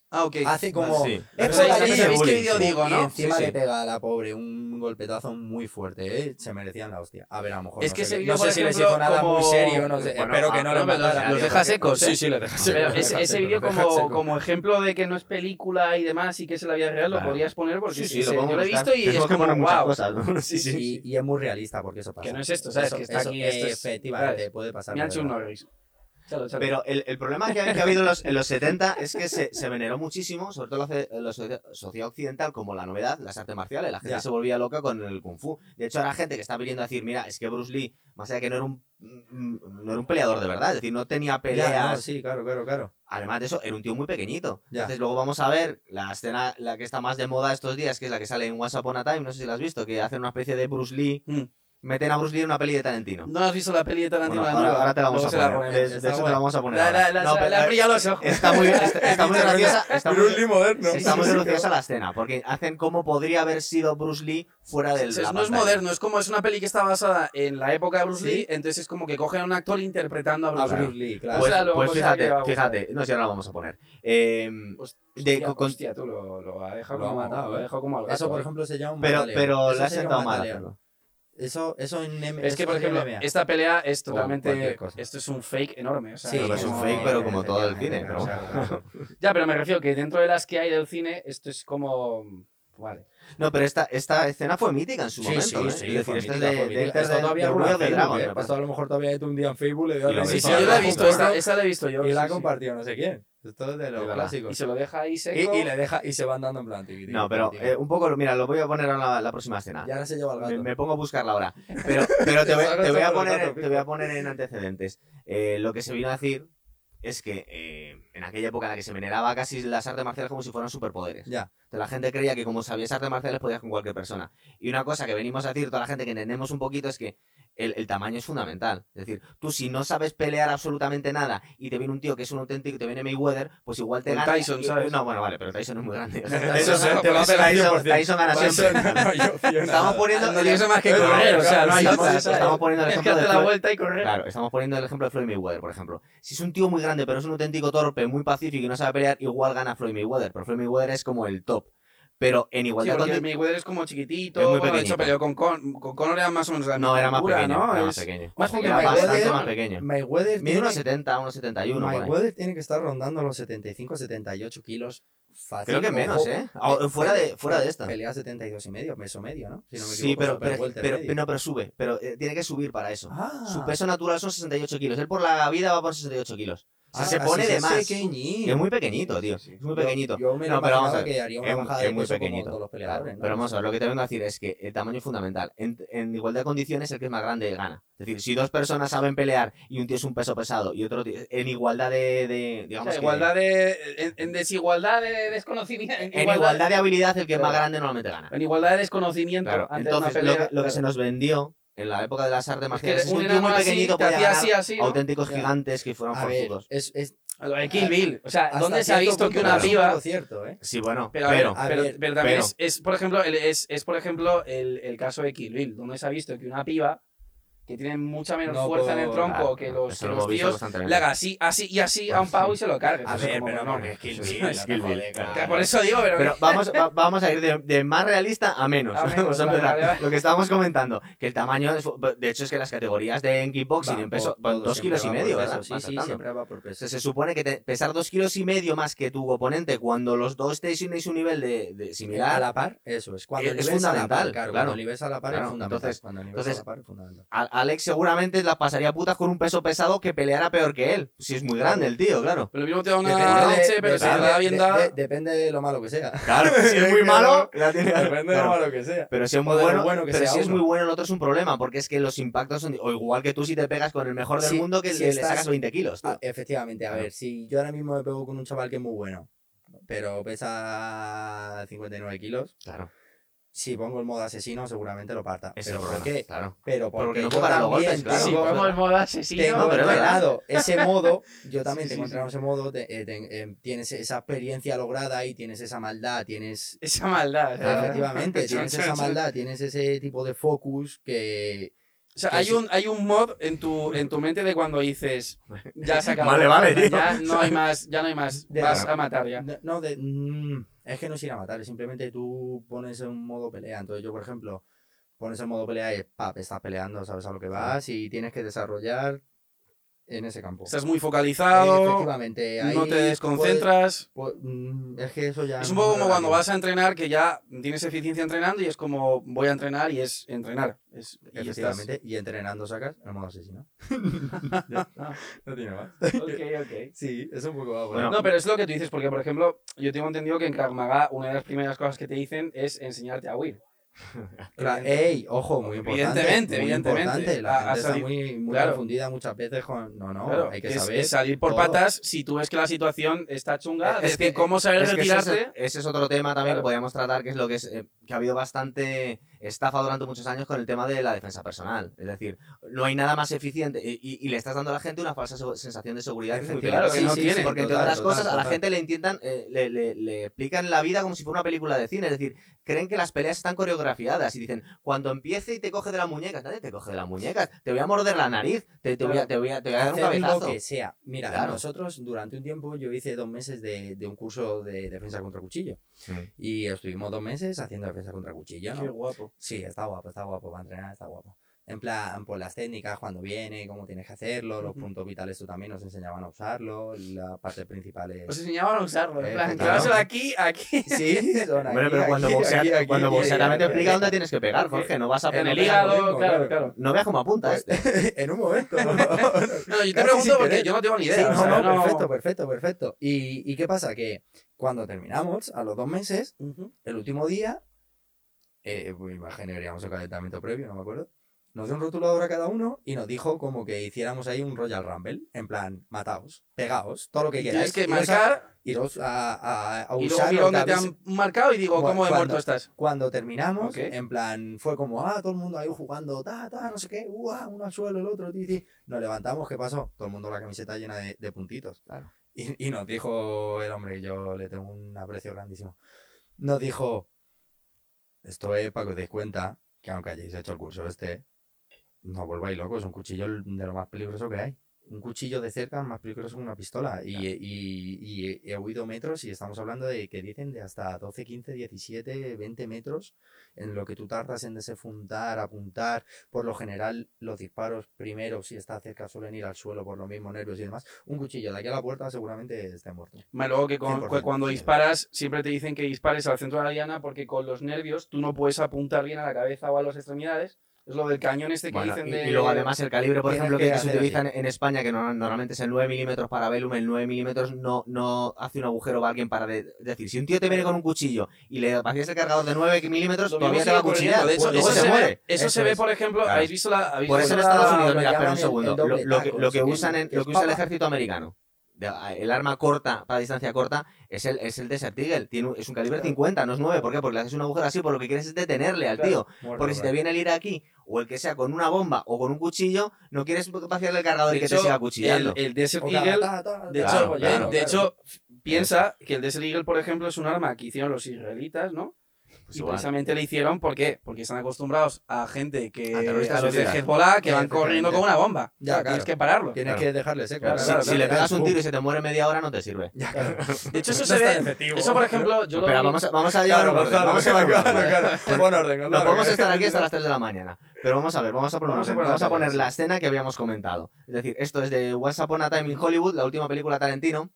Speaker 3: Ah, ok.
Speaker 4: Hace como...
Speaker 1: Sí.
Speaker 4: Es
Speaker 3: Pero
Speaker 4: por
Speaker 3: ya
Speaker 4: aquí,
Speaker 3: sabéis qué
Speaker 1: bullying,
Speaker 3: vídeo
Speaker 1: sí.
Speaker 3: digo,
Speaker 4: y
Speaker 3: ¿no?
Speaker 4: encima
Speaker 3: Sí, sí.
Speaker 4: le pega a la pobre un golpetazo muy fuerte, ¿eh? se merecían la hostia. A ver, a lo mejor
Speaker 3: Es
Speaker 4: no
Speaker 3: que ese
Speaker 4: sé, qué-
Speaker 3: vídeo,
Speaker 4: no sé
Speaker 3: por
Speaker 4: si les
Speaker 3: ejemplo,
Speaker 4: hizo nada muy
Speaker 3: como-
Speaker 4: serio, no sé,
Speaker 1: Bueno,
Speaker 4: espero que
Speaker 1: ah,
Speaker 4: no
Speaker 1: no
Speaker 4: lo
Speaker 1: me los-
Speaker 4: mataran.
Speaker 3: los
Speaker 4: Yo
Speaker 3: deja
Speaker 4: creo que-
Speaker 3: secos, ¿eh?
Speaker 4: Sí, sí, les deja secos.
Speaker 3: Pero
Speaker 4: les
Speaker 3: ese,
Speaker 4: deja
Speaker 3: ese
Speaker 4: secos,
Speaker 3: vídeo
Speaker 4: les deja
Speaker 3: como,
Speaker 4: secos.
Speaker 3: como ejemplo de que no es película y demás y que es la vida real,
Speaker 1: Claro.
Speaker 3: lo podrías poner porque
Speaker 1: Sí,
Speaker 3: sí,
Speaker 1: sí,
Speaker 3: sí,
Speaker 1: lo
Speaker 3: yo
Speaker 1: podemos
Speaker 3: lo he
Speaker 1: buscar.
Speaker 3: visto y es
Speaker 1: Tenemos que
Speaker 3: como
Speaker 1: poner muchas
Speaker 3: wow.
Speaker 1: cosas, ¿no?
Speaker 3: Sí, sí.
Speaker 4: Y, y es muy realista porque eso pasa.
Speaker 3: Que no es esto, ¿sabes?
Speaker 4: Eso-
Speaker 3: que está
Speaker 4: eso-
Speaker 3: aquí. Esto es-
Speaker 4: efectivamente,
Speaker 3: ¿sabes?
Speaker 4: puede pasar.
Speaker 3: Me han
Speaker 4: de
Speaker 3: hecho un
Speaker 4: verdad.
Speaker 3: Norris. Chalo, chalo.
Speaker 1: Pero el, el problema que ha, que ha habido en los, en los 70 es que se, se veneró muchísimo, sobre todo en la socia- sociedad occidental, como la novedad, las artes marciales. La gente
Speaker 4: Ya.
Speaker 1: se volvía loca con el kung fu. De hecho, ahora gente que está viniendo a decir, mira, es que Bruce Lee, más allá de que no era un, mm, no era un peleador de verdad, es decir, no tenía peleas.
Speaker 4: Ya, no, sí, claro, claro, claro.
Speaker 1: Además de eso, era un tío muy pequeñito.
Speaker 4: Ya.
Speaker 1: Entonces luego vamos a ver la escena, la que está más de moda estos días, que es la que sale en What's Up on a Time, no sé si la has visto, que hacen una especie de Bruce Lee,
Speaker 3: Mm.
Speaker 1: meten a Bruce Lee en una peli de Tarantino.
Speaker 3: No has visto la peli de Tarantino
Speaker 1: Bueno,
Speaker 3: la
Speaker 1: ahora,
Speaker 3: nueva?
Speaker 1: ahora te la vamos
Speaker 3: Luego
Speaker 1: a
Speaker 3: se
Speaker 1: poner.
Speaker 3: ponemos.
Speaker 1: de, de
Speaker 4: Está
Speaker 1: eso te
Speaker 4: guay.
Speaker 1: la vamos a poner.
Speaker 3: La,
Speaker 1: ahora.
Speaker 3: la, la,
Speaker 1: No, pero-
Speaker 3: la brilla los ojos.
Speaker 1: Está muy, está, está muy graciosa. Está muy,
Speaker 4: moderno.
Speaker 1: está muy graciosa la escena, porque hacen como podría haber sido Bruce Lee fuera del.
Speaker 3: O sea,
Speaker 1: la
Speaker 3: no es
Speaker 1: pantalla.
Speaker 3: moderno, es como es una peli que está basada en la época de Bruce
Speaker 4: Sí.
Speaker 3: Lee, entonces es como que cogen a un actor interpretando a
Speaker 4: A
Speaker 3: Bruce
Speaker 4: Bruce
Speaker 3: Lee.
Speaker 4: Lee, claro.
Speaker 1: Pues,
Speaker 3: O sea, lo-
Speaker 1: pues
Speaker 3: o sea, que
Speaker 1: fíjate,
Speaker 3: vamos a
Speaker 1: fíjate. No sé, ahora la vamos a poner. Eh, de-
Speaker 3: Hostia,
Speaker 1: con-
Speaker 3: hostia, tú lo, lo ha dejado
Speaker 4: Lo ha
Speaker 3: como
Speaker 4: matado,
Speaker 3: lo ha
Speaker 4: ¿eh?
Speaker 3: dejado como al gato,
Speaker 4: Eso, por
Speaker 3: ¿eh?
Speaker 4: ejemplo, se llama un
Speaker 1: pero
Speaker 4: bataleo.
Speaker 1: pero
Speaker 4: Eso
Speaker 1: le has
Speaker 4: se llama
Speaker 1: sentado
Speaker 4: un
Speaker 1: mal.
Speaker 4: bataleo.
Speaker 1: hacerlo.
Speaker 4: Eso, eso en M-
Speaker 3: Es
Speaker 4: eso
Speaker 3: que, por
Speaker 4: en
Speaker 3: ejemplo,
Speaker 4: MMA.
Speaker 3: esta pelea es
Speaker 4: cualquier
Speaker 3: totalmente.
Speaker 4: cosa.
Speaker 3: Esto es un fake enorme. o sea,
Speaker 1: Sí, pero es un
Speaker 3: como-
Speaker 1: fake, pero como todo el cine,
Speaker 4: efectivamente,
Speaker 1: pero
Speaker 4: claro,
Speaker 3: Ya, pero me refiero que dentro de las que hay del cine, esto es como. Vale.
Speaker 1: No, pero esta, esta escena fue mítica en su
Speaker 4: Sí,
Speaker 1: momento.
Speaker 4: sí,
Speaker 1: ¿eh?
Speaker 4: sí,
Speaker 1: Es decir,
Speaker 4: fue
Speaker 1: esta es
Speaker 4: mítica,
Speaker 1: de, de,
Speaker 4: fue mítica.
Speaker 1: esta es
Speaker 4: Esto
Speaker 1: de-
Speaker 4: todavía
Speaker 1: de
Speaker 4: alguna
Speaker 1: Orgullo
Speaker 4: vez,
Speaker 1: de Dragon.
Speaker 4: ¿eh?
Speaker 1: me
Speaker 4: Esto
Speaker 1: parece.
Speaker 4: a lo mejor todavía hay un día en Facebook, le
Speaker 1: Y lo
Speaker 4: doy
Speaker 1: Sí,
Speaker 3: Sí,
Speaker 1: sí,
Speaker 3: sí,
Speaker 1: sí,
Speaker 3: yo la he
Speaker 1: sí,
Speaker 3: visto,
Speaker 1: sí.
Speaker 3: esta, esta la he visto yo.
Speaker 4: Y la
Speaker 3: sí,
Speaker 4: ha
Speaker 3: sí.
Speaker 4: compartido no sé quién. Esto es de los
Speaker 1: verdad.
Speaker 3: Y
Speaker 4: clásicos.
Speaker 3: se lo deja ahí
Speaker 4: Y,
Speaker 3: seco.
Speaker 4: y le deja, y se van dando en plan. tiqui, tiqui,
Speaker 1: No, pero
Speaker 4: tiqui.
Speaker 1: eh, un poco, lo- mira, lo voy a poner a la, la próxima escena.
Speaker 4: Y ahora se lleva al
Speaker 1: Me,
Speaker 4: gato.
Speaker 1: me pongo a buscarla ahora. Pero, pero te, voy,
Speaker 4: Saca
Speaker 1: te voy a
Speaker 4: todo el
Speaker 1: poner,
Speaker 4: rato,
Speaker 1: te voy a poner en antecedentes. Eh, lo que se vino a decir es que eh, en aquella época en la que se veneraba casi las artes marciales como si fueran superpoderes.
Speaker 4: Ya.
Speaker 1: Entonces, la gente creía que como sabías artes marciales podías con cualquier persona. Y una cosa que venimos a decir toda la gente que entendemos un poquito es que el, el tamaño es fundamental. Es decir, tú si no sabes pelear absolutamente nada y te viene un tío que es un auténtico, te viene Mayweather, pues igual te
Speaker 3: Con
Speaker 1: gana.
Speaker 3: Tyson,
Speaker 1: y-
Speaker 3: ¿sabes?
Speaker 1: No, bueno, vale, pero Tyson es muy grande. O sea,
Speaker 3: Eso
Speaker 1: Tyson-
Speaker 3: se te va a pegar
Speaker 1: Tyson,
Speaker 3: 100%.
Speaker 1: Tyson gana siempre. Estamos poniendo,
Speaker 3: No tienes más que correr, o sea, no hay
Speaker 1: estamos,
Speaker 3: otra,
Speaker 1: estamos
Speaker 3: ¿sabes?
Speaker 1: poniendo el
Speaker 4: Es que
Speaker 1: ejemplo de
Speaker 4: hace la
Speaker 1: Floyd-
Speaker 4: vuelta y correr.
Speaker 1: Claro, estamos poniendo el ejemplo de Floyd Mayweather, por ejemplo. Si es un tío muy grande, pero es un auténtico torpe, muy pacífico y no sabe pelear, igual gana Floyd Mayweather. Pero Floyd Mayweather es como el top. Pero en
Speaker 3: Sí,
Speaker 1: igualdad
Speaker 3: porque
Speaker 1: condi-
Speaker 3: Mayweather es como chiquitito.
Speaker 1: Es muy
Speaker 3: bueno, de hecho,
Speaker 1: pequeñito.
Speaker 3: peleó con, Con- con Conor era más o menos la
Speaker 1: No,
Speaker 3: misma
Speaker 1: era más
Speaker 3: altura,
Speaker 1: pequeño.
Speaker 3: ¿no?
Speaker 1: Era más
Speaker 3: Es-
Speaker 1: pequeño.
Speaker 4: Ojo que
Speaker 1: Era bastante
Speaker 4: Mayweather-
Speaker 1: más pequeño.
Speaker 4: Mayweather
Speaker 1: Mide
Speaker 4: tiene,
Speaker 1: unos 70, unos 71. por ahí.
Speaker 4: Mayweather tiene que estar rondando los 75-78 kilos. Fácil.
Speaker 1: Creo que menos,
Speaker 4: Ojo,
Speaker 1: ¿eh? Ah, o- Fuera de, fuera de esta.
Speaker 4: Pelea 72 y medio, peso medio, ¿no? Si no me
Speaker 1: sí,
Speaker 4: equivoco,
Speaker 1: pero,
Speaker 4: super
Speaker 1: pero,
Speaker 4: welter
Speaker 1: pero-
Speaker 4: medio.
Speaker 1: no, pero sube. Pero eh, tiene que subir para eso.
Speaker 4: Ah,
Speaker 1: Su peso natural son 68 kilos. Él por la vida va por 68 kilos. O sea,
Speaker 4: ah,
Speaker 1: se pone
Speaker 4: sí,
Speaker 1: de
Speaker 4: es
Speaker 1: más.
Speaker 4: pequeñín.
Speaker 1: Es muy pequeñito, tío. Es muy
Speaker 4: Yo-
Speaker 1: pequeñito.
Speaker 4: Yo, me
Speaker 1: No, pero
Speaker 4: no, pero
Speaker 1: vamos a ver.
Speaker 4: que haría una
Speaker 1: Es-
Speaker 4: bajada
Speaker 1: es
Speaker 4: de
Speaker 1: muy
Speaker 4: peso como
Speaker 1: pequeñito.
Speaker 4: todos los
Speaker 1: Claro,
Speaker 4: peleadores. ¿no?
Speaker 1: Pero vamos a ver, lo que te vengo a decir es que el tamaño es fundamental. En, en igualdad de condiciones, el que es más grande gana. Es decir, si dos personas saben pelear y un tío es un peso pesado y otro tío. En igualdad de. de-
Speaker 3: O
Speaker 1: digamos
Speaker 3: sea,
Speaker 1: que-
Speaker 3: igualdad de, en, en desigualdad de desconocimiento.
Speaker 1: en igualdad, de habilidad, el que es más
Speaker 3: Claro.
Speaker 1: grande normalmente gana.
Speaker 3: En igualdad de desconocimiento.
Speaker 1: Claro.
Speaker 3: antes de una
Speaker 1: Entonces, lo,
Speaker 3: pelea,
Speaker 1: que- lo que se nos vendió en la época de las artes
Speaker 3: Es
Speaker 1: marciales es
Speaker 3: que un
Speaker 1: un tío
Speaker 3: enano
Speaker 1: muy
Speaker 3: así,
Speaker 1: pequeñito
Speaker 3: te
Speaker 1: podía
Speaker 3: hacía
Speaker 1: ganar
Speaker 3: así, así. ¿no?
Speaker 1: auténticos
Speaker 4: Ya.
Speaker 1: gigantes que fueron
Speaker 4: a ver,
Speaker 1: forzudos.
Speaker 4: es, es
Speaker 3: Lo de Kill Bill. O sea, ¿dónde se ha visto que una
Speaker 1: claro.
Speaker 3: piba.
Speaker 4: Es cierto, ¿eh?
Speaker 1: Sí, bueno,
Speaker 3: Pero,
Speaker 1: pero,
Speaker 3: a ver,
Speaker 4: A
Speaker 3: pero-
Speaker 4: ver,
Speaker 3: pero también
Speaker 1: pero-
Speaker 3: Es, es, por ejemplo, el, es, es, por ejemplo el, el caso de Kill Bill, donde se ha visto que una piba que tiene mucha menos
Speaker 2: No
Speaker 3: fuerza en el
Speaker 2: por-
Speaker 3: tronco
Speaker 1: claro,
Speaker 3: que los,
Speaker 1: eso
Speaker 3: que
Speaker 1: lo
Speaker 3: los
Speaker 1: hemos visto
Speaker 3: tíos
Speaker 1: constantemente.
Speaker 3: le haga así, así y así a un pavo y se lo cargue. Pues
Speaker 4: A
Speaker 3: Eso es
Speaker 4: ver,
Speaker 3: como,
Speaker 4: pero
Speaker 3: no,
Speaker 4: porque es Kill Bill.
Speaker 3: Es
Speaker 1: Kill
Speaker 4: joder,
Speaker 1: Bill,
Speaker 4: claro.
Speaker 3: que Por eso digo, pero...
Speaker 1: Pero vamos, va- vamos a ir de, de más realista a menos.
Speaker 3: A menos,
Speaker 1: Vamos a
Speaker 3: vale,
Speaker 1: empezar.
Speaker 3: vale, vale.
Speaker 1: Lo que estábamos comentando, que el tamaño. es- de hecho, es que las categorías de en kickboxing
Speaker 4: Va
Speaker 1: en peso,
Speaker 4: por-
Speaker 1: van
Speaker 4: todo,
Speaker 1: dos kilos y
Speaker 4: siempre va
Speaker 1: medio,
Speaker 4: por
Speaker 1: ¿verdad?
Speaker 4: peso,
Speaker 1: Van
Speaker 4: Sí, sí,
Speaker 1: saltando.
Speaker 4: siempre va por
Speaker 1: O
Speaker 4: peso.
Speaker 1: sea, se supone que te- pesar dos kilos y medio más que tu oponente cuando los dos estéis en un nivel de, de similar.
Speaker 4: a la par, eso es. Cuando
Speaker 1: Es-
Speaker 4: le
Speaker 1: es
Speaker 4: ves a la par,
Speaker 1: fundamental,
Speaker 4: claro,
Speaker 1: claro.
Speaker 4: Cuando le ves a la par
Speaker 1: Claro,
Speaker 4: es fundamental.
Speaker 1: entonces-
Speaker 4: cuando le ves
Speaker 1: entonces-
Speaker 4: a la par es fundamental.
Speaker 1: A- Alex seguramente la pasaría putas con un peso pesado que peleara peor que él. Si es muy grande el tío, claro.
Speaker 3: Pero lo mismo te da una
Speaker 4: Depende de-
Speaker 3: leche, Ah, pero si te
Speaker 4: depende-
Speaker 3: da bien
Speaker 4: de-
Speaker 3: da...
Speaker 4: de- Depende de lo malo que sea.
Speaker 1: Claro, si es muy malo, la tiene- claro.
Speaker 4: malo que sea.
Speaker 1: Pero si es muy
Speaker 4: O de lo
Speaker 1: bueno,
Speaker 4: bueno que
Speaker 1: pero
Speaker 4: sea
Speaker 1: si es
Speaker 4: uno.
Speaker 1: muy bueno el otro es un problema, porque es que los impactos son o igual que tú si te pegas con el mejor del
Speaker 4: Sí,
Speaker 1: mundo que
Speaker 4: sí,
Speaker 1: le, le
Speaker 4: estás-
Speaker 1: sacas 20 kilos. tío.
Speaker 4: Ah, efectivamente, a
Speaker 1: Claro.
Speaker 4: ver, si yo ahora mismo me pego con un chaval que es muy bueno, pero pesa 59 kilos,
Speaker 1: claro,
Speaker 4: si pongo el modo asesino seguramente lo parta.
Speaker 1: ese es
Speaker 4: ¿Pero
Speaker 1: el
Speaker 4: por
Speaker 1: problema.
Speaker 4: qué?
Speaker 1: Claro.
Speaker 4: Pero porque,
Speaker 1: Porque no
Speaker 4: yo
Speaker 1: puedo parar los
Speaker 4: también
Speaker 1: golpes, claro.
Speaker 3: si
Speaker 4: tengo,
Speaker 1: Sí,
Speaker 3: vamos modo asesino...
Speaker 4: tengo
Speaker 1: no, pero es verdad.
Speaker 4: entrenado ese modo, yo también
Speaker 3: Sí,
Speaker 4: tengo
Speaker 3: sí, sí.
Speaker 4: entrenado ese modo, te- eh, te- eh, tienes esa experiencia lograda y tienes esa maldad, tienes...
Speaker 3: Esa maldad. o sea,
Speaker 4: Efectivamente, tienes
Speaker 3: sí, sí,
Speaker 4: esa
Speaker 3: sí.
Speaker 4: maldad, tienes ese tipo de focus que...
Speaker 3: O sea,
Speaker 4: que
Speaker 3: hay
Speaker 4: sí.
Speaker 3: un, hay un mod en tu, en tu mente de cuando dices... Ya se acabó.
Speaker 1: Vale, vale, tío.
Speaker 3: Ya no hay más, ya no hay más.
Speaker 4: De-
Speaker 3: Vas a matar ya.
Speaker 4: No, no, de- mm, es que no es ir a matar, es simplemente tú pones en modo pelea. Entonces yo, por ejemplo, pones en modo pelea y pap, estás peleando, sabes a lo que vas y tienes que desarrollar en ese campo.
Speaker 3: Estás muy
Speaker 4: Eh,
Speaker 3: focalizado,
Speaker 4: Efectivamente, ahí
Speaker 3: no te
Speaker 4: puedes-
Speaker 3: desconcentras.
Speaker 4: pu- mm, es que eso ya...
Speaker 3: Es un
Speaker 4: no
Speaker 3: poco
Speaker 4: es
Speaker 3: como cuando
Speaker 4: relativo.
Speaker 3: vas a entrenar que ya tienes eficiencia entrenando y es como voy a entrenar y es entrenar. Es, y estás-
Speaker 4: Efectivamente, y entrenando sacas el modo asesino. no tiene más. Sí, es un poco va,
Speaker 1: Bueno,
Speaker 3: No, pero es lo que tú dices, porque por ejemplo, yo tengo entendido que en Krav Maga una de las primeras cosas que te dicen es enseñarte a huir.
Speaker 4: Cla- ¡Ey! Ojo, muy importante.
Speaker 3: Evidentemente,
Speaker 4: muy
Speaker 3: evidentemente.
Speaker 4: importante.
Speaker 3: Ha-
Speaker 4: La
Speaker 3: ha
Speaker 4: gente está
Speaker 3: salido-
Speaker 4: muy, muy
Speaker 3: claro.
Speaker 4: confundida muchas veces con. No, no,
Speaker 3: Claro,
Speaker 4: hay que
Speaker 3: es,
Speaker 4: saber.
Speaker 3: es salir por
Speaker 4: todo.
Speaker 3: patas si tú ves que la situación está chunga.
Speaker 1: Es
Speaker 3: Es,
Speaker 1: que-
Speaker 3: que cómo saber
Speaker 1: Es que ese, es,
Speaker 3: retirarte.
Speaker 1: ese es otro tema también
Speaker 3: Claro.
Speaker 1: que podríamos tratar, que es lo que es eh, que ha habido bastante estafa durante muchos años con el tema de la defensa personal. Es decir, no hay nada más eficiente y, y- y le estás dando a la gente una falsa so- sensación de seguridad. que es muy
Speaker 4: Efectivamente.
Speaker 1: peligrosa.
Speaker 3: que no tiene,
Speaker 1: porque entre
Speaker 4: total,
Speaker 1: otras
Speaker 4: total,
Speaker 1: cosas a la
Speaker 4: total.
Speaker 1: gente le intentan, eh, le, le- le explican la vida como si fuera una película de cine. Es decir, creen que las peleas están coreografiadas y dicen, cuando empiece y te coge de las muñecas, nadie te coge de las muñecas, te voy a morder la nariz, te, te voy, a, te, voy, a, te voy a dar un
Speaker 4: Hacer lo
Speaker 1: cabezazo.
Speaker 4: que sea. Mira,
Speaker 1: Claro.
Speaker 4: nosotros durante un tiempo yo hice dos meses de, de un curso de defensa contra cuchillo.
Speaker 1: Sí.
Speaker 4: Y estuvimos dos meses haciendo defensa contra cuchillo, ¿no?
Speaker 3: Qué guapo.
Speaker 4: Sí, está guapo, está guapo para entrenar, está guapo. En plan, pues las técnicas, cuando viene, cómo tienes que hacerlo, los
Speaker 3: Ujú.
Speaker 4: puntos vitales tú también nos enseñaban a usarlo, la parte principal es...
Speaker 1: Pues
Speaker 3: Os enseñaban Pues a usarlo. En
Speaker 4: Eh,
Speaker 3: plan,
Speaker 4: claro.
Speaker 3: claváselo aquí, aquí.
Speaker 4: Sí, son
Speaker 1: Hombre,
Speaker 4: aquí,
Speaker 1: pero cuando
Speaker 4: aquí,
Speaker 1: boxea,
Speaker 4: aquí, aquí,
Speaker 1: cuando
Speaker 4: aquí,
Speaker 1: boxea
Speaker 4: aquí,
Speaker 1: también te
Speaker 4: aquí,
Speaker 1: explica
Speaker 4: aquí.
Speaker 1: dónde tienes que pegar, Jorge. No vas a
Speaker 3: En
Speaker 1: no pegas
Speaker 3: el
Speaker 1: lo
Speaker 3: hígado,
Speaker 1: mismo,
Speaker 3: claro, claro.
Speaker 1: No veas cómo apunta
Speaker 3: Pues,
Speaker 1: este.
Speaker 4: en un momento.
Speaker 3: No, yo te
Speaker 4: Casi
Speaker 3: pregunto
Speaker 4: sin
Speaker 3: porque
Speaker 4: querer.
Speaker 3: yo no tengo ni idea.
Speaker 4: Sí,
Speaker 3: o
Speaker 4: no,
Speaker 3: sea,
Speaker 4: no, perfecto, perfecto, perfecto. ¿Y, y qué pasa? Que cuando terminamos, a los dos meses, el último día, eh, pues, imaginaríamos el calentamiento previo, no me acuerdo. nos dio un rotulador a cada uno y nos dijo como que hiciéramos ahí un Royal Rumble, en plan, mataos, pegaos, todo lo que
Speaker 3: Tienes
Speaker 4: queráis.
Speaker 3: que
Speaker 4: iros a-
Speaker 3: marcar
Speaker 4: Iros a, a, a
Speaker 3: y luego
Speaker 4: usar
Speaker 3: mira
Speaker 4: lo que
Speaker 3: dónde te
Speaker 4: habéis-
Speaker 3: han marcado y digo,
Speaker 4: Bueno,
Speaker 3: ¿cómo de
Speaker 4: cuando-
Speaker 3: muerto estás?
Speaker 4: Cuando terminamos,
Speaker 3: Ok.
Speaker 4: en plan, fue como, ah, todo el mundo ahí jugando, ta, ta, no sé qué, uah, uno al suelo, el otro, ti, ti. Nos levantamos, ¿qué pasó? Todo el mundo la camiseta llena de, de puntitos.
Speaker 1: Claro.
Speaker 4: Y, y nos dijo el hombre, que yo le tengo un aprecio grandísimo, nos dijo, esto es para que os deis cuenta que aunque hayáis hecho el curso este, no os volváis locos, un cuchillo de lo más peligroso que hay. Un cuchillo de cerca es más peligroso que una pistola. Y, y- y he- he huido metros y estamos hablando de que dicen de hasta 12, 15, 17, 20 metros en lo que tú tardas en desenfundar, apuntar. Por lo general, los disparos primero, si está cerca, suelen ir al suelo por los mismos nervios y demás. Un cuchillo de aquí a la puerta seguramente esté muerto.
Speaker 3: Más luego que, con-
Speaker 4: 100%.
Speaker 3: cuando disparas, siempre te dicen que dispares al centro de la diana porque con los nervios tú no puedes apuntar bien a la cabeza o a las extremidades. Es lo del cañón este que
Speaker 1: Bueno,
Speaker 3: dicen
Speaker 1: y,
Speaker 3: de...
Speaker 1: y luego además el calibre, por
Speaker 4: Tienes
Speaker 1: ejemplo,
Speaker 4: que
Speaker 1: que, se
Speaker 4: hacer
Speaker 1: utiliza en, en España, que no- normalmente es el 9 milímetros para Velum, el 9 milímetros no, no hace un agujero para alguien para de- decir, si un tío te viene con un cuchillo y le vacías el cargador de 9 milímetros,
Speaker 3: Lo
Speaker 1: todavía
Speaker 3: mismo
Speaker 1: te
Speaker 3: sigue
Speaker 1: va a
Speaker 3: ocurriendo.
Speaker 1: cuchillar,
Speaker 3: De hecho,
Speaker 1: luego
Speaker 3: eso
Speaker 1: se,
Speaker 3: se, ve,
Speaker 1: muere.
Speaker 3: eso
Speaker 1: Eso
Speaker 3: se ve,
Speaker 1: es.
Speaker 3: por ejemplo,
Speaker 1: Claro.
Speaker 3: ¿habéis visto la...? habéis
Speaker 1: Por eso
Speaker 3: visto
Speaker 1: en
Speaker 3: la-
Speaker 1: Estados Unidos,
Speaker 4: lo
Speaker 1: mira, espera
Speaker 4: llaman
Speaker 1: un
Speaker 4: el-
Speaker 1: segundo.
Speaker 4: el
Speaker 1: Lo,
Speaker 4: doble
Speaker 1: lo que,
Speaker 4: taco,
Speaker 1: lo que
Speaker 4: que es-
Speaker 1: usan en-
Speaker 4: que
Speaker 1: lo
Speaker 4: es
Speaker 1: que usa el
Speaker 4: papa.
Speaker 1: ejército americano, de- ah, el arma corta para distancia corta, es el, es el Desert Eagle. Tiene un- es un calibre
Speaker 3: Claro.
Speaker 1: 50, no es 9. ¿Por qué? Porque le haces un agujero así, por lo que quieres es detenerle al
Speaker 3: Claro.
Speaker 1: tío. Porque si te viene el ir aquí o el que sea con una bomba o con un cuchillo, no quieres vaciarle el cargador
Speaker 3: De
Speaker 1: y que te
Speaker 3: hecho,
Speaker 1: siga cuchillando.
Speaker 3: el, el Desert
Speaker 4: O
Speaker 3: Eagle...
Speaker 4: ta, ta, ta,
Speaker 3: De,
Speaker 4: ta,
Speaker 1: Claro,
Speaker 3: hecho, de-
Speaker 1: claro,
Speaker 3: de hecho, piensa que el Desert Eagle, por ejemplo, es un arma que hicieron los israelitas, ¿no?
Speaker 1: Pues
Speaker 3: y
Speaker 1: igual.
Speaker 3: precisamente le hicieron, ¿por qué? Porque están acostumbrados a gente que...
Speaker 1: A terroristas
Speaker 3: los de
Speaker 1: suicidas.
Speaker 3: Hezbollah que van
Speaker 4: Efectivamente.
Speaker 3: corriendo con una bomba. Claro,
Speaker 4: Ya, claro.
Speaker 3: Tienes que pararlo.
Speaker 4: Tienes
Speaker 1: Claro.
Speaker 4: que dejarle seco.
Speaker 3: Claro,
Speaker 1: Si-
Speaker 3: claro,
Speaker 1: si
Speaker 3: claro,
Speaker 1: le pegas un tiro y se te muere media hora, no te sirve.
Speaker 4: Ya, claro.
Speaker 3: De hecho, eso
Speaker 4: No
Speaker 3: se
Speaker 4: está
Speaker 3: ve...
Speaker 4: efectivo.
Speaker 3: Eso, por ejemplo, yo lo
Speaker 1: Espera,
Speaker 3: vi-
Speaker 1: vamos a, vamos a llevar un orden, vamos a llevar un orden.
Speaker 4: Buen orden, claro,
Speaker 1: No podemos
Speaker 4: claro.
Speaker 1: estar aquí hasta las 3 de la mañana. Pero vamos a ver, vamos a poner,
Speaker 3: Vamos a
Speaker 1: vamos
Speaker 3: poner
Speaker 1: a
Speaker 3: las
Speaker 1: poner
Speaker 3: reglas.
Speaker 1: la escena que habíamos comentado. Es decir, esto es de Once Upon a Time in Hollywood, la última película de Tarantino,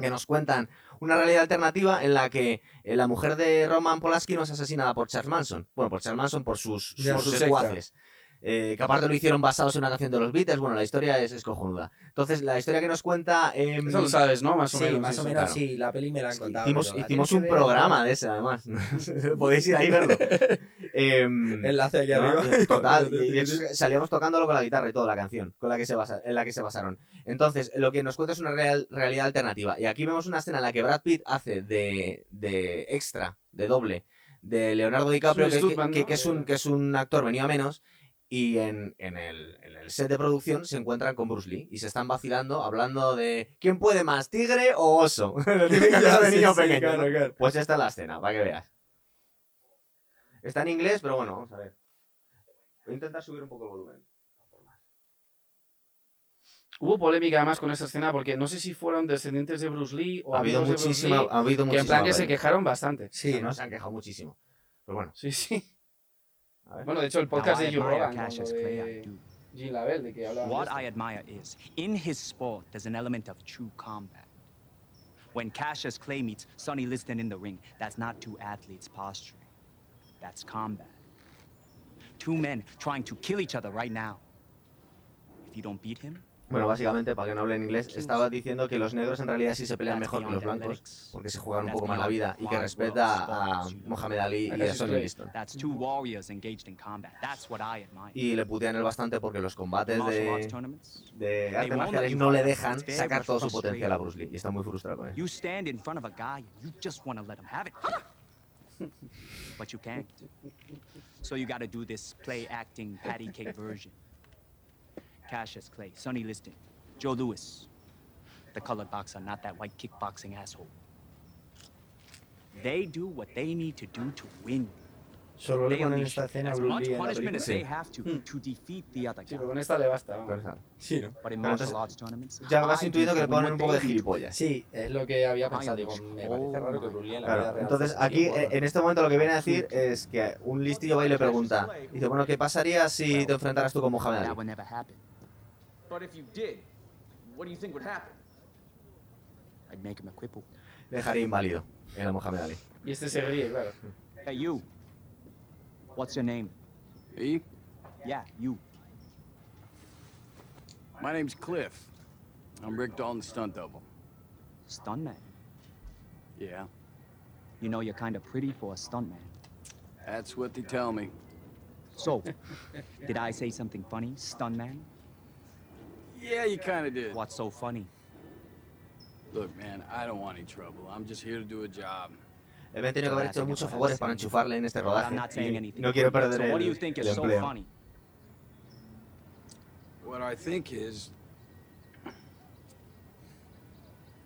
Speaker 1: que nos cuentan una realidad alternativa en la que eh, la mujer de Roman Polanski no es asesinada por Charles Manson. Bueno, por Charles Manson, por sus,
Speaker 4: Ya,
Speaker 1: sus
Speaker 3: su secta.
Speaker 1: secuaces. Eh, que aparte lo hicieron basados en una canción de los Beatles. Bueno, la historia es, es cojonuda. Entonces, la historia que nos cuenta... em,
Speaker 3: Eso lo sabes, ¿no? Más o
Speaker 4: Sí,
Speaker 3: menos.
Speaker 4: más o
Speaker 3: sí,
Speaker 4: menos
Speaker 1: claro.
Speaker 4: sí, la peli me la han contado.
Speaker 1: Hicimos,
Speaker 4: pero la
Speaker 1: hicimos
Speaker 4: tienes
Speaker 1: un
Speaker 4: que ver,
Speaker 1: programa de ese, además. Podéis ir ahí y verlo. Em,
Speaker 4: Enlace aquí
Speaker 1: ¿no?
Speaker 4: arriba.
Speaker 1: Total. y, y entonces salíamos tocándolo con la guitarra y toda la canción con la que se basa- en la que se basaron. Entonces, lo que nos cuenta es una real- realidad alternativa. Y aquí vemos una escena en la que Brad Pitt hace de, de extra, de doble, de Leonardo DiCaprio,
Speaker 3: Es
Speaker 1: que,
Speaker 3: un
Speaker 1: que-
Speaker 3: stuntman,
Speaker 1: que-
Speaker 3: ¿no?
Speaker 1: que es, un, que es un actor venido a menos. Y en, en el, en el set de producción se encuentran con Bruce Lee y se están vacilando hablando de ¿quién puede más, tigre o oso? La típica cosa de
Speaker 4: Sí,
Speaker 1: niño
Speaker 4: sí,
Speaker 1: pequeño,
Speaker 4: claro,
Speaker 1: ¿no?
Speaker 4: claro.
Speaker 1: Pues esta es la escena, para que veas. Está en inglés, pero bueno, vamos a ver. Voy a intentar subir un poco el volumen.
Speaker 3: Hubo polémica además con esta escena porque no sé si fueron descendientes de Bruce Lee o
Speaker 1: Ha habido
Speaker 3: amigos de Bruce
Speaker 1: muchísima,
Speaker 3: Lee,
Speaker 1: ha habido
Speaker 3: que
Speaker 1: muchísima.
Speaker 3: en plan que se
Speaker 1: polémica.
Speaker 3: quejaron bastante.
Speaker 4: Sí, ¿no?
Speaker 1: Se han quejado muchísimo. Pero bueno,
Speaker 3: Sí, sí.
Speaker 1: a ver.
Speaker 3: Bueno, de hecho, el podcast
Speaker 5: Now I
Speaker 3: de Joe
Speaker 5: admire
Speaker 3: Rogan,
Speaker 5: Cash
Speaker 3: con
Speaker 5: as
Speaker 3: lo
Speaker 5: player.
Speaker 3: de Jean Labelle, de que hablaban de
Speaker 5: What
Speaker 3: esto.
Speaker 5: I admire is, in his sport, there's an element of true combat. When Cassius Clay meets Sonny Liston in the ring, that's not two athletes posturing. That's combat. Two men trying to kill each other right now. If you don't beat him,
Speaker 1: Bueno, básicamente, para que no hable en inglés, estaba diciendo que los negros en realidad sí se pelean
Speaker 5: that's
Speaker 1: mejor que
Speaker 5: beyond
Speaker 1: los blancos
Speaker 5: athletics.
Speaker 1: porque se juegan un
Speaker 5: That's
Speaker 1: poco más la
Speaker 5: beyond
Speaker 1: vida y que
Speaker 5: wide
Speaker 1: respeta a
Speaker 5: world sports.
Speaker 1: Mohamed Ali y a
Speaker 3: Cassius
Speaker 1: Sonny
Speaker 3: Clay.
Speaker 1: Liston.
Speaker 5: That's two warriors engaged in combat. That's what I admire.
Speaker 1: Y le putean él bastante porque los combates
Speaker 5: Martial arts
Speaker 1: de,
Speaker 5: tournaments.
Speaker 1: de artes
Speaker 5: won't
Speaker 1: marciales
Speaker 5: let you
Speaker 1: no le
Speaker 5: fight.
Speaker 1: dejan
Speaker 5: Very
Speaker 1: sacar
Speaker 5: much
Speaker 1: todo su
Speaker 5: frustrated.
Speaker 1: potencial a Bruce Lee y está muy frustrado con él.
Speaker 5: You stand in front of a guy and you just want to let him have it. but you can't. So you got to do this play acting patty cake version. Cassius Clay, Sonny Liston, Joe Lewis. The colored boxer, not that white kickboxing asshole. They do what they need to do to win.
Speaker 4: Solo le
Speaker 5: They
Speaker 4: ponen
Speaker 5: unleash
Speaker 4: esta escena a
Speaker 5: as
Speaker 4: Bruce
Speaker 5: much
Speaker 4: Lee en la
Speaker 5: punishment
Speaker 4: película.
Speaker 5: as they have to
Speaker 3: Hmm.
Speaker 5: to defeat the other
Speaker 3: Sí,
Speaker 5: guy.
Speaker 3: pero con esta le basta.
Speaker 1: Pero
Speaker 3: vamos.
Speaker 1: está-
Speaker 4: Sí, ¿no?
Speaker 5: But in
Speaker 1: Pero entonces-
Speaker 5: martial arts tournaments,
Speaker 1: Ya
Speaker 5: I
Speaker 1: vas
Speaker 5: do
Speaker 1: intuyendo que le
Speaker 5: what
Speaker 1: ponen un poco de
Speaker 5: they do.
Speaker 1: gilipollas.
Speaker 4: Sí, es lo que había
Speaker 5: Ay,
Speaker 4: pensado.
Speaker 5: Dios.
Speaker 4: Digo, me parece
Speaker 5: Oh
Speaker 4: raro que
Speaker 5: my
Speaker 4: Bruce Lee en la
Speaker 1: Claro,
Speaker 4: vida real
Speaker 1: entonces
Speaker 4: sea
Speaker 1: aquí
Speaker 4: un
Speaker 1: eh,
Speaker 4: gordo.
Speaker 1: en este momento lo que viene a decir es que un listillo va y le pregunta, dice, bueno, ¿qué pasaría si te enfrentaras tú con Mohamed
Speaker 5: That
Speaker 1: Ali?
Speaker 5: would never happen.
Speaker 6: But if you did, what do you think would happen?
Speaker 5: I'd make him a cripple.
Speaker 1: Le Dejaría inválido en a Mohamed Ali.
Speaker 3: Y este se ríe, claro.
Speaker 5: Hey, you. What's your name?
Speaker 7: E,
Speaker 5: Yeah, you.
Speaker 7: my name's Cliff. I'm Rick Dalton's stunt double.
Speaker 5: Stuntman.
Speaker 7: Yeah,
Speaker 5: You know you're kind of pretty for a stuntman.
Speaker 7: that's what they tell me.
Speaker 5: So, did I say something funny, stun man?
Speaker 7: Yeah, you kind of did.
Speaker 5: What's so funny?
Speaker 7: Look, man, I don't want any trouble. I'm just here to do a job.
Speaker 1: Me han tenido que haber hecho muchos favores para enchufarle en este
Speaker 5: But
Speaker 1: rodaje.
Speaker 5: I'm not saying
Speaker 1: y
Speaker 5: anything.
Speaker 1: no quiero perder
Speaker 5: So
Speaker 1: el,
Speaker 5: what do you think
Speaker 1: el
Speaker 5: is so
Speaker 1: empleo.
Speaker 5: funny?
Speaker 7: What I think is.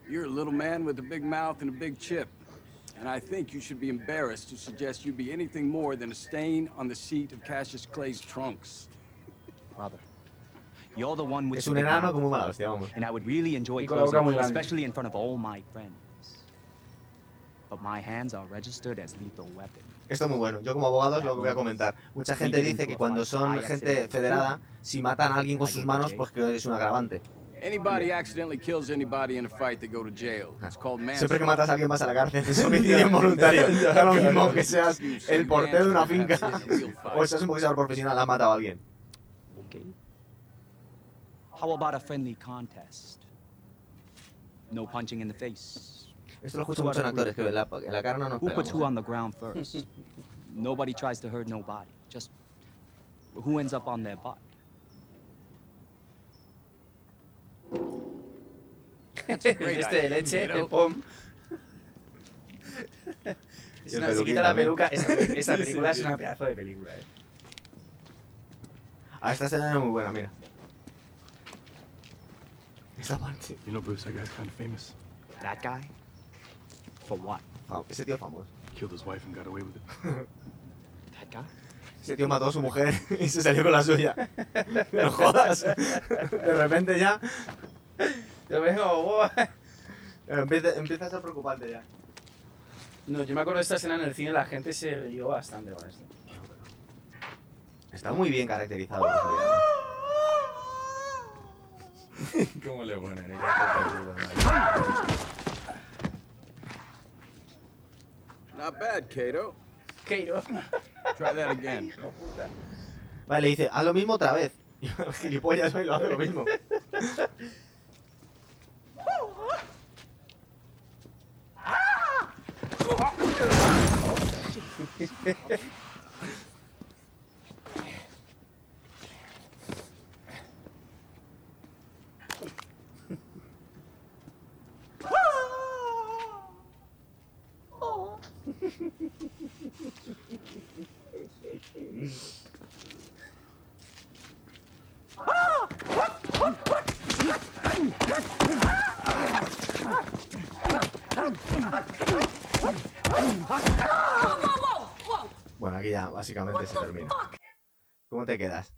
Speaker 7: You're a little man with a big mouth and a big chip. And I think you should be embarrassed to suggest you be anything more than a stain on the seat of Cassius Clay's trunks.
Speaker 5: Brother. You're the one with
Speaker 1: Es
Speaker 5: the
Speaker 1: un
Speaker 5: big
Speaker 1: enano
Speaker 5: mouth,
Speaker 1: como mala hostia, vamos.
Speaker 5: and I would really enjoy
Speaker 3: Y con la boca muy
Speaker 5: closing,
Speaker 3: grande.
Speaker 5: especially in front of all my friends. But my hands are registered as lethal weapons.
Speaker 1: Esto es muy bueno. Yo como abogado es lo que voy a comentar. Mucha gente dice que cuando son gente federada, si matan a alguien con sus manos, pues que es un agravante.
Speaker 7: Anybody accidentally kills anybody in a fight, they go to jail. It's called
Speaker 1: Siempre que
Speaker 7: manslaughter.
Speaker 1: matas a alguien vas a la cárcel, es homicidio involuntario. Da lo mismo que seas el portero de una finca o seas un boxeador profesional, has matado a alguien.
Speaker 5: Okay. How about a friendly contest? No punching in the face.
Speaker 1: Esto lo escucho mucho en actores, que la, en la cara no nos
Speaker 5: Who puts
Speaker 1: pegamos.
Speaker 5: who
Speaker 1: ¿eh?
Speaker 5: on the ground first? nobody tries to hurt nobody. Just who ends up on their butt?
Speaker 3: Este de leche, el pom. Es
Speaker 1: Y el
Speaker 3: una, se
Speaker 1: peluquín
Speaker 3: quita la
Speaker 1: también.
Speaker 3: peluca. eh, Esa, esa película es una pedazo de película. eh.
Speaker 1: Ah, esta escena es muy buena, mira. Esta parte.
Speaker 8: You know, Bruce, that guy's kind of famous.
Speaker 5: That guy? For what?
Speaker 1: Fam- Ese tío es famoso.
Speaker 8: Killed his wife and got away with it.
Speaker 5: That guy?
Speaker 1: Ese tío mató a su mujer y se salió con la suya. No jodas. De repente ya
Speaker 3: Lo veo, guau.
Speaker 1: empieza, empieza a ser preocupante ya.
Speaker 3: No, yo me acuerdo de esta escena en el cine, la gente se rió bastante con esto.
Speaker 1: Está muy bien caracterizado.
Speaker 4: ¿Cómo le ponen?
Speaker 7: Not bad, Kato.
Speaker 3: Keiro.
Speaker 7: Try that again.
Speaker 1: Vale, le dice, haz lo mismo otra vez. Y el gilipollas hoy lo hace lo mismo. Bueno, aquí ya básicamente se termina. ¿Cómo te quedas?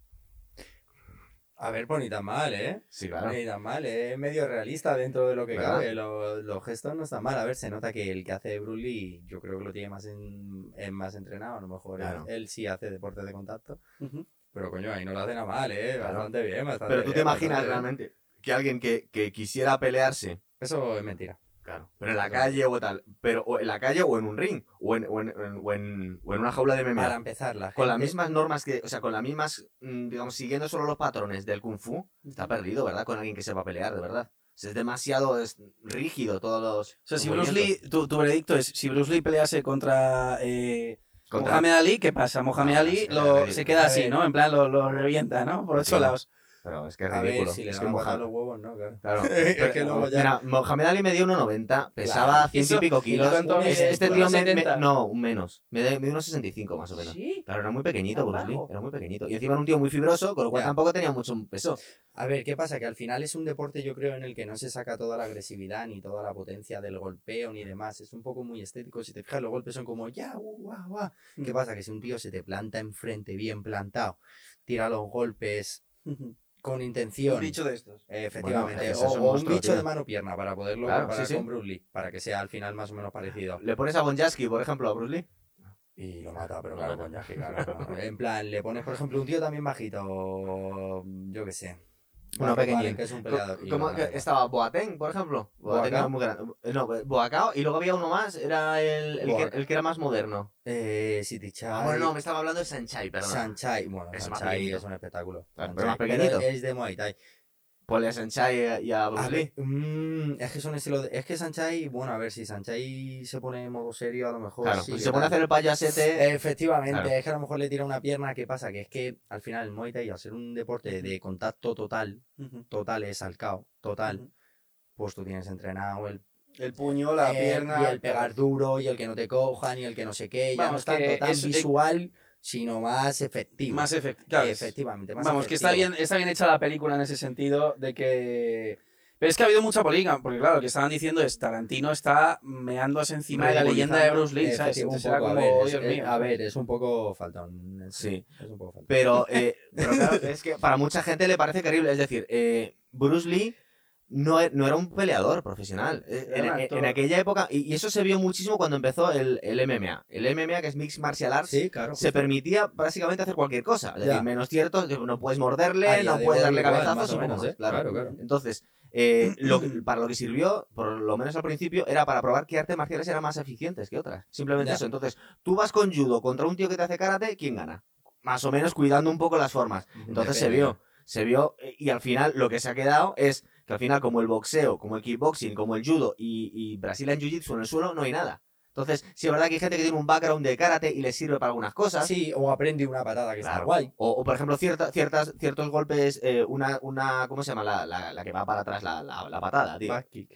Speaker 4: A ver, pues ni tan mal, ¿eh?
Speaker 1: Sí, claro.
Speaker 4: Ni tan mal, ¿eh? Es medio realista dentro de lo que
Speaker 1: ¿Verdad?
Speaker 4: cabe. Lo- los gestos no están mal. A ver, se nota que el que hace de Bruce Lee, yo creo que lo tiene más, en, en- más entrenado. A lo mejor
Speaker 1: Claro.
Speaker 4: él, él sí hace deportes de contacto.
Speaker 3: Ujú.
Speaker 4: Pero coño, ahí no lo hace nada mal, ¿eh?
Speaker 1: Claro.
Speaker 4: Bastante bien, bastante
Speaker 1: Pero tú te
Speaker 4: bien,
Speaker 1: imaginas
Speaker 4: bastante
Speaker 1: realmente que alguien que, que quisiera pelearse,
Speaker 4: bien. Eso es mentira.
Speaker 1: claro, pero en la calle o tal, pero o en la calle o en un ring, o en, o en, o en- o en una jaula de
Speaker 4: Para
Speaker 1: MMA.
Speaker 4: empezar, la gente...
Speaker 1: Con las mismas normas que, o sea, con las mismas, mm, digamos, siguiendo solo los patrones del kung fu, está perdido, ¿verdad? Con alguien que sepa pelear, de verdad. O sea, Es demasiado es rígido todos los.
Speaker 3: O sea, si
Speaker 1: los
Speaker 3: Bruce Lee, tu, tu veredicto es, si Bruce Lee pelease contra, eh,
Speaker 1: movimientos. Contra-
Speaker 3: Mohamed Ali, ¿qué pasa? Mohamed
Speaker 1: Ah,
Speaker 3: Ali
Speaker 1: sí,
Speaker 3: lo,
Speaker 1: sí,
Speaker 3: se
Speaker 1: sí.
Speaker 3: queda
Speaker 4: A
Speaker 3: así,
Speaker 4: ver.
Speaker 3: ¿no? En plan, lo, lo revienta, ¿no? Por
Speaker 1: Sí.
Speaker 3: ocho lados.
Speaker 1: Pero es que es
Speaker 4: A ver
Speaker 1: ridículo.
Speaker 4: si le
Speaker 1: es
Speaker 4: van
Speaker 1: que
Speaker 4: a
Speaker 1: Mohamed-
Speaker 4: botar los huevos, ¿no? Claro.
Speaker 1: Claro.
Speaker 4: Es que
Speaker 1: Pero,
Speaker 4: luego ya-
Speaker 1: Mira, Mohamed Ali me dio 1,90, pesaba
Speaker 3: Claro.
Speaker 1: 100 y
Speaker 3: Eso-
Speaker 1: pico
Speaker 3: ¿y
Speaker 1: kilos.
Speaker 3: cuánto
Speaker 1: Es-
Speaker 3: mide?
Speaker 1: este tío me, me-
Speaker 3: 1,70.
Speaker 1: No, un menos. Me dio me dio unos 65 más o menos.
Speaker 3: Sí.
Speaker 1: Claro, era muy pequeñito,
Speaker 3: Tan
Speaker 1: Bruce Lee.
Speaker 3: bajo.
Speaker 1: Era muy pequeñito. Y encima era un tío muy fibroso, con lo cual
Speaker 4: Ya.
Speaker 1: tampoco tenía mucho peso.
Speaker 4: A ver, ¿qué pasa? Que al final es un deporte, yo creo, en el que no se saca toda la agresividad ni toda la potencia del golpeo ni demás. Es un poco muy estético. Si te fijas, los golpes son como ya, uh, guau, guau.
Speaker 1: Mm.
Speaker 4: ¿Qué pasa? Que si un tío se te planta enfrente bien plantado, tira los golpes con intención.
Speaker 3: Dicho de estos.
Speaker 4: eh, Efectivamente,
Speaker 1: Bueno,
Speaker 4: o,
Speaker 1: eso es un
Speaker 4: o un
Speaker 1: monstruo,
Speaker 4: bicho
Speaker 1: tío.
Speaker 4: de mano-pierna para poderlo
Speaker 1: Claro,
Speaker 4: comparar
Speaker 1: sí, sí.
Speaker 4: con Bruce Lee, para que sea al final más o menos parecido.
Speaker 1: Le pones a Bonjaski, por ejemplo, a Bruce Lee.
Speaker 4: Y lo mata, pero
Speaker 1: Lo
Speaker 4: claro,
Speaker 1: mata.
Speaker 4: con Yaji, claro. no. En plan, le pones, por ejemplo, un tío también bajito, yo qué sé.
Speaker 1: Uno
Speaker 4: Barry
Speaker 1: pequeñín.
Speaker 4: Allen, que es un peleador. y lo
Speaker 1: ¿Cómo
Speaker 4: mata,
Speaker 1: que
Speaker 4: igual.
Speaker 1: estaba Boateng, por ejemplo? Boateng
Speaker 4: Boacao.
Speaker 1: era muy grande. No, Boacao. Y luego había uno más, era el, el, que,
Speaker 4: Boacao.
Speaker 1: el que era más moderno.
Speaker 4: Eh, City Chai.
Speaker 1: Ah, bueno, no, me estaba hablando de Sanchai, perdón.
Speaker 4: Sanchai, bueno,
Speaker 1: Es más
Speaker 4: Sanchai
Speaker 1: pequeñito.
Speaker 4: es un espectáculo.
Speaker 1: Claro, pero más
Speaker 4: Sanchai,
Speaker 1: pequeñito. ¿Ah,
Speaker 4: es de Muay Thai.
Speaker 1: Ponle a Sanchai Pues y a Bruce
Speaker 4: A
Speaker 1: Lee.
Speaker 4: ver, mm, es que son estilo de- Es que Sanchai, bueno, a ver, si Sanchai se pone en modo serio, a lo mejor.
Speaker 1: Claro,
Speaker 4: sí
Speaker 1: pues
Speaker 4: que
Speaker 1: se pone a
Speaker 4: tal.
Speaker 1: hacer el payasete.
Speaker 4: Efectivamente,
Speaker 1: Claro.
Speaker 4: es que a lo mejor le tira una pierna. ¿Qué pasa? Que es que al final el Muay Thai, al ser un deporte de contacto total,
Speaker 3: Ujú.
Speaker 4: total es al cao, total, pues tú tienes entrenado el,
Speaker 3: El puño, la
Speaker 4: eh,
Speaker 3: pierna.
Speaker 4: y el pegar duro y el que no te cojan y el que no sé qué. Ya no
Speaker 3: Vamos,
Speaker 4: es tanto
Speaker 3: que
Speaker 4: tan
Speaker 3: eso-
Speaker 4: visual, sino más efectivo.
Speaker 3: Más efectivo. claro, es-
Speaker 4: Efectivamente, más
Speaker 3: Vamos, que está
Speaker 4: efectivo.
Speaker 3: bien, está bien hecha la película en ese sentido de que. Pero es que ha habido mucha política, porque claro, lo que estaban diciendo es Tarantino está meándose encima de la leyenda de Bruce Lee, ¿sabes?
Speaker 4: Efectivo, un
Speaker 3: Entonces era
Speaker 4: poco,
Speaker 3: como,
Speaker 4: a, ver,
Speaker 3: "Oh,
Speaker 4: es,
Speaker 3: Dios
Speaker 4: eh,
Speaker 3: mío".
Speaker 4: a ver, es un poco faltón.
Speaker 1: Sí.
Speaker 4: Es un poco faltón.
Speaker 1: Pero, eh, pero claro, es que para mucha gente le parece terrible. Es decir, eh, Bruce Lee no, e- no era un peleador profesional. Eh,
Speaker 3: Era
Speaker 1: En,
Speaker 3: un
Speaker 1: en-
Speaker 3: actor.
Speaker 1: en aquella época, y, y eso se vio muchísimo cuando empezó el, el MMA. El MMA, que es Mixed Martial Arts,
Speaker 4: Sí, claro.
Speaker 1: se permitía básicamente hacer cualquier cosa. Es
Speaker 4: Ya.
Speaker 1: decir, menos cierto, no puedes morderle,
Speaker 4: A día
Speaker 1: no
Speaker 4: de
Speaker 1: puedes
Speaker 4: hoy
Speaker 1: darle
Speaker 4: igual,
Speaker 1: cabezazos
Speaker 4: más o
Speaker 1: y poco
Speaker 4: menos,
Speaker 1: más,
Speaker 4: ¿eh? Claro, claro.
Speaker 1: Entonces, eh, lo que- para lo que sirvió, por lo menos al principio, era para probar qué artes marciales eran más eficientes que otras. Simplemente
Speaker 4: Ya.
Speaker 1: eso. Entonces, tú vas con judo contra un tío que te hace karate, ¿quién gana? Más o menos cuidando un poco las formas. Entonces se
Speaker 4: pues, Depende.
Speaker 1: vio, se vio, eh, y al final lo que se ha quedado es que al final, como el boxeo, como el kickboxing, como el judo y, y Brazilian Jiu-Jitsu en el suelo, no hay nada. Entonces, sí es verdad que hay gente que tiene un background de karate y le sirve para algunas cosas.
Speaker 4: Sí, o aprende una patada que está
Speaker 1: Claro.
Speaker 4: guay.
Speaker 1: O, o, por ejemplo, cierta- ciertas, ciertos golpes, eh, una, una, ¿cómo se llama? La, la- la que va para atrás, la, la- la patada, tío.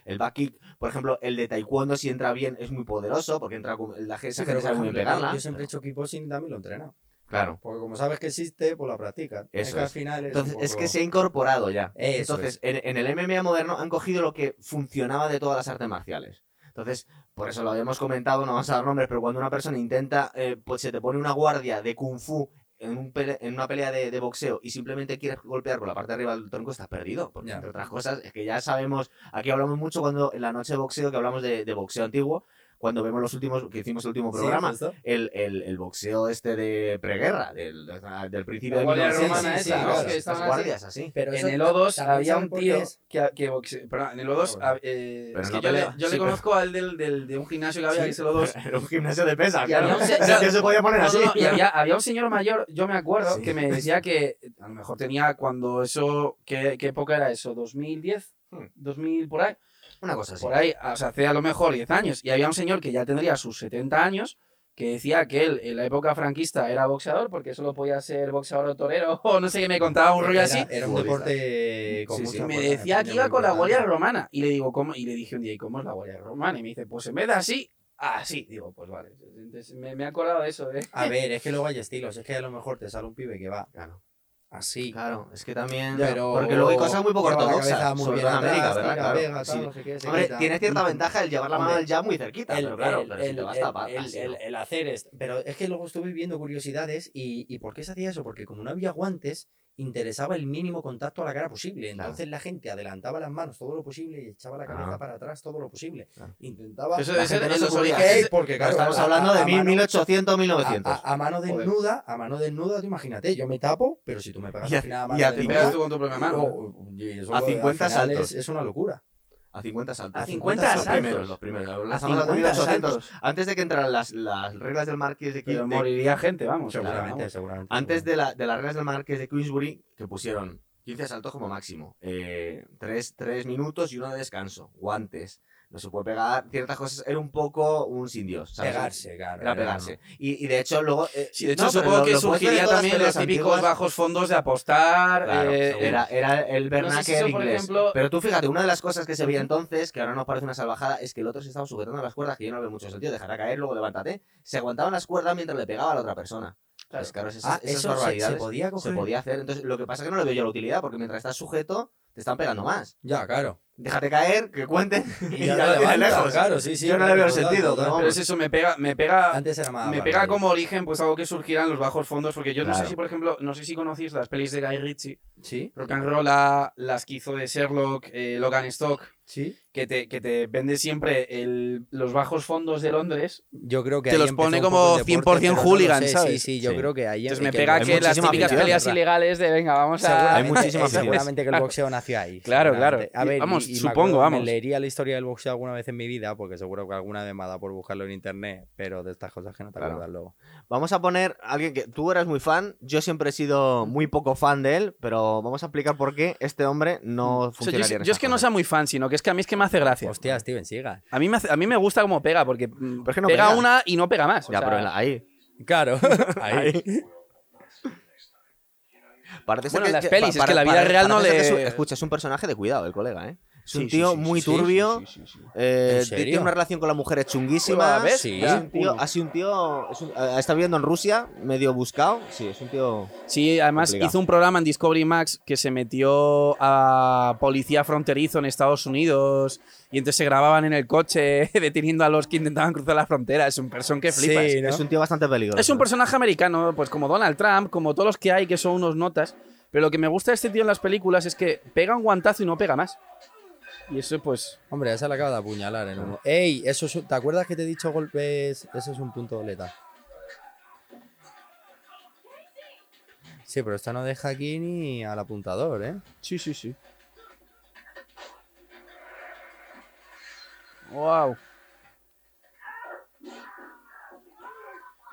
Speaker 1: El back kick. Por ejemplo, el de taekwondo, si entra bien, es muy poderoso, porque entra con, la gente, esa gente
Speaker 4: Sí, pero, por
Speaker 1: sabe muy bien
Speaker 4: ejemplo,
Speaker 1: pegarla.
Speaker 4: Yo siempre he hecho kickboxing y también lo he entrenado.
Speaker 1: Claro.
Speaker 4: Porque como sabes que existe, pues la practicas. es
Speaker 1: Eso
Speaker 4: que al
Speaker 1: es.
Speaker 4: final es. un
Speaker 1: Entonces, es
Speaker 4: poco-
Speaker 1: que se ha incorporado ya.
Speaker 4: Eso
Speaker 1: Entonces, en, en el MMA moderno han cogido lo que funcionaba de todas las artes marciales. Entonces, por eso lo habíamos comentado, no vamos a dar nombres, pero cuando una persona intenta, eh, pues se te pone una guardia de kung fu en, un pele- en una pelea de, de boxeo y simplemente quieres golpear por la parte de arriba del tronco, estás perdido. Porque,
Speaker 4: Ya.
Speaker 1: entre otras cosas, es que ya sabemos, aquí hablamos mucho cuando en la noche de boxeo, que hablamos de, de boxeo antiguo, cuando vemos los últimos, que hicimos el último
Speaker 4: Sí,
Speaker 1: programa,
Speaker 4: justo.
Speaker 1: el, el- el boxeo este de preguerra, del, del principio
Speaker 3: La
Speaker 1: de
Speaker 3: guardia
Speaker 1: 1900,
Speaker 4: romana
Speaker 1: sí,
Speaker 4: esa,
Speaker 1: ¿no?
Speaker 4: claro,
Speaker 1: Estas
Speaker 3: que estaban así.
Speaker 1: guardias así.
Speaker 4: Pero eso
Speaker 3: en el
Speaker 4: ta-
Speaker 3: O2
Speaker 4: también
Speaker 3: había
Speaker 4: sabe
Speaker 3: un
Speaker 4: por
Speaker 3: tío
Speaker 4: qué es-
Speaker 3: que, que boxe- perdón, en el O2,
Speaker 4: Ah,
Speaker 3: a- eh,
Speaker 1: Pero
Speaker 3: es
Speaker 1: no
Speaker 3: que yo le,
Speaker 1: pelea.
Speaker 3: yo le
Speaker 1: Sí, pero-
Speaker 3: conozco al del, del- de un gimnasio que había, que es el O2,
Speaker 1: Era un gimnasio de pesas,
Speaker 3: Y había
Speaker 1: claro.
Speaker 3: un se-
Speaker 1: O sea, que se podía poner
Speaker 3: No, no,
Speaker 1: así.
Speaker 3: no, y había, había un señor mayor, yo me acuerdo,
Speaker 1: Sí.
Speaker 3: que me decía que a lo mejor tenía cuando eso, ¿qué, qué época era eso? ¿2010?
Speaker 1: Hmm.
Speaker 3: ¿2000 por ahí?
Speaker 1: Una cosa así.
Speaker 3: Por ahí, o sea, hace a lo mejor 10 años. Y había un señor que ya tendría sus 70 años que decía que él en la época franquista era boxeador porque solo podía ser boxeador o torero o no sé qué, me contaba un rollo
Speaker 4: era,
Speaker 3: así.
Speaker 4: Era un
Speaker 1: Futbolista.
Speaker 4: deporte. con
Speaker 1: Sí, sí,
Speaker 4: mucha
Speaker 3: Y me
Speaker 4: fuerza,
Speaker 3: decía que
Speaker 4: muy
Speaker 3: iba con la
Speaker 4: importante.
Speaker 3: Guardia Romana. Y le digo, ¿cómo? Y le dije un día, ¿y cómo es la Guardia Romana? Y me dice, pues en vez de así, así. Digo, pues vale. Entonces me, me he acordado de eso, ¿eh?
Speaker 4: A ver, es que luego hay estilos. Es que a lo mejor te sale un pibe que va
Speaker 1: Claro.
Speaker 4: así.
Speaker 1: Claro, es que también.
Speaker 4: Pero
Speaker 1: Porque luego hay cosas muy poco
Speaker 4: lleva la
Speaker 1: ortodoxas.
Speaker 4: cabeza muy
Speaker 1: Sobre
Speaker 4: bien
Speaker 1: todo en
Speaker 4: atrás,
Speaker 1: América, ¿verdad?
Speaker 4: tira,
Speaker 1: Claro.
Speaker 4: pega, tal,
Speaker 1: Sí.
Speaker 4: no sé qué, se
Speaker 1: Hombre,
Speaker 4: quita. Mm.
Speaker 1: tiene cierta
Speaker 4: Ujú.
Speaker 1: ventaja el llevar la mano
Speaker 4: Hombre,
Speaker 1: del jab muy cerquita.
Speaker 4: el,
Speaker 1: pero claro,
Speaker 4: el-
Speaker 1: pero si te
Speaker 4: el-
Speaker 1: vas
Speaker 4: el-
Speaker 1: tapar,
Speaker 4: el-
Speaker 1: así
Speaker 4: el-
Speaker 1: no.
Speaker 4: el hacer esto. Pero es que luego estuve viendo curiosidades y, y por qué se hacía eso, porque como no había guantes, interesaba el mínimo contacto a la cara posible.
Speaker 1: Claro.
Speaker 4: Entonces la gente adelantaba las manos todo lo posible y echaba la cabeza
Speaker 1: Ah.
Speaker 4: para atrás todo lo posible.
Speaker 1: Claro.
Speaker 4: Intentaba.
Speaker 3: Eso
Speaker 1: La
Speaker 3: debe ser
Speaker 1: gente no
Speaker 3: en
Speaker 1: se
Speaker 3: los
Speaker 1: podía.
Speaker 3: orígenes.
Speaker 4: Ey, porque
Speaker 1: Claro,
Speaker 4: claro,
Speaker 1: estamos
Speaker 4: a-
Speaker 1: hablando
Speaker 4: a-
Speaker 1: de
Speaker 4: a mano-
Speaker 1: 1800,
Speaker 4: a-
Speaker 1: 1900.
Speaker 4: A, a mano
Speaker 3: Joder.
Speaker 4: desnuda, a mano desnuda, tú imagínate, yo me tapo, pero si tú me pegas
Speaker 1: Y a-
Speaker 4: al final a
Speaker 1: y a
Speaker 4: mano
Speaker 1: ti
Speaker 3: Te
Speaker 1: Venga.
Speaker 3: pegas
Speaker 4: desnuda,
Speaker 3: tú con tu propia mano.
Speaker 4: o- o- y eso
Speaker 1: A
Speaker 4: al
Speaker 1: 50
Speaker 4: final es-
Speaker 1: saltos.
Speaker 4: Es una locura.
Speaker 1: A 50 saltos.
Speaker 4: A 50
Speaker 1: Los
Speaker 4: saltos.
Speaker 1: primeros, los primeros.
Speaker 4: A
Speaker 1: Estamos hablando de
Speaker 4: 50
Speaker 1: 1800.
Speaker 4: saltos.
Speaker 1: Antes de que entraran las, las reglas del Marqués de
Speaker 3: Pero
Speaker 1: Queen- de
Speaker 3: moriría gente, vamos.
Speaker 4: Seguramente,
Speaker 3: claro,
Speaker 4: seguramente.
Speaker 1: Antes de, la, de las reglas del Marqués de Queensbury, que pusieron 15 saltos como máximo, 3, minutos y uno de descanso, guantes, no se puede pegar, ciertas cosas, era un poco un sin Dios, ¿sabes?
Speaker 4: pegarse, claro.
Speaker 1: Era pegarse. Y, y de hecho luego... eh,
Speaker 3: Sí, de hecho,
Speaker 1: no, pero
Speaker 3: supongo
Speaker 1: lo-
Speaker 3: que
Speaker 1: lo puedes ver en
Speaker 3: surgiría
Speaker 1: todas las
Speaker 3: también los
Speaker 1: peleas
Speaker 3: típicos
Speaker 1: antiguas.
Speaker 3: bajos fondos de apostar.
Speaker 1: Claro,
Speaker 3: eh,
Speaker 1: seguro. era, era el vernacular
Speaker 3: No sé si eso, por
Speaker 1: inglés.
Speaker 3: ejemplo-
Speaker 1: Pero tú fíjate, una de las cosas que se veía entonces, que ahora nos parece una salvajada, es que el otro se estaba sujetando a las cuerdas, que yo no veo mucho sentido, dejará caer, luego levántate. Se aguantaban las cuerdas mientras le pegaba a la otra persona.
Speaker 3: Claro.
Speaker 1: Pues claro, esas,
Speaker 4: Ah,
Speaker 1: esas
Speaker 4: eso se- se,
Speaker 1: barbaridades.
Speaker 4: podía
Speaker 1: se
Speaker 4: coger.
Speaker 1: podía hacer. Entonces, lo que pasa es que no le veo yo la utilidad, porque mientras estás sujeto, te están pegando más.
Speaker 4: Ya, claro.
Speaker 1: Déjate caer, que cuenten y ya,
Speaker 4: te
Speaker 1: lo tienes
Speaker 4: levantas,
Speaker 1: lejos.
Speaker 4: Claro, sí, sí.
Speaker 1: Yo no le
Speaker 4: claro,
Speaker 1: veo
Speaker 4: total,
Speaker 1: sentido,
Speaker 4: total.
Speaker 1: pero Ah,
Speaker 3: Pero es eso, me pega, me pega,
Speaker 4: Antes era más.
Speaker 3: me
Speaker 4: barbaridad.
Speaker 3: pega como origen, pues algo que surgirá en los bajos fondos, porque yo no
Speaker 1: Claro.
Speaker 3: sé si, por ejemplo, no sé si conocéis las pelis de Guy Ritchie,
Speaker 4: Sí.
Speaker 3: Rock and Roll, las que hizo de Sherlock, eh, Logan Stock,
Speaker 4: Sí.
Speaker 3: que te, que te vende siempre el- los bajos fondos de Londres.
Speaker 4: Yo creo que
Speaker 3: Te
Speaker 4: ahí
Speaker 3: los
Speaker 4: empezó
Speaker 3: pone
Speaker 4: un poco
Speaker 3: como
Speaker 4: el deporte,
Speaker 3: 100%
Speaker 4: pero no lo
Speaker 3: hooligan,
Speaker 4: sé,
Speaker 3: ¿sabes?
Speaker 4: Sí, sí, yo
Speaker 9: Sí.
Speaker 4: creo que ahí
Speaker 3: Entonces me
Speaker 4: que-
Speaker 3: pega
Speaker 4: hay
Speaker 3: que las
Speaker 4: muchísima
Speaker 3: típicas
Speaker 4: afición,
Speaker 3: peleas
Speaker 4: ¿verdad?
Speaker 3: ilegales de venga, vamos a.
Speaker 9: Hay muchísima
Speaker 4: Seguramente-
Speaker 9: afición.
Speaker 4: Seguramente que el boxeo nació ahí.
Speaker 3: Claro, claro.
Speaker 4: seguramente. A ver,
Speaker 3: Vamos,
Speaker 4: y- y me
Speaker 3: supongo,
Speaker 4: acuerdo,
Speaker 3: vamos.
Speaker 4: Me leería la historia del boxeo alguna vez en mi vida, porque seguro que alguna vez me ha dado por buscarlo en internet, pero de estas cosas que no te
Speaker 1: Claro.
Speaker 4: acuerdas luego.
Speaker 1: Vamos a poner a alguien que tú eras muy fan, yo siempre he sido muy poco fan de él, pero vamos a explicar por qué este hombre no
Speaker 3: O sea, yo,
Speaker 1: funcionaría. en
Speaker 3: es- yo es
Speaker 1: esas
Speaker 3: que no
Speaker 1: cosas.
Speaker 3: sea muy fan, sino que es que a mí es que me hace gracia.
Speaker 4: Hostia, Steven, siga.
Speaker 3: A mí, me hace- a mí me gusta cómo pega, porque mm,
Speaker 1: Pero es que no
Speaker 3: pega
Speaker 1: pega.
Speaker 3: una y no pega más. o
Speaker 1: Ya,
Speaker 3: sea,
Speaker 1: pero en la- ahí.
Speaker 4: Claro. Ahí.
Speaker 1: Parece
Speaker 3: Bueno,
Speaker 1: que-
Speaker 3: en las
Speaker 1: que-
Speaker 3: pelis, es que la vida
Speaker 1: parece
Speaker 3: real no
Speaker 1: que
Speaker 3: le-
Speaker 1: es un- escucha, es un personaje de cuidado el colega, ¿eh? Es un
Speaker 3: Sí, sí,
Speaker 1: tío
Speaker 3: sí, sí,
Speaker 1: muy
Speaker 3: sí, Pues
Speaker 1: turbio. eh,
Speaker 4: ¿En
Speaker 1: ti-
Speaker 4: serio?
Speaker 1: tiene una relación con la mujer chunguísima.
Speaker 3: Bueno, ¿ves?
Speaker 4: Sí.
Speaker 1: Es un tío, así un tío es un- eh, está viviendo en Rusia, medio buscado. Sí, es un tío.
Speaker 3: Sí, además
Speaker 1: Complicado.
Speaker 3: hizo un programa en Discovery Max que se metió a policía fronterizo en Estados Unidos y entonces se grababan en el coche deteniendo a los que intentaban cruzar la frontera. Es un person que flipas.
Speaker 4: Sí, ¿no?
Speaker 1: Es un tío bastante peligroso.
Speaker 3: Es un personaje americano, pues como Donald Trump, como todos los que hay que son unos notas. Pero lo que me gusta de este tío en las películas es que pega un guantazo y no pega más. Y eso pues...
Speaker 4: Hombre, esa la acaba de apuñalar en uno. Ey, eso es un- ¿te acuerdas que te he dicho golpes? Eso es un punto letal. Sí, pero esta no deja aquí ni al apuntador, ¿eh?
Speaker 3: Sí, sí, sí. Wow.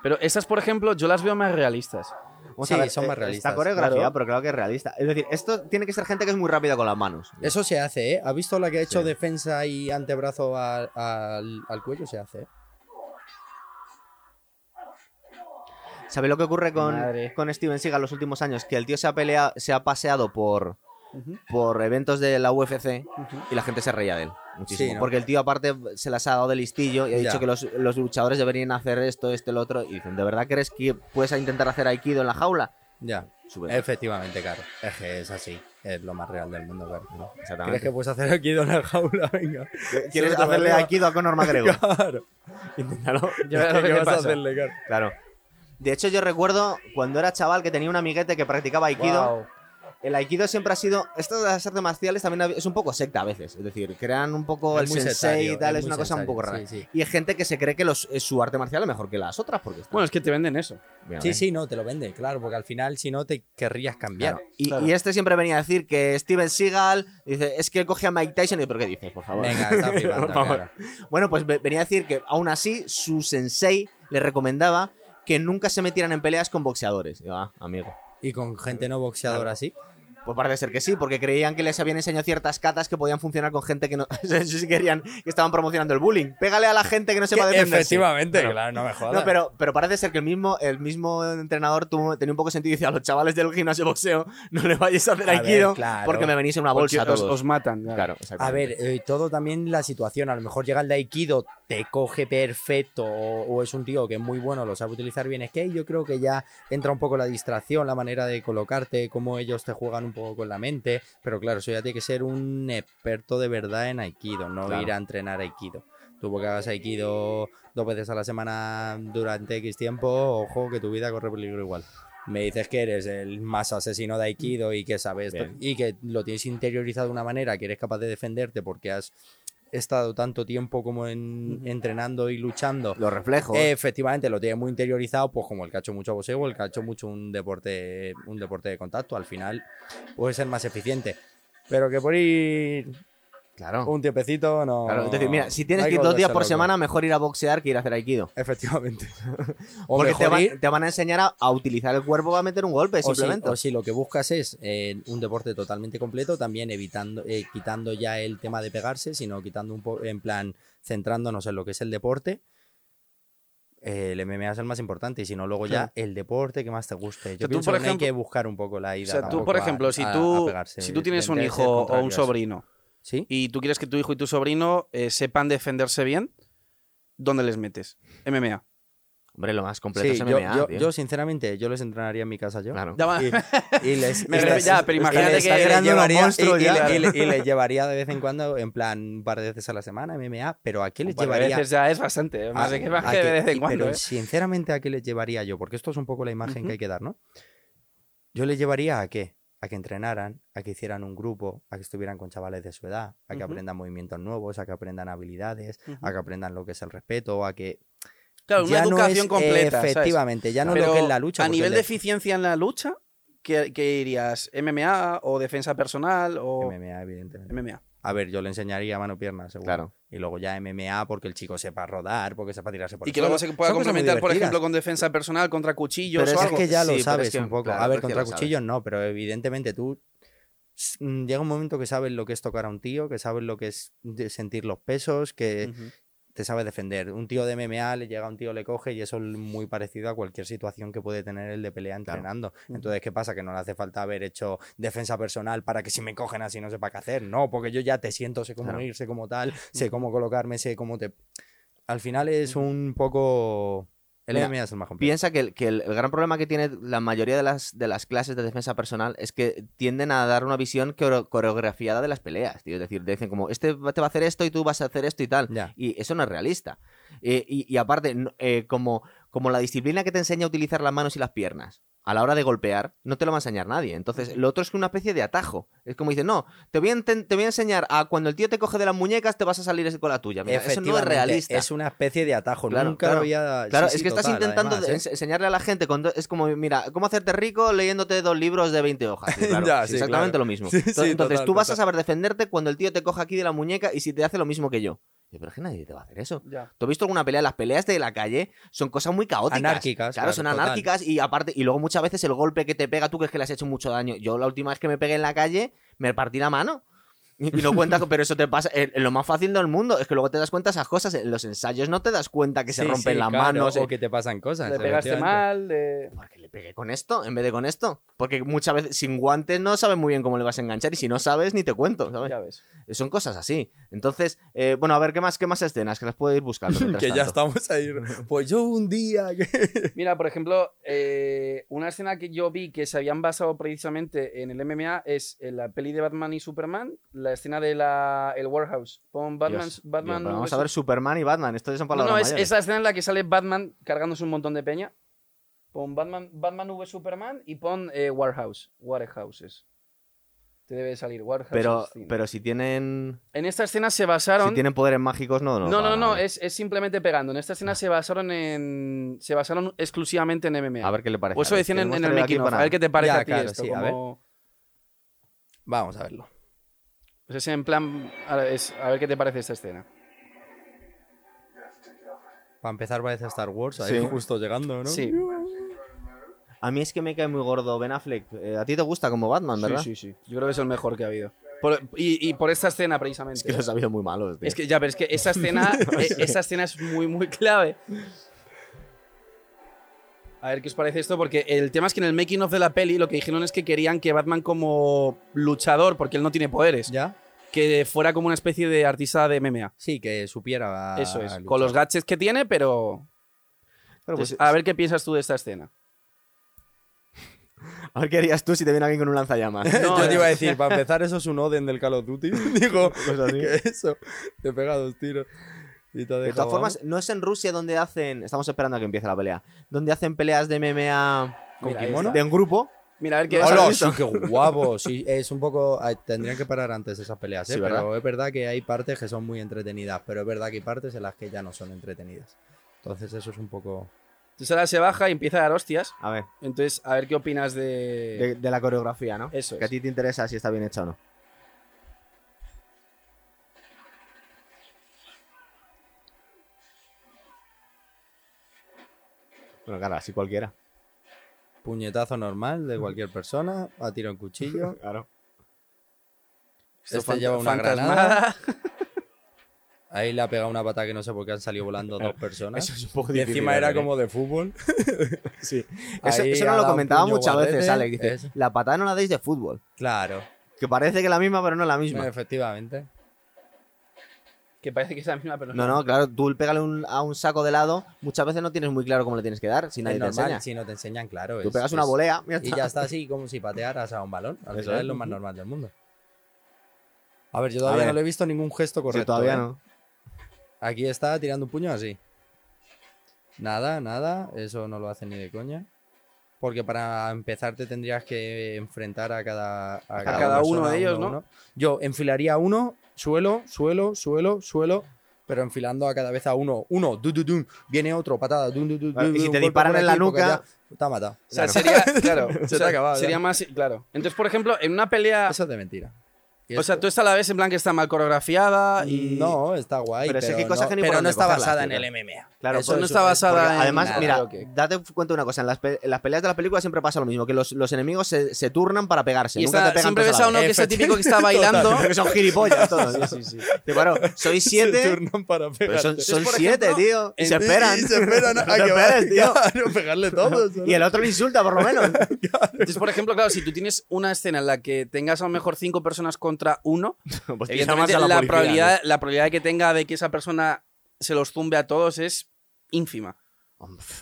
Speaker 3: Pero estas, por ejemplo, yo las veo más realistas.
Speaker 1: Vamos
Speaker 4: Sí, son
Speaker 1: eh,
Speaker 4: más realistas,
Speaker 1: Está coreografiado,
Speaker 3: claro.
Speaker 1: pero claro que es realista. Es decir, esto tiene que ser gente que es muy rápida con las manos.
Speaker 4: Eso se hace, ¿eh? ¿Has visto la que ha hecho defensa y antebrazo al, al- al cuello? Se hace. ¿eh?
Speaker 1: ¿Sabéis lo que ocurre con,
Speaker 3: Madre.
Speaker 1: con Steven Seagal los últimos años? Que el tío se ha, pelea, se ha paseado por, por eventos de la UFC y la gente se reía de él. Muchísimo.
Speaker 4: Sí, ¿no?
Speaker 1: Porque el tío, aparte, se las ha dado de listillo y ha
Speaker 4: Ya.
Speaker 1: dicho que los, los luchadores deberían hacer esto, esto, lo otro. Y dicen, ¿de verdad crees que puedes intentar hacer Aikido en la jaula?
Speaker 4: Ya.
Speaker 1: Sube.
Speaker 4: Efectivamente, claro. Es que es así. Es lo más real del mundo, claro. ¿Crees
Speaker 1: Exactamente.
Speaker 4: que puedes hacer aquí Donald Jaula? Venga.
Speaker 1: ¿Quieres
Speaker 4: Súbete
Speaker 1: hacerle
Speaker 4: arriba.
Speaker 1: Aikido a Conor McGregor?
Speaker 4: Claro.
Speaker 1: Inténtalo.
Speaker 3: Ya verás lo que
Speaker 4: ¿Qué
Speaker 3: te
Speaker 4: vas a
Speaker 3: pasa.
Speaker 4: hacerle, claro?
Speaker 1: Claro. De hecho, yo recuerdo cuando era chaval que tenía un amiguete que practicaba Aikido.
Speaker 3: Guau.
Speaker 1: El Aikido siempre ha sido. Esto de las artes marciales también es un poco secta a veces. Es decir, crean un poco
Speaker 4: Es
Speaker 1: el
Speaker 4: muy
Speaker 1: sensei
Speaker 4: sectario,
Speaker 1: y tal.
Speaker 4: es
Speaker 1: Es,
Speaker 4: muy
Speaker 1: una cosa un
Speaker 4: sectario,
Speaker 1: poco rara.
Speaker 4: sí, sí.
Speaker 1: Y hay gente que se cree que los- eh, su arte marcial es mejor que las otras porque está-
Speaker 3: Bueno, es que te venden eso.
Speaker 1: Mira,
Speaker 4: Sí,
Speaker 1: ¿eh?
Speaker 4: sí, no, te lo vende, claro, porque al final si no te querrías cambiar.
Speaker 1: Claro. Y,
Speaker 3: Claro.
Speaker 1: y este siempre venía a decir que Steven Seagal dice es que él coge a Mike Tyson y pero qué dices por favor.
Speaker 4: Venga, está flipando,
Speaker 1: Por favor.
Speaker 4: claro.
Speaker 1: Bueno, pues ve- venía a decir que aún así su sensei le recomendaba que nunca se metieran en peleas con boxeadores. Y yo, ah, amigo.
Speaker 4: Y con gente no boxeadora así.
Speaker 1: Pues parece ser que sí, porque creían que les habían enseñado ciertas catas que podían funcionar con gente que no. o sea, sí querían que estaban promocionando el bullying. Pégale a la gente que no sepa defenderse.
Speaker 4: Efectivamente,
Speaker 1: Claro.
Speaker 4: claro, no me jodas.
Speaker 1: No, pero, pero parece ser que el mismo, el mismo entrenador tuvo, tenía un poco de sentido y decía a los chavales del gimnasio de boxeo no le vayáis a hacer
Speaker 4: A ver,
Speaker 1: aikido
Speaker 4: claro.
Speaker 1: porque me venís en una bolsa
Speaker 3: Porque os,
Speaker 1: todos.
Speaker 3: os matan. ya.
Speaker 1: Claro,
Speaker 4: A
Speaker 1: exactamente.
Speaker 4: ver, eh, todo también la situación. A lo mejor llega el de Aikido, te coge perfecto, o, o es un tío que es muy bueno, lo sabe utilizar bien. Es que ahí yo creo que ya entra un poco la distracción, la manera de colocarte, cómo ellos te juegan un poco con la mente. Pero claro, eso ya tiene que ser un experto de verdad en Aikido, no
Speaker 1: Claro.
Speaker 4: ir a entrenar Aikido. Tú porque hagas Aikido dos veces a la semana durante X tiempo, ojo que tu vida corre peligro igual. Me dices que eres el más asesino de Aikido y que sabes
Speaker 1: Bien.
Speaker 4: y que lo tienes interiorizado de una manera que eres capaz de defenderte porque has estado tanto tiempo como en, entrenando y luchando.
Speaker 1: Los reflejos.
Speaker 4: eh, Efectivamente, lo tienes muy interiorizado, pues como el cacho mucho boxeo o el cacho mucho un deporte, un deporte de contacto, al final puede ser más eficiente. Pero que por ir
Speaker 1: claro.
Speaker 4: un tiempecito no.
Speaker 1: Claro, es decir, mira, si tienes
Speaker 4: no hay
Speaker 1: que ir dos días
Speaker 4: volverse
Speaker 1: por
Speaker 4: loco.
Speaker 1: semana, mejor ir a boxear que ir a hacer aikido.
Speaker 4: Efectivamente. O
Speaker 1: Porque te,
Speaker 4: mejor
Speaker 1: van-
Speaker 4: ir-
Speaker 1: te van a enseñar a, a utilizar el cuerpo para meter un golpe,
Speaker 4: o si,
Speaker 1: simplemente.
Speaker 4: o si lo que buscas es eh, un deporte totalmente completo, también evitando, eh, quitando ya el tema de pegarse, sino quitando un po en plan, centrándonos en lo que es el deporte. eh, el MMA es el más importante, y si no, luego ya el deporte que más te guste. Yo
Speaker 3: sea, tú,
Speaker 4: pienso
Speaker 3: por
Speaker 4: que no hay
Speaker 3: ejemplo-
Speaker 4: que buscar un poco la
Speaker 3: O
Speaker 4: ida.
Speaker 3: sea, tú,
Speaker 4: tampoco
Speaker 3: por
Speaker 4: a-
Speaker 3: ejemplo, si
Speaker 4: a- a
Speaker 3: tú,
Speaker 4: pegarse.
Speaker 3: si tú tienes un
Speaker 4: Debe ser
Speaker 3: hijo o un
Speaker 4: contrarios.
Speaker 3: sobrino
Speaker 4: ¿Sí?
Speaker 3: y tú quieres que tu hijo y tu sobrino eh, sepan defenderse bien, ¿dónde les metes? MMA.
Speaker 1: Hombre, lo más completo
Speaker 4: Sí,
Speaker 1: es
Speaker 4: yo,
Speaker 1: MMA.
Speaker 4: yo-
Speaker 1: tío.
Speaker 4: yo, sinceramente, yo les entrenaría en mi casa yo.
Speaker 1: Claro.
Speaker 3: Ya va.
Speaker 4: Y, y les,
Speaker 3: Me
Speaker 4: y
Speaker 3: re-
Speaker 4: les-
Speaker 3: ya, pero
Speaker 4: y les-
Speaker 3: imagínate
Speaker 4: y
Speaker 3: que
Speaker 4: les
Speaker 3: creando unos
Speaker 4: llevaría-
Speaker 1: monstruos
Speaker 4: y, y
Speaker 1: ya.
Speaker 4: le- y le- y les llevaría de vez en cuando, en plan, un par de veces a la semana, MMA, pero ¿a qué les
Speaker 3: Bueno,
Speaker 4: llevaría?
Speaker 3: a veces ya es bastante. eh, Más
Speaker 4: A-
Speaker 3: de que más
Speaker 4: a
Speaker 3: que de
Speaker 4: que-
Speaker 3: vez en
Speaker 4: y-
Speaker 3: cuando.
Speaker 4: Pero
Speaker 3: eh.
Speaker 4: sinceramente, ¿a qué les llevaría yo? Porque esto es un poco la imagen que hay que dar, ¿no? Yo les llevaría a qué? A a que entrenaran, a que hicieran un grupo, a que estuvieran con chavales de su edad, a que
Speaker 3: Ujú.
Speaker 4: aprendan movimientos nuevos, a que aprendan habilidades,
Speaker 3: Ujú.
Speaker 4: a que aprendan lo que es el respeto, a que
Speaker 3: Claro, una
Speaker 4: ah, ya no
Speaker 3: educación
Speaker 4: es-
Speaker 3: completa. ¿sabes?
Speaker 4: Efectivamente, ya no es
Speaker 3: Pero
Speaker 4: lo que es la lucha.
Speaker 3: A
Speaker 4: porque
Speaker 3: nivel
Speaker 4: el
Speaker 3: de
Speaker 4: def-
Speaker 3: eficiencia en la lucha, ¿qué, qué irías? ¿MMA o defensa personal o
Speaker 4: MMA, evidentemente.
Speaker 3: MMA?
Speaker 4: A ver, yo le enseñaría mano pierna, seguro.
Speaker 1: Claro.
Speaker 4: Y luego ya MMA porque el chico sepa rodar, porque sepa tirarse por
Speaker 3: Y
Speaker 4: el
Speaker 3: que lo
Speaker 4: suelo.
Speaker 3: más se pueda
Speaker 4: Son cosas muy
Speaker 3: complementar, por
Speaker 4: divertidas.
Speaker 3: ejemplo, con defensa personal, contra cuchillos
Speaker 4: Pero
Speaker 3: o
Speaker 4: es
Speaker 3: algo.
Speaker 4: que ya
Speaker 1: Sí,
Speaker 4: lo
Speaker 1: pero es
Speaker 4: sabes
Speaker 1: que,
Speaker 4: un poco.
Speaker 1: claro,
Speaker 4: a
Speaker 1: pero
Speaker 4: ver,
Speaker 1: es que
Speaker 4: contra
Speaker 1: lo sabes.
Speaker 4: cuchillos no, pero evidentemente tú s- mm, llega un momento que sabes lo que es tocar a un tío, que sabes lo que es de sentir los pesos, que
Speaker 3: Ujú.
Speaker 4: te sabes defender. Un tío de MMA le llega a un tío, le coge y eso es muy parecido a cualquier situación que puede tener el de pelea entrenando. Entonces, ¿qué pasa? Que no le hace falta haber hecho defensa personal para que si me cogen así no sepa qué hacer. No, porque yo ya te siento, sé cómo
Speaker 1: Claro.
Speaker 4: ir, sé cómo tal, sé cómo colocarme, sé cómo te... Al final es un poco... El
Speaker 1: Mira,
Speaker 4: MMA es el más complejo.
Speaker 1: Piensa que, el, que el, el gran problema que tiene la mayoría de las, de las clases de defensa personal es que tienden a dar una visión coreo- coreografiada de las peleas, tío. Es decir, te dicen como, este va- te va a hacer esto y tú vas a hacer esto y tal.
Speaker 4: Ya.
Speaker 1: Y eso no es realista. Eh, y, y aparte, no- eh, como, como la disciplina que te enseña a utilizar las manos y las piernas a la hora de golpear, no te lo va a enseñar nadie. Entonces, lo otro es que una especie de atajo. Es como dicen, no, te voy a, enten- te voy a enseñar a cuando el tío te coge de las muñecas, te vas a salir ese con la tuya. Mira, eso no es
Speaker 4: Efectivamente,
Speaker 1: realista.
Speaker 4: Es una especie de atajo.
Speaker 1: Claro,
Speaker 4: Nunca
Speaker 1: claro.
Speaker 4: lo había.
Speaker 1: Claro,
Speaker 4: sí,
Speaker 1: es
Speaker 4: sí,
Speaker 1: que estás
Speaker 4: total,
Speaker 1: intentando
Speaker 4: además,
Speaker 1: de-
Speaker 4: ¿eh?
Speaker 1: ens- enseñarle a la gente, con do- es como, mira, cómo hacerte rico leyéndote dos libros de 20 hojas. Sí, claro,
Speaker 3: Ya,
Speaker 1: es
Speaker 3: sí,
Speaker 1: exactamente lo
Speaker 3: claro.
Speaker 1: mismo.
Speaker 3: Sí, sí,
Speaker 1: entonces entonces
Speaker 3: total,
Speaker 1: tú vas a
Speaker 3: total.
Speaker 1: saber defenderte cuando el tío te coja aquí de la muñeca y si te hace lo mismo que yo. Yo, Pero es que nadie te va a hacer eso.
Speaker 3: Ya.
Speaker 1: ¿Tú has visto alguna pelea? Las peleas de la calle son cosas muy caóticas.
Speaker 4: Anárquicas,
Speaker 1: Claro,
Speaker 4: claro,
Speaker 1: son
Speaker 4: total.
Speaker 1: anárquicas y aparte, y luego muchas veces el golpe que te pega, tú crees que le has hecho mucho daño. Yo la última vez que me pegué en la calle, me partí la mano. Y y no cuenta, pero eso te pasa. en- en lo más fácil del mundo es que luego te das cuenta esas cosas. En los ensayos no te das cuenta que se
Speaker 4: Sí,
Speaker 1: rompen
Speaker 4: sí,
Speaker 1: las
Speaker 4: claro,
Speaker 1: manos.
Speaker 4: O que te pasan cosas.
Speaker 3: Le pegaste
Speaker 4: efectivamente.
Speaker 3: mal, le-
Speaker 1: ¿Por qué le pegué con esto en vez de con esto? Porque muchas veces sin guantes no sabes muy bien cómo le vas a enganchar y si no sabes ni te cuento, ¿sabes?
Speaker 3: ya ves.
Speaker 1: Son cosas así. Entonces, eh, bueno, a ver, ¿qué más, ¿qué más escenas? Que las puedo ir buscando. mientras
Speaker 4: Que ya
Speaker 1: tanto.
Speaker 4: estamos ahí. Pues yo un día. que-
Speaker 3: Mira, por ejemplo, eh, una escena que yo vi que se habían basado precisamente en el MMA es en la peli de Batman y Superman, la escena de la el warehouse. Pon Batman,
Speaker 1: Dios,
Speaker 3: Batman.
Speaker 1: Dios, pero vamos
Speaker 3: vs.
Speaker 1: a ver Superman y Batman. Esto ya son
Speaker 3: No,
Speaker 1: palabras
Speaker 3: no, es,
Speaker 1: mayores.
Speaker 3: es la escena en la que sale Batman cargándose un montón de peña. Pon Batman, Batman V Superman y pon eh, Warehouse. Warehouses. Te debe salir Warehouse.
Speaker 1: Pero, pero si tienen
Speaker 3: En esta escena se basaron.
Speaker 1: si tienen poderes mágicos no no
Speaker 3: No, no,
Speaker 1: van a
Speaker 3: no,
Speaker 1: ver.
Speaker 3: es, es simplemente pegando. En esta escena
Speaker 1: Ah.
Speaker 3: se basaron en. Se basaron exclusivamente en MMA.
Speaker 1: a ver qué le parece.
Speaker 3: o Pues eso
Speaker 1: a ver,
Speaker 3: decían en,
Speaker 1: tenemos
Speaker 3: en el
Speaker 1: tarea aquí
Speaker 3: making of.
Speaker 1: para-
Speaker 3: A ver qué te parece a
Speaker 4: Ya,
Speaker 3: ti
Speaker 4: claro,
Speaker 3: esto.
Speaker 4: sí, a
Speaker 3: como-
Speaker 4: Vamos a verlo.
Speaker 3: pues es en plan. A ver, es- a ver qué te parece esta escena.
Speaker 4: Para empezar, parece Star Wars. Ahí justo llegando, ¿no?
Speaker 3: Sí.
Speaker 1: A mí es que me cae muy gordo Ben Affleck. Eh, a ti te gusta como Batman, ¿verdad?
Speaker 3: Sí, sí, sí. Yo creo que es el mejor que ha habido. Por- y, y por esta escena, precisamente.
Speaker 1: Es que los ha habido muy malos, tío.
Speaker 3: Es que ya, pero es que esa escena, e- esa escena es muy, muy clave. A ver qué os parece esto, porque el tema es que en el making of de la peli lo que dijeron es que querían que Batman como luchador, porque él no tiene poderes,
Speaker 4: ¿Ya?
Speaker 3: que fuera como una especie de artista de MMA.
Speaker 4: Sí, que supiera.
Speaker 3: Eso es,
Speaker 4: luchar.
Speaker 3: con los gadgets que tiene, pero...
Speaker 1: Pero pues,
Speaker 3: Entonces, a ver qué piensas tú de esta escena.
Speaker 1: a ver qué harías tú si te viene alguien con un lanzallamas.
Speaker 3: No,
Speaker 4: Yo te iba a
Speaker 3: eh.
Speaker 4: decir, para empezar, eso es un Oden del Call of Duty. Digo,
Speaker 3: Pues
Speaker 4: que eso. Te pega dos tiros. Y te ha
Speaker 1: De
Speaker 4: dejado,
Speaker 1: todas formas, no es en Rusia donde hacen. Estamos esperando a que empiece la pelea. Donde hacen peleas de MMA
Speaker 3: ¿Con kimono?
Speaker 1: de un grupo.
Speaker 3: Mira, a ver qué...
Speaker 1: No,
Speaker 4: Hola,
Speaker 1: has
Speaker 4: sí, qué guapo. Sí, es un poco. ay, Tendrían que parar antes esas peleas, ¿eh?
Speaker 1: Sí,
Speaker 4: pero
Speaker 1: ¿verdad?
Speaker 4: es verdad que hay partes que son muy entretenidas, pero es verdad que hay partes en las que ya no son entretenidas. Entonces, eso es un poco.
Speaker 3: Entonces ahora se baja y empieza a dar hostias.
Speaker 1: A ver,
Speaker 3: Entonces, a ver qué opinas de...
Speaker 1: de, de la coreografía, ¿no?
Speaker 3: Eso
Speaker 1: Que a
Speaker 3: es.
Speaker 1: ti te interesa si está bien hecha o no. Bueno, claro, así cualquiera.
Speaker 4: Puñetazo normal de cualquier persona, a tiro en cuchillo.
Speaker 1: Claro.
Speaker 3: Esto
Speaker 4: este
Speaker 3: fanta-
Speaker 4: lleva una
Speaker 3: fantasmada.
Speaker 4: granada. Ahí le ha pegado una pata que no sé por qué han salido volando dos personas.
Speaker 1: Eso es un poco
Speaker 4: Y
Speaker 1: difícil.
Speaker 4: encima era
Speaker 1: ¿eh?
Speaker 4: como de fútbol.
Speaker 1: Sí. Eso,
Speaker 4: Ahí
Speaker 1: eso
Speaker 4: ha
Speaker 1: no lo
Speaker 4: dado
Speaker 1: comentaba
Speaker 4: puño
Speaker 1: muchas
Speaker 4: guardete,
Speaker 1: veces, Alex. Dice,
Speaker 4: eso.
Speaker 1: la patada no la deis de fútbol.
Speaker 4: Claro,
Speaker 1: Que parece que es la misma, pero no es la misma.
Speaker 4: efectivamente.
Speaker 3: Que parece que es la misma, pero
Speaker 1: No, no, claro, tú pégale un- a un saco de helado, muchas veces no tienes muy claro cómo le tienes que dar, si nadie
Speaker 4: es
Speaker 1: te
Speaker 4: normal,
Speaker 1: enseña.
Speaker 4: si no te enseñan, claro.
Speaker 1: Tú
Speaker 4: es-
Speaker 1: pegas una
Speaker 4: es-
Speaker 1: volea pues, ya
Speaker 4: Y
Speaker 1: está.
Speaker 4: ya está así, como si patearas a un balón. Al
Speaker 1: Eso
Speaker 4: final
Speaker 1: es.
Speaker 4: es lo más normal del mundo. A ver,
Speaker 1: todavía
Speaker 4: yo todavía
Speaker 1: ver.
Speaker 4: no
Speaker 1: no le
Speaker 4: le he visto ningún gesto
Speaker 1: Sí,
Speaker 4: correcto. ¿eh?
Speaker 1: todavía no.
Speaker 4: Aquí está tirando un puño así. Nada, nada. Eso no lo hace ni de coña. Porque para empezar te tendrías que enfrentar a cada, a
Speaker 3: cada uno
Speaker 4: persona,
Speaker 3: de ellos, ¿no?
Speaker 4: Yo enfilaría uno, suelo, suelo, suelo, suelo, pero enfilando a cada vez a uno. Uno, du, du, dum, viene otro, patada, dum, du, du,
Speaker 1: Vale,
Speaker 4: dum,
Speaker 1: y si
Speaker 4: un
Speaker 1: te
Speaker 4: golpe
Speaker 1: disparan
Speaker 4: por
Speaker 1: en la
Speaker 4: aquí, porque
Speaker 1: nuca-
Speaker 4: ya Te ha matado.
Speaker 3: O sea,
Speaker 4: Claro.
Speaker 3: sería, claro, o
Speaker 4: te ha
Speaker 3: sea,
Speaker 4: acabado, ya.
Speaker 3: sería más, claro. Entonces, por ejemplo, en una pelea,
Speaker 4: Eso es de mentira. Y
Speaker 3: o sea,
Speaker 4: esto-
Speaker 3: tú esta a la vez en plan que está mal coreografiada y
Speaker 4: No, está guay.
Speaker 1: Pero
Speaker 4: Pero,
Speaker 1: es que hay cosas
Speaker 4: no,
Speaker 1: que ni
Speaker 4: pero
Speaker 1: por
Speaker 4: no
Speaker 1: dónde
Speaker 4: está
Speaker 1: cogerlas,
Speaker 4: basada en
Speaker 1: tío.
Speaker 4: el MMA.
Speaker 1: Claro,
Speaker 3: Eso
Speaker 1: por eh,
Speaker 3: no está basada
Speaker 1: porque
Speaker 3: en
Speaker 1: Además,
Speaker 3: nada,
Speaker 1: mira,
Speaker 3: creo que.
Speaker 1: date cuenta de una cosa. En las, pe- en las peleas de las películas siempre pasa lo mismo, que los, los enemigos se, se turnan para pegarse.
Speaker 3: Y
Speaker 1: nunca
Speaker 3: está-
Speaker 1: te pegan
Speaker 3: siempre
Speaker 1: todos
Speaker 3: ves a
Speaker 1: la
Speaker 3: uno
Speaker 1: vez.
Speaker 3: que es el típico que está bailando.
Speaker 1: Porque son gilipollas todos. Te paro, soy
Speaker 4: Se
Speaker 1: siete,
Speaker 4: turnan para
Speaker 1: pero
Speaker 4: pegar.
Speaker 1: son, son
Speaker 3: por
Speaker 1: siete,
Speaker 3: ejemplo,
Speaker 1: tío. Y se
Speaker 4: Y-
Speaker 1: esperan.
Speaker 4: Y se esperan a
Speaker 1: No te
Speaker 4: que
Speaker 1: esperes,
Speaker 4: vayan,
Speaker 1: tío.
Speaker 4: claro, pegarle todos.
Speaker 1: Y el otro le insulta, por lo menos.
Speaker 3: Entonces, por ejemplo, claro, si tú tienes una escena en la que tengas a lo mejor cinco personas contra uno,
Speaker 1: Pues tira más
Speaker 3: evidentemente
Speaker 1: a
Speaker 3: la,
Speaker 1: policía,
Speaker 3: probabilidad, la probabilidad que tenga de que esa persona se los zumbe a todos es ínfima.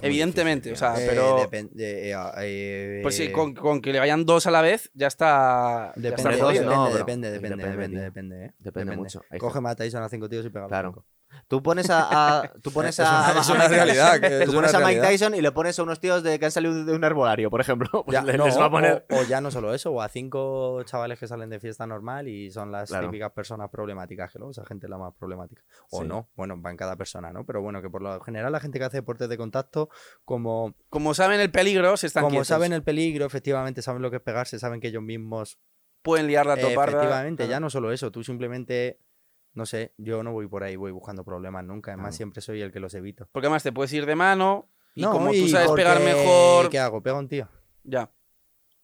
Speaker 3: Evidentemente, o
Speaker 1: Ah,
Speaker 3: sea,
Speaker 4: Eh,
Speaker 3: pero
Speaker 4: depende, eh, eh,
Speaker 3: pues sí,
Speaker 4: eh,
Speaker 3: con, con que le vayan dos a la vez ya está. ya está
Speaker 4: Depende,
Speaker 1: Entre
Speaker 4: depende,
Speaker 1: dos,
Speaker 3: jodido.
Speaker 1: no,
Speaker 4: depende,
Speaker 1: pero-
Speaker 4: depende,
Speaker 1: depende,
Speaker 4: depende, depende,
Speaker 1: tío.
Speaker 4: depende, eh.
Speaker 1: Depende mucho. Hay
Speaker 4: Coge
Speaker 1: gente-
Speaker 4: mata a Tyson a cinco tíos y pega. a los
Speaker 1: Claro.
Speaker 4: cinco.
Speaker 1: ¿no? Tú pones a, a- tú pones
Speaker 4: Es
Speaker 1: a,
Speaker 4: una- es una
Speaker 1: a-
Speaker 4: realidad, que es
Speaker 1: Tú pones
Speaker 4: una
Speaker 1: a Mike
Speaker 4: realidad.
Speaker 1: Tyson y le pones a unos tíos de que han salido de un arbolario, por ejemplo. Pues
Speaker 4: Ya,
Speaker 1: le-
Speaker 4: no,
Speaker 1: les va a poner.
Speaker 4: o, o ya no solo eso, o a cinco chavales que salen de fiesta normal y son las
Speaker 1: Claro.
Speaker 4: típicas personas problemáticas, que luego esa gente es la más problemática. O
Speaker 1: Sí.
Speaker 4: no, bueno, va en cada persona, ¿no? Pero bueno, que por lo general la gente que hace deportes de contacto, como
Speaker 3: Como saben el peligro, se están
Speaker 4: Como
Speaker 3: quietos.
Speaker 4: saben el peligro, efectivamente, saben lo que es pegarse, saben que ellos mismos.
Speaker 3: pueden liar la toparda.
Speaker 4: efectivamente, ya
Speaker 3: Claro.
Speaker 4: no solo eso, tú simplemente. No sé, yo no voy por ahí, voy buscando problemas nunca. Además,
Speaker 1: Claro.
Speaker 4: siempre soy el que los evito.
Speaker 3: Porque además te puedes ir de mano y
Speaker 4: No,
Speaker 3: como tú
Speaker 4: y
Speaker 3: sabes pegar
Speaker 4: porque-
Speaker 3: mejor,
Speaker 4: ¿Qué hago? Pego a un tío.
Speaker 3: ya.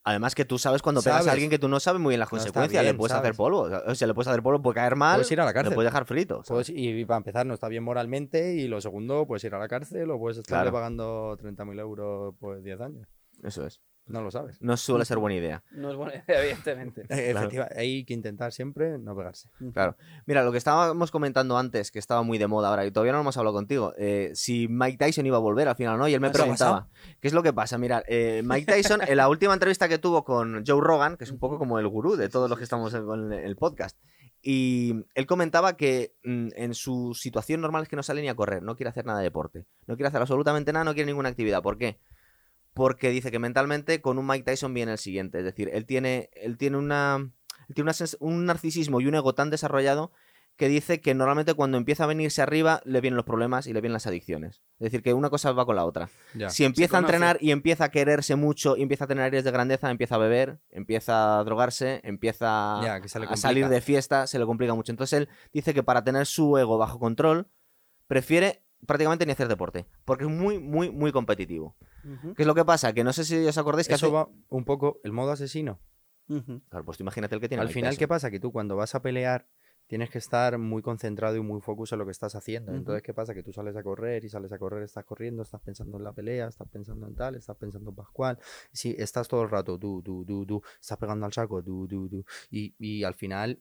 Speaker 1: Además que tú sabes cuando pegas
Speaker 4: Sabes.
Speaker 1: a alguien que tú no sabes muy bien las
Speaker 4: No está
Speaker 1: consecuencias. le
Speaker 4: bien,
Speaker 1: puedes hacer
Speaker 4: ¿sabes?
Speaker 1: polvo. O sea, le puedes hacer polvo, puede caer mal.
Speaker 4: Puedes ir a la
Speaker 1: Le
Speaker 4: cárcel. Pues
Speaker 1: puedes dejar frito. ¿sabes?
Speaker 4: Puedes- y, y para empezar, no está bien moralmente. Y lo segundo, puedes ir a la cárcel o puedes estarle
Speaker 1: Claro.
Speaker 4: pagando 30.000 euros por 10 años.
Speaker 1: Eso es.
Speaker 4: No lo sabes.
Speaker 1: No suele ser buena idea.
Speaker 3: No es buena idea, evidentemente.
Speaker 4: Eh, efectiva- hay que intentar siempre no pegarse.
Speaker 1: Claro. Mira, lo que estábamos comentando antes, que estaba muy de moda ahora, y todavía no hemos hablado contigo, eh, si Mike Tyson iba a volver al final o no, y él me
Speaker 3: ¿Eso ha
Speaker 1: preguntaba, ¿qué es lo que pasa? Mira, eh, Mike Tyson, en la última entrevista que tuvo con Joe Rogan, que es un poco como el gurú de todos los que estamos en con el podcast, y él comentaba que mm, en su situación normal es que no sale ni a correr, no quiere hacer nada de deporte, no quiere hacer absolutamente nada, no quiere ninguna actividad. ¿Por qué? Porque dice que mentalmente con un Mike Tyson viene el siguiente, es decir, él tiene, él tiene una... Él tiene una sens- un narcisismo y un ego tan desarrollado que dice que normalmente cuando empieza a venirse arriba le vienen los problemas y le vienen las adicciones. Es decir, que una cosa va con la otra.
Speaker 4: Ya.
Speaker 1: Si empieza a
Speaker 3: conoce.
Speaker 1: entrenar y empieza a quererse mucho y empieza a tener áreas de grandeza, empieza a beber, empieza a drogarse, empieza
Speaker 4: Ya, que se le
Speaker 1: Ah, a salir
Speaker 4: complica.
Speaker 1: de fiesta, se le complica mucho. Entonces él dice que para tener su ego bajo control prefiere prácticamente ni hacer deporte, porque es muy, muy, muy competitivo.
Speaker 3: Ujú,
Speaker 1: ¿Qué es lo que pasa? Que no sé si os acordáis que
Speaker 4: Eso
Speaker 1: hace-
Speaker 4: va un poco el modo asesino.
Speaker 3: ujú.
Speaker 1: Claro, pues tú imagínate el que tiene
Speaker 4: Al
Speaker 1: Mike
Speaker 4: final,
Speaker 1: Tyson.
Speaker 4: ¿qué pasa? Que tú cuando vas a pelear tienes que estar muy concentrado y muy focus en lo que estás haciendo.
Speaker 3: Ujú.
Speaker 4: Entonces, ¿qué pasa? Que tú sales a correr y sales a correr, estás corriendo, estás pensando en la pelea, estás pensando en tal, estás pensando en Pascual. Sí, estás todo el rato, tú, tú, tú, tú, estás pegando al saco, tú, tú, tú. Y, y al final,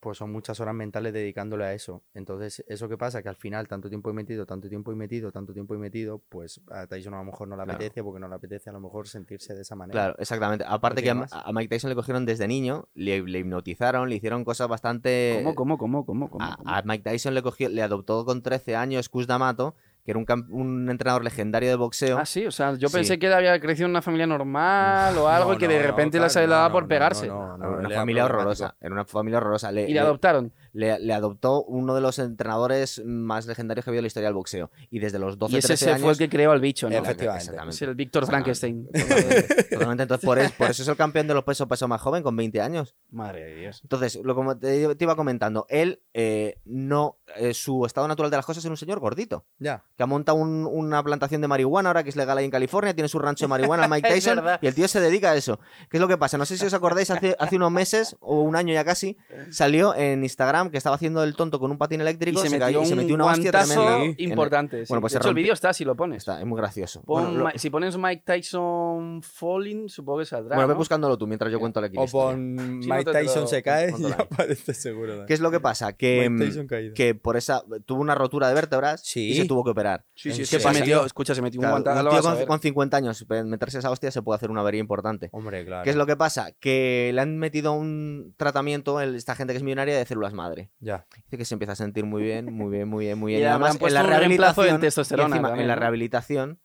Speaker 4: pues son muchas horas mentales dedicándole a eso. Entonces, ¿eso qué pasa? Que al final, tanto tiempo y metido, tanto tiempo y metido, tanto tiempo y metido, pues a Tyson a lo mejor no le
Speaker 1: Claro.
Speaker 4: apetece porque no le apetece a lo mejor sentirse de esa manera.
Speaker 1: Claro, exactamente. Aparte que
Speaker 4: tiene
Speaker 1: a,
Speaker 4: más.
Speaker 1: a Mike Tyson le cogieron desde niño, le, le hipnotizaron, le hicieron cosas bastante...
Speaker 3: ¿Cómo, cómo, cómo, cómo, cómo?
Speaker 1: a,
Speaker 3: cómo?
Speaker 1: a Mike Tyson le, cogió, le adoptó con 13 años Cus D'Amato, que era un, cam- un entrenador legendario de boxeo.
Speaker 3: Ah, sí, o sea, yo
Speaker 1: Sí.
Speaker 3: pensé que había crecido en una familia normal o algo
Speaker 4: No,
Speaker 3: y que
Speaker 4: no,
Speaker 3: de
Speaker 4: no,
Speaker 3: repente
Speaker 4: claro,
Speaker 3: la se la daba
Speaker 4: no,
Speaker 3: por
Speaker 4: no,
Speaker 3: pegarse.
Speaker 4: no, no, no,
Speaker 1: Era una
Speaker 4: era
Speaker 1: familia
Speaker 4: problemático.
Speaker 1: horrorosa. Era una familia horrorosa. Le,
Speaker 3: Y le
Speaker 1: le-
Speaker 3: adoptaron.
Speaker 1: le- le adoptó uno de los entrenadores más legendarios que ha habido en la historia del boxeo. Y desde los 12,
Speaker 3: Y ese
Speaker 1: 13
Speaker 3: se fue el
Speaker 1: años...
Speaker 3: que creó al bicho, ¿no?
Speaker 4: Efectivamente.
Speaker 3: Es el Víctor Frankenstein.
Speaker 1: Totalmente, totalmente. Entonces, por, es- por eso es el campeón de los pesos peso más joven, con 20 años.
Speaker 3: Madre de Dios.
Speaker 1: Entonces, lo como te, te iba comentando, él eh, no, eh, su estado natural de las cosas es un señor gordito,
Speaker 4: Ya.
Speaker 1: que ha montado un- una plantación de marihuana ahora que es legal ahí en California, tiene su rancho de marihuana, Mike
Speaker 3: Es
Speaker 1: Tyson,
Speaker 3: verdad.
Speaker 1: y el tío se dedica a eso. ¿Qué es lo que pasa? No sé si os acordáis, hace, hace unos meses, o un año ya casi, salió en Instagram que estaba haciendo el tonto con un patín
Speaker 3: Y
Speaker 1: eléctrico,
Speaker 3: se, metió
Speaker 1: cayó y
Speaker 3: un
Speaker 1: se metió una hostia
Speaker 3: guantazo
Speaker 1: tremenda.
Speaker 3: importante. sí.
Speaker 1: Bueno, pues
Speaker 3: de
Speaker 1: se
Speaker 3: hecho, el
Speaker 1: rompe-
Speaker 3: vídeo está si lo
Speaker 1: En-
Speaker 3: pones.
Speaker 1: Está, es muy gracioso.
Speaker 3: Pon
Speaker 1: bueno, lo-
Speaker 3: Mi- Si pones Mike Tyson Falling, supongo que saldrá.
Speaker 1: bueno, ve
Speaker 3: ¿no?
Speaker 1: buscándolo tú mientras yo cuento la
Speaker 4: O
Speaker 1: historia.
Speaker 4: pon
Speaker 3: Sí, no
Speaker 4: Mike
Speaker 3: te
Speaker 4: Tyson
Speaker 3: lo-
Speaker 4: se cae y
Speaker 1: ponlo ahí.
Speaker 4: aparece seguro. ¿no?
Speaker 1: ¿Qué es lo que pasa? Que, mm,
Speaker 4: Mike Tyson caído.
Speaker 1: que por esa tuvo una rotura de vértebras
Speaker 4: Sí.
Speaker 1: y se tuvo que operar.
Speaker 3: Sí, sí, sí,
Speaker 4: ¿En
Speaker 3: se
Speaker 4: serio?
Speaker 3: metió, escucha, se metió
Speaker 1: Claro,
Speaker 3: un
Speaker 1: un
Speaker 3: guantazo.
Speaker 1: tío
Speaker 3: vas a
Speaker 1: con,
Speaker 3: ver.
Speaker 1: con 50 años, pe- meterse esa hostia se puede hacer una avería importante.
Speaker 4: Hombre, claro.
Speaker 1: ¿Qué es lo que pasa? Que le han metido un tratamiento, el- esta gente que es millonaria, de células madre.
Speaker 4: Ya.
Speaker 1: Dice que se empieza a sentir muy bien, muy bien, muy bien, muy
Speaker 3: Y
Speaker 1: bien. Y
Speaker 3: además
Speaker 1: además,
Speaker 3: han
Speaker 1: en la
Speaker 3: puesto un reemplazo de
Speaker 1: rehabilitación, y
Speaker 3: testosterona
Speaker 1: encima,
Speaker 3: también,
Speaker 1: en la
Speaker 3: ¿no?
Speaker 1: rehabilitación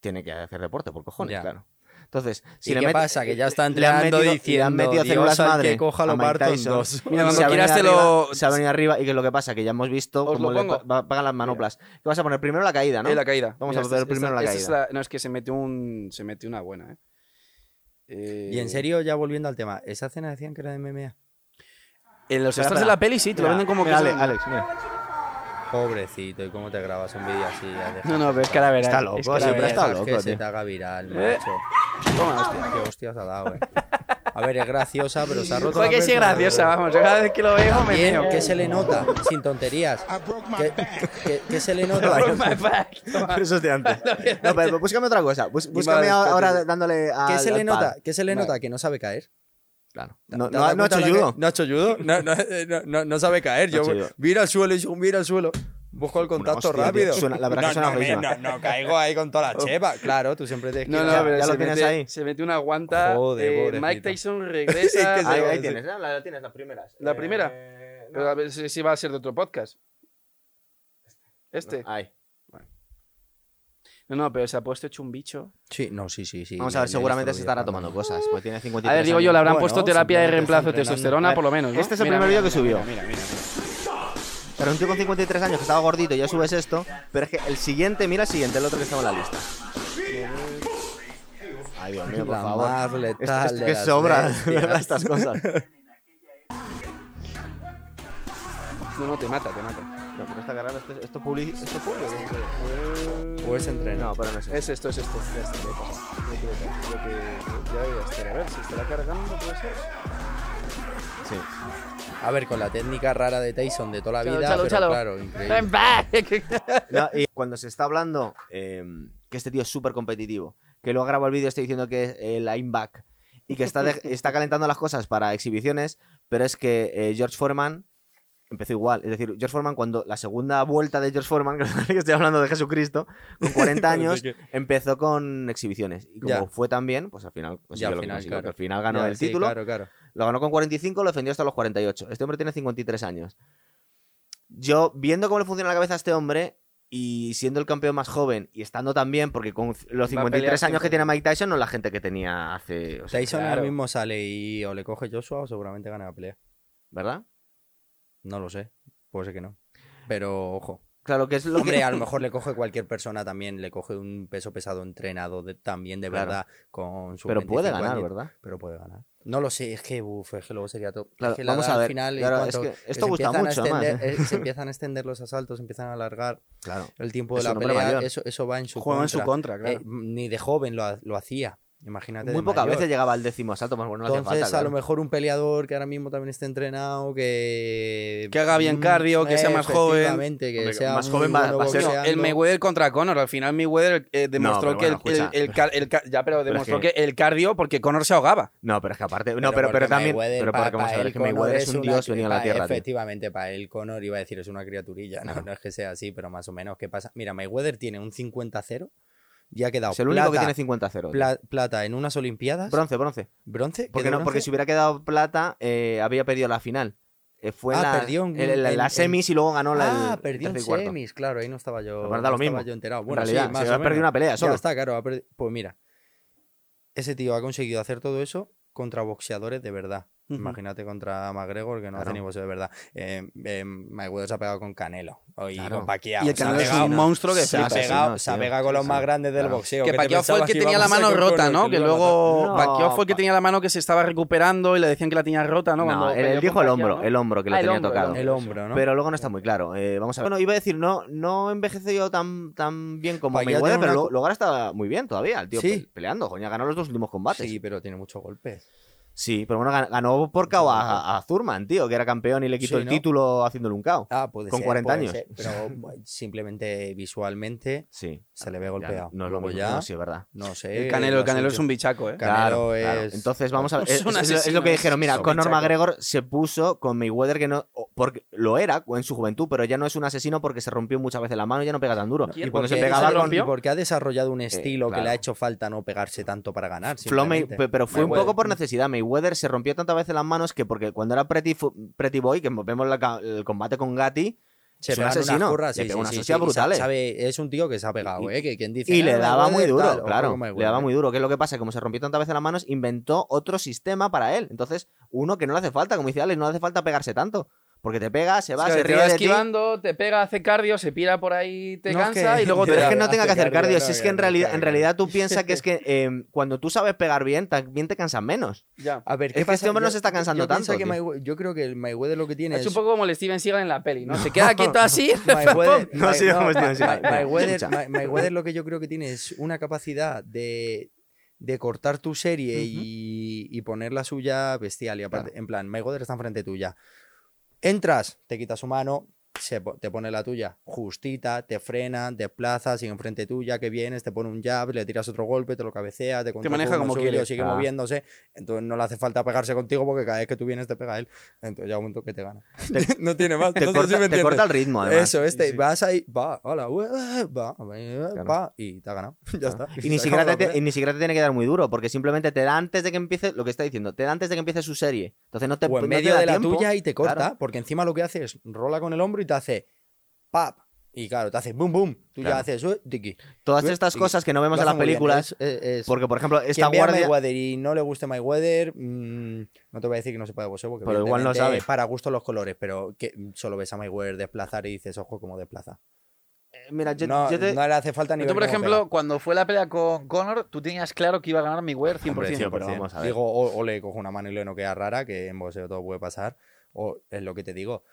Speaker 1: tiene que hacer deporte, por cojones,
Speaker 4: Ya.
Speaker 1: claro. Entonces, si
Speaker 4: ¿Y
Speaker 1: le
Speaker 4: qué
Speaker 1: met-
Speaker 4: pasa? Que ya está
Speaker 1: le han
Speaker 4: entrenando
Speaker 1: metido- le han
Speaker 4: diciendo,
Speaker 1: metido
Speaker 4: "Dios
Speaker 1: células
Speaker 4: al que
Speaker 1: madre
Speaker 4: coja lo
Speaker 1: a Mike
Speaker 4: parto en
Speaker 1: Tyson".
Speaker 4: dos.
Speaker 9: Mira,
Speaker 1: Y se,
Speaker 9: cuando
Speaker 1: ha venido
Speaker 9: quieras te
Speaker 1: arriba,
Speaker 9: lo...
Speaker 1: se ha venido arriba y que lo que pasa, que ya hemos visto
Speaker 9: Os lo
Speaker 1: cómo le
Speaker 9: pongo.
Speaker 1: pa- pa- pagan las manoplas. ¿Qué vas a poner? Primero la caída, ¿no?
Speaker 9: Eh, la caída.
Speaker 1: Vamos a
Speaker 9: esta
Speaker 1: hacer
Speaker 9: es-
Speaker 1: primero la
Speaker 9: esta- esta es
Speaker 1: caída.
Speaker 9: la- no, es que se mete, un, se mete una buena, ¿eh? Eh,
Speaker 4: Y en serio, ya volviendo al tema, ¿esa cena decían que era de MMA?
Speaker 9: En los
Speaker 1: Espera,
Speaker 9: extras de
Speaker 1: espera.
Speaker 9: la peli sí, te lo
Speaker 1: Mira,
Speaker 9: venden como que...
Speaker 1: mira, Ale-
Speaker 9: son-
Speaker 1: Alex, mira.
Speaker 4: Pobrecito, ¿y cómo te grabas un vídeo así? Ya deja-
Speaker 9: No, no, pero es cara verás.
Speaker 1: Está loco,
Speaker 9: es cara
Speaker 1: siempre
Speaker 9: verás.
Speaker 1: está
Speaker 4: Es
Speaker 1: loco,
Speaker 4: que se
Speaker 1: tío.
Speaker 4: te haga viral,
Speaker 9: Eh.
Speaker 4: macho.
Speaker 9: Toma, hostia.
Speaker 4: Qué hostias ha dado, eh. A ver, es graciosa, pero se ha roto.
Speaker 9: Joder,
Speaker 4: la
Speaker 9: que sí es
Speaker 4: persona.
Speaker 9: graciosa, vamos. Yo cada vez que lo veo me
Speaker 4: Bien,
Speaker 9: meo.
Speaker 4: ¿qué se le nota? Sin tonterías. ¿Qué, qué- qué se le nota?
Speaker 9: My back. Toma.
Speaker 1: Eso es de antes. No, pero búscame otra cosa. Bus-
Speaker 9: Vale,
Speaker 1: búscame
Speaker 9: espérate.
Speaker 1: ahora dándole a.
Speaker 4: ¿Qué se le nota? ¿Qué se le nota? Que no sabe caer.
Speaker 1: Claro. No,
Speaker 4: ¿Te
Speaker 1: no-
Speaker 4: has dado
Speaker 1: no ha hecho
Speaker 4: cuenta la que-
Speaker 1: judo.
Speaker 4: No ha hecho judo. No, no, eh, no- no- no sabe caer.
Speaker 1: No ha
Speaker 4: Yo
Speaker 1: hecho judo.
Speaker 4: miro al suelo y digo, miro al suelo. Busco el contacto
Speaker 1: hostia, tío.
Speaker 4: rápido.
Speaker 1: Suena- la verdad que
Speaker 4: no,
Speaker 1: suena
Speaker 4: no, me-
Speaker 1: feísima.
Speaker 4: no, no, caigo ahí con toda la chepa. Claro, tú siempre te
Speaker 9: No, no,
Speaker 1: Ya-
Speaker 9: pero
Speaker 1: ya
Speaker 9: se,
Speaker 1: lo tienes
Speaker 9: mete,
Speaker 1: ahí.
Speaker 9: se mete una guanta.
Speaker 4: Joder,
Speaker 9: eh,
Speaker 4: pobrecito.
Speaker 9: Mike Tyson regresa.
Speaker 4: Es que se-
Speaker 1: Ahí,
Speaker 9: Ay,
Speaker 1: ahí
Speaker 4: sí.
Speaker 1: tienes, ¿no? La, la tienes, las primeras.
Speaker 9: ¿La
Speaker 1: Eh,
Speaker 9: primera?
Speaker 1: no.
Speaker 9: pero a ver si, si va a ser de otro podcast. Este.
Speaker 1: Ahí.
Speaker 9: No, no, pero se ha puesto hecho un bicho.
Speaker 4: Sí, no, sí, sí, sí.
Speaker 1: Vamos a ver, seguramente se estará tomando cosas. Porque tiene 53
Speaker 9: A ver, digo yo,
Speaker 1: años.
Speaker 9: le habrán
Speaker 4: Bueno,
Speaker 9: puesto terapia de
Speaker 4: simplemente
Speaker 9: reemplazo de
Speaker 4: está entrenando.
Speaker 9: testosterona, por lo menos. ¿no?
Speaker 1: Este es el
Speaker 9: Mira,
Speaker 1: primer
Speaker 9: mira,
Speaker 1: vídeo que subió.
Speaker 9: Mira, mira, mira.
Speaker 1: Pero un tío con 53 años que estaba gordito, ya subes esto. Pero es que el siguiente, mira el siguiente, el otro que estaba en la lista. Ay, Dios mío, por
Speaker 4: La
Speaker 1: favor.
Speaker 4: más letal
Speaker 1: Esto- esto
Speaker 4: de
Speaker 1: que
Speaker 4: las
Speaker 1: sobra, de
Speaker 4: bestias.
Speaker 1: ¿verdad? Estas cosas.
Speaker 9: No, no, te mata, te mata.
Speaker 1: No, pero esta carrera, esto, esto publi- ¿Esto es publi?
Speaker 4: Pues entrenar.
Speaker 1: No, pero no es eso.
Speaker 9: Es esto, es esto. Ya está, ya pasa. Yo creo que- creo que ya debería estar. A ver, si estará cargando, puede ser.
Speaker 1: Sí.
Speaker 4: A ver, con la técnica rara de Tyson de toda la
Speaker 9: Chalo,
Speaker 4: vida,
Speaker 9: chalo,
Speaker 4: pero
Speaker 9: chalo.
Speaker 4: claro, increíble.
Speaker 9: I'm back.
Speaker 1: No, y cuando se está hablando eh, que este tío es súper competitivo, que luego graba el vídeo está diciendo que es el lineback y que está, de- está calentando las cosas para exhibiciones, pero es que eh, George Foreman empezó igual. Es decir, George Foreman cuando la segunda vuelta de George Foreman, que estoy hablando de Jesucristo, con 40 años empezó con exhibiciones. Y como
Speaker 4: Pues Ya.
Speaker 1: fue tan bien, pues al final consiguió
Speaker 4: al
Speaker 1: lo que
Speaker 4: final,
Speaker 1: consiguió, que
Speaker 4: claro.
Speaker 1: al final ganó
Speaker 4: Ya,
Speaker 1: el
Speaker 4: sí,
Speaker 1: título.
Speaker 4: Claro, claro.
Speaker 1: Lo ganó con 45, lo defendió hasta los 48. Este hombre tiene 53 años. Yo, viendo cómo le funciona la cabeza a este hombre y siendo el campeón más joven y estando tan bien, porque con los
Speaker 9: Va a pelear
Speaker 1: 53 años
Speaker 9: siempre.
Speaker 1: que tiene Mike Tyson no es la gente que tenía hace. o sea,
Speaker 4: Tyson
Speaker 9: claro.
Speaker 4: ahora mismo sale y o le coge Joshua o seguramente gana la pelea.
Speaker 1: ¿Verdad?
Speaker 4: No lo sé. Puede ser que no. Pero ojo.
Speaker 1: Claro que es lo
Speaker 4: Hombre,
Speaker 1: que.
Speaker 4: a lo mejor le coge cualquier persona también, le coge un peso pesado entrenado de- también de
Speaker 1: Claro.
Speaker 4: verdad con su
Speaker 1: Pero puede
Speaker 4: 25
Speaker 1: ganar,
Speaker 4: años.
Speaker 1: ¿verdad?
Speaker 4: Pero puede ganar. No lo sé, es que, uf, es que luego sería todo.
Speaker 1: Claro,
Speaker 4: es que la
Speaker 1: vamos
Speaker 4: edad
Speaker 1: a
Speaker 4: al
Speaker 1: ver.
Speaker 4: final, en
Speaker 1: Claro, es
Speaker 4: cuanto
Speaker 1: que
Speaker 4: se
Speaker 1: esto gusta
Speaker 4: empiezan a
Speaker 1: mucho, además.
Speaker 4: extender-
Speaker 1: ¿eh?
Speaker 4: eh, se empiezan a extender los asaltos, se empiezan a alargar
Speaker 1: Claro.
Speaker 4: el tiempo de
Speaker 1: Es
Speaker 4: la
Speaker 1: un hombre
Speaker 4: pelea,
Speaker 1: mayor.
Speaker 4: eso, eso va en su
Speaker 3: Juega en
Speaker 4: contra.
Speaker 3: su contra,
Speaker 4: Eh,
Speaker 3: claro.
Speaker 4: ni de joven lo, ha- lo hacía. Imagínate.
Speaker 1: Muy
Speaker 4: de
Speaker 1: pocas
Speaker 4: mayor.
Speaker 1: veces llegaba al décimo asalto, más bueno, no hacía
Speaker 4: Entonces,
Speaker 1: falta.
Speaker 4: a lo
Speaker 1: claro.
Speaker 4: mejor un peleador que ahora mismo también esté entrenado, que. mm,
Speaker 9: Que haga bien cardio, que sea más joven.
Speaker 4: efectivamente, Que
Speaker 1: Hombre,
Speaker 4: sea
Speaker 1: más
Speaker 4: muy
Speaker 1: joven va-
Speaker 4: bueno
Speaker 1: va a ser-
Speaker 9: Coño, el
Speaker 4: boxeando.
Speaker 9: Mayweather contra Conor. Al final Mayweather eh, demostró
Speaker 1: pero
Speaker 9: que el-
Speaker 1: bueno, escucha.
Speaker 9: el, el car- el car- ya, pero
Speaker 1: Pero
Speaker 9: demostró
Speaker 1: es que-
Speaker 9: que... el cardio porque Conor se ahogaba.
Speaker 1: No, pero es que aparte. No, pero, pero,
Speaker 4: porque
Speaker 1: también.
Speaker 4: Mayweather,
Speaker 1: Pero porque
Speaker 4: pa-
Speaker 1: vamos a
Speaker 4: pa
Speaker 1: ver,
Speaker 4: él
Speaker 1: es que Mayweather
Speaker 4: Conor
Speaker 1: es un
Speaker 4: una
Speaker 1: dios venido a la
Speaker 4: pa-
Speaker 1: tierra. tío.
Speaker 4: Efectivamente, para él Conor iba a decir es una criaturilla, no, no es que sea así, pero más o menos, ¿qué pasa? Mira, Mayweather tiene un 50-0 y ha quedado
Speaker 1: Es el
Speaker 4: plata,
Speaker 1: único que tiene 50-0. tío.
Speaker 4: pla- plata en unas Olimpiadas,
Speaker 1: Bronce, bronce.
Speaker 4: bronce, ¿quedó
Speaker 1: Porque no, porque
Speaker 4: bronce?
Speaker 1: si hubiera quedado plata, eh, había perdido la final. Eh, fue en
Speaker 4: Ah,
Speaker 1: la,
Speaker 4: perdió en-
Speaker 1: en- en la-
Speaker 4: en-
Speaker 1: las semis y luego ganó la
Speaker 4: Ah,
Speaker 1: el
Speaker 4: perdió en
Speaker 1: tercer y cuarto.
Speaker 4: semis, claro, ahí no estaba
Speaker 1: Pero
Speaker 4: yo,
Speaker 1: da
Speaker 4: no
Speaker 1: lo
Speaker 4: estaba
Speaker 1: mismo,
Speaker 4: yo enterado.
Speaker 1: En
Speaker 4: Bueno, sí,
Speaker 1: realidad,
Speaker 4: más
Speaker 1: se
Speaker 4: o
Speaker 1: había perdido
Speaker 4: menos.
Speaker 1: una pelea solo.
Speaker 4: Ya está, claro. ha perdi- Pues mira, ese tío ha conseguido hacer todo eso contra boxeadores de verdad. Imagínate contra McGregor, que no
Speaker 1: Claro.
Speaker 4: hace ni boxeo de verdad. Eh, eh, Mayweather se ha pegado con Canelo o- y
Speaker 1: Claro.
Speaker 4: con Pacquiao.
Speaker 9: Y el
Speaker 4: se ha
Speaker 9: Canelo es
Speaker 4: pegado-
Speaker 9: un monstruo que
Speaker 4: se ha
Speaker 1: flipas.
Speaker 4: pegado,
Speaker 1: Sí,
Speaker 4: se ha
Speaker 1: tío.
Speaker 4: pegado con los
Speaker 1: Sí,
Speaker 4: más
Speaker 1: sí.
Speaker 4: grandes del
Speaker 1: Claro.
Speaker 4: boxeo.
Speaker 9: que
Speaker 4: ¿Qué te
Speaker 9: Pacquiao fue el
Speaker 4: pensabas
Speaker 9: que tenía
Speaker 4: íbamos
Speaker 9: la
Speaker 4: a
Speaker 9: mano
Speaker 4: con
Speaker 9: rota,
Speaker 4: Conor,
Speaker 9: ¿no?
Speaker 4: que
Speaker 9: Que
Speaker 4: lo iba a
Speaker 9: luego
Speaker 1: matar. No,
Speaker 9: Pacquiao fue el que
Speaker 1: pa-
Speaker 9: tenía la mano que se estaba recuperando y le decían que la tenía rota, ¿no?
Speaker 1: No,
Speaker 9: Cuando
Speaker 1: él- él,
Speaker 9: peleó con
Speaker 1: dijo el
Speaker 9: Pacquiao,
Speaker 1: hombro,
Speaker 9: ¿no?
Speaker 1: el hombro que le
Speaker 9: Ah, el
Speaker 1: tenía
Speaker 9: hombro, el
Speaker 1: tocado.
Speaker 4: matar. El hombro, ¿no?
Speaker 1: Pero luego no está muy claro. Eh, vamos a ver. Bueno, iba a decir, no, no envejeció tan, tan bien como
Speaker 4: Pacquiao
Speaker 1: Mayweather,
Speaker 4: tiene
Speaker 1: pero
Speaker 4: una
Speaker 1: luego,
Speaker 4: co-
Speaker 1: luego ahora está muy bien todavía. El tío
Speaker 4: Sí.
Speaker 1: pe- peleando, coño, ganó los dos últimos combates.
Speaker 4: sí,
Speaker 1: Sí,
Speaker 4: pero tiene muchos golpes.
Speaker 1: pero bueno, gan- ganó por KO a, a Zurman, tío, que era campeón y le quitó
Speaker 4: Sí,
Speaker 1: el
Speaker 4: ¿no?
Speaker 1: título haciéndole un KO.
Speaker 4: Ah, puede
Speaker 1: Con
Speaker 4: ser,
Speaker 1: 40
Speaker 4: puede
Speaker 1: años.
Speaker 4: ser, pero simplemente visualmente
Speaker 1: Sí.
Speaker 4: se le ve
Speaker 1: Ya,
Speaker 4: golpeado.
Speaker 1: no es lo
Speaker 4: Luego
Speaker 1: mismo,
Speaker 4: ya,
Speaker 1: no, sí, es verdad.
Speaker 4: no sé.
Speaker 9: El Canelo, el
Speaker 4: las
Speaker 9: Canelo es
Speaker 4: últimas-
Speaker 9: un bichaco, ¿eh?
Speaker 4: Ca- Canelo es-
Speaker 1: Entonces vamos a ver.
Speaker 9: Es
Speaker 1: Es,
Speaker 9: un
Speaker 1: es lo- es lo
Speaker 9: asesino,
Speaker 1: que dijeron. Mira,
Speaker 9: es un
Speaker 1: Conor
Speaker 9: bichaco.
Speaker 1: McGregor se puso con Mayweather que no. o- Porque lo era en su juventud, pero ya no es un asesino porque se rompió muchas veces la mano y ya no pega tan duro.
Speaker 9: ¿Y
Speaker 1: Y
Speaker 9: por
Speaker 1: cuando se
Speaker 9: qué
Speaker 1: pegaba
Speaker 9: se
Speaker 1: con.
Speaker 9: rompió?
Speaker 4: y porque ha desarrollado un estilo que
Speaker 1: claro.
Speaker 4: le ha hecho falta no pegarse tanto para ganar.
Speaker 1: Flow May-
Speaker 4: simplemente.
Speaker 1: pe- pero fue un
Speaker 9: Mayweather.
Speaker 1: poco por necesidad. Mayweather se rompió tantas veces las manos que porque cuando era Pretty, Fu- Pretty Boy, que vemos la ca- el combate con Gatti,
Speaker 4: Se
Speaker 1: Es un
Speaker 4: pegan
Speaker 1: asesino,
Speaker 4: unas curras,
Speaker 1: le
Speaker 4: sí,
Speaker 1: pega
Speaker 4: sí,
Speaker 1: unas
Speaker 4: sí,
Speaker 1: hostias
Speaker 4: sí, y sa-
Speaker 1: brutales.
Speaker 4: sabe- es un tío que se ha pegado, ¿eh? Que quien dice,
Speaker 1: Y
Speaker 4: "Ah,
Speaker 1: le
Speaker 4: me
Speaker 1: daba
Speaker 4: huele",
Speaker 1: muy duro,
Speaker 4: tal, o
Speaker 1: claro.
Speaker 4: como me
Speaker 1: Le daba
Speaker 4: huele.
Speaker 1: muy duro. ¿Qué es lo que pasa? Como se rompió tantas veces las manos, inventó otro sistema para él. Entonces, uno que no le hace falta, como dice Alex, no le hace falta pegarse tanto. Porque te pega, se va,
Speaker 9: Claro,
Speaker 1: se
Speaker 9: te
Speaker 1: ríe
Speaker 9: va
Speaker 1: de ti.
Speaker 9: esquivando, te pega, hace cardio, se pira por ahí, te
Speaker 4: No, es
Speaker 9: cansa
Speaker 4: que-
Speaker 9: y luego te
Speaker 1: Pero es
Speaker 9: da.
Speaker 1: que no tenga que hacer
Speaker 4: Hace
Speaker 1: cardio,
Speaker 4: cardio,
Speaker 1: si es
Speaker 4: no,
Speaker 1: que en
Speaker 4: no,
Speaker 1: realidad,
Speaker 4: no,
Speaker 1: en
Speaker 4: no.
Speaker 1: realidad tú piensas que es que eh, cuando tú sabes pegar bien, también te cansas menos.
Speaker 9: Ya.
Speaker 4: A ver,
Speaker 1: Es que este hombre no se está cansando
Speaker 4: yo pienso
Speaker 1: tanto,
Speaker 4: que
Speaker 1: tío.
Speaker 4: Maywe- yo creo que el Mayweather lo que tiene
Speaker 9: Es
Speaker 4: es...
Speaker 9: un poco como el Steven Seagal en la peli, ¿no? Se queda quieto así.
Speaker 4: Mayweather,
Speaker 1: No ha
Speaker 4: May-
Speaker 1: sido
Speaker 4: no,
Speaker 1: cuestión de
Speaker 4: Ma-
Speaker 1: ser-
Speaker 4: Ma- Mayweather,
Speaker 1: Escucha.
Speaker 4: Ma- Mayweather lo que yo creo que tiene es una capacidad de, de cortar tu serie y, y poner la suya bestial. Y aparte, en plan, Mayweather está enfrente tuya. Entras, te quita su mano, se po- te pone la tuya justita, te frena, desplaza, sigue enfrente tuya, que vienes, te pone un jab, le tiras otro golpe, te lo cabecea, te, contrapunta,
Speaker 3: maneja como
Speaker 4: sube,
Speaker 3: quiere.
Speaker 4: sigue
Speaker 1: Ah.
Speaker 4: moviéndose. Entonces no le hace falta pegarse contigo porque cada vez que tú vienes te pega él. Entonces ya un momento que te gana. no tiene más.
Speaker 1: Te,
Speaker 4: no sé si
Speaker 1: corta,
Speaker 4: me
Speaker 1: te
Speaker 4: entiendes.
Speaker 1: corta el ritmo, además.
Speaker 4: Eso, este, vas ahí, va, hola, ue, ue, va, va, va, y te ha ganado. Ya está.
Speaker 1: Y ni,
Speaker 4: Se
Speaker 1: siquiera
Speaker 4: acabó
Speaker 1: te,
Speaker 4: la pelea.
Speaker 1: y ni siquiera te tiene que dar muy duro, porque simplemente te da antes de que empiece, lo que está diciendo, te da antes de que empiece su serie. Entonces no te
Speaker 4: o
Speaker 1: no
Speaker 4: en
Speaker 1: te
Speaker 4: medio
Speaker 1: da
Speaker 4: de la
Speaker 1: tiempo.
Speaker 4: tuya y te corta,
Speaker 1: Claro.
Speaker 4: porque encima lo que hace es rola con el hombro y te hace pap. Y claro, te hace boom, boom. Tú
Speaker 1: Claro.
Speaker 4: ya haces "Ue, tiki".
Speaker 1: Todas estas
Speaker 4: Y
Speaker 1: cosas que no vemos
Speaker 4: Lo
Speaker 1: en las
Speaker 4: hace muy bien,
Speaker 1: películas,
Speaker 4: es- es- es-
Speaker 1: porque por ejemplo, esta
Speaker 4: Quien vea
Speaker 1: guardia.
Speaker 4: Mayweather y no le guste Mayweather, mm, no te voy a decir que no sepa de boxeo, porque
Speaker 1: Pero igual no
Speaker 4: evidentemente
Speaker 1: sabe.
Speaker 4: es Para gusto los colores, pero que solo ves a Mayweather desplazar y dices, ojo, cómo desplaza.
Speaker 1: Eh, Mira, yo,
Speaker 4: No,
Speaker 1: yo te-
Speaker 4: no le hace falta ni
Speaker 10: Tú,
Speaker 4: ver
Speaker 10: por
Speaker 4: cómo
Speaker 10: ejemplo, cuando fue la pelea con Conor, tú tenías claro que iba a ganar Mayweather
Speaker 3: Ah,
Speaker 10: 100%.
Speaker 1: Hombre, tío, pero vamos a ver.
Speaker 4: Digo, o, o le cojo una mano y le noquea rara, que en boxeo todo puede pasar, o es lo que te digo.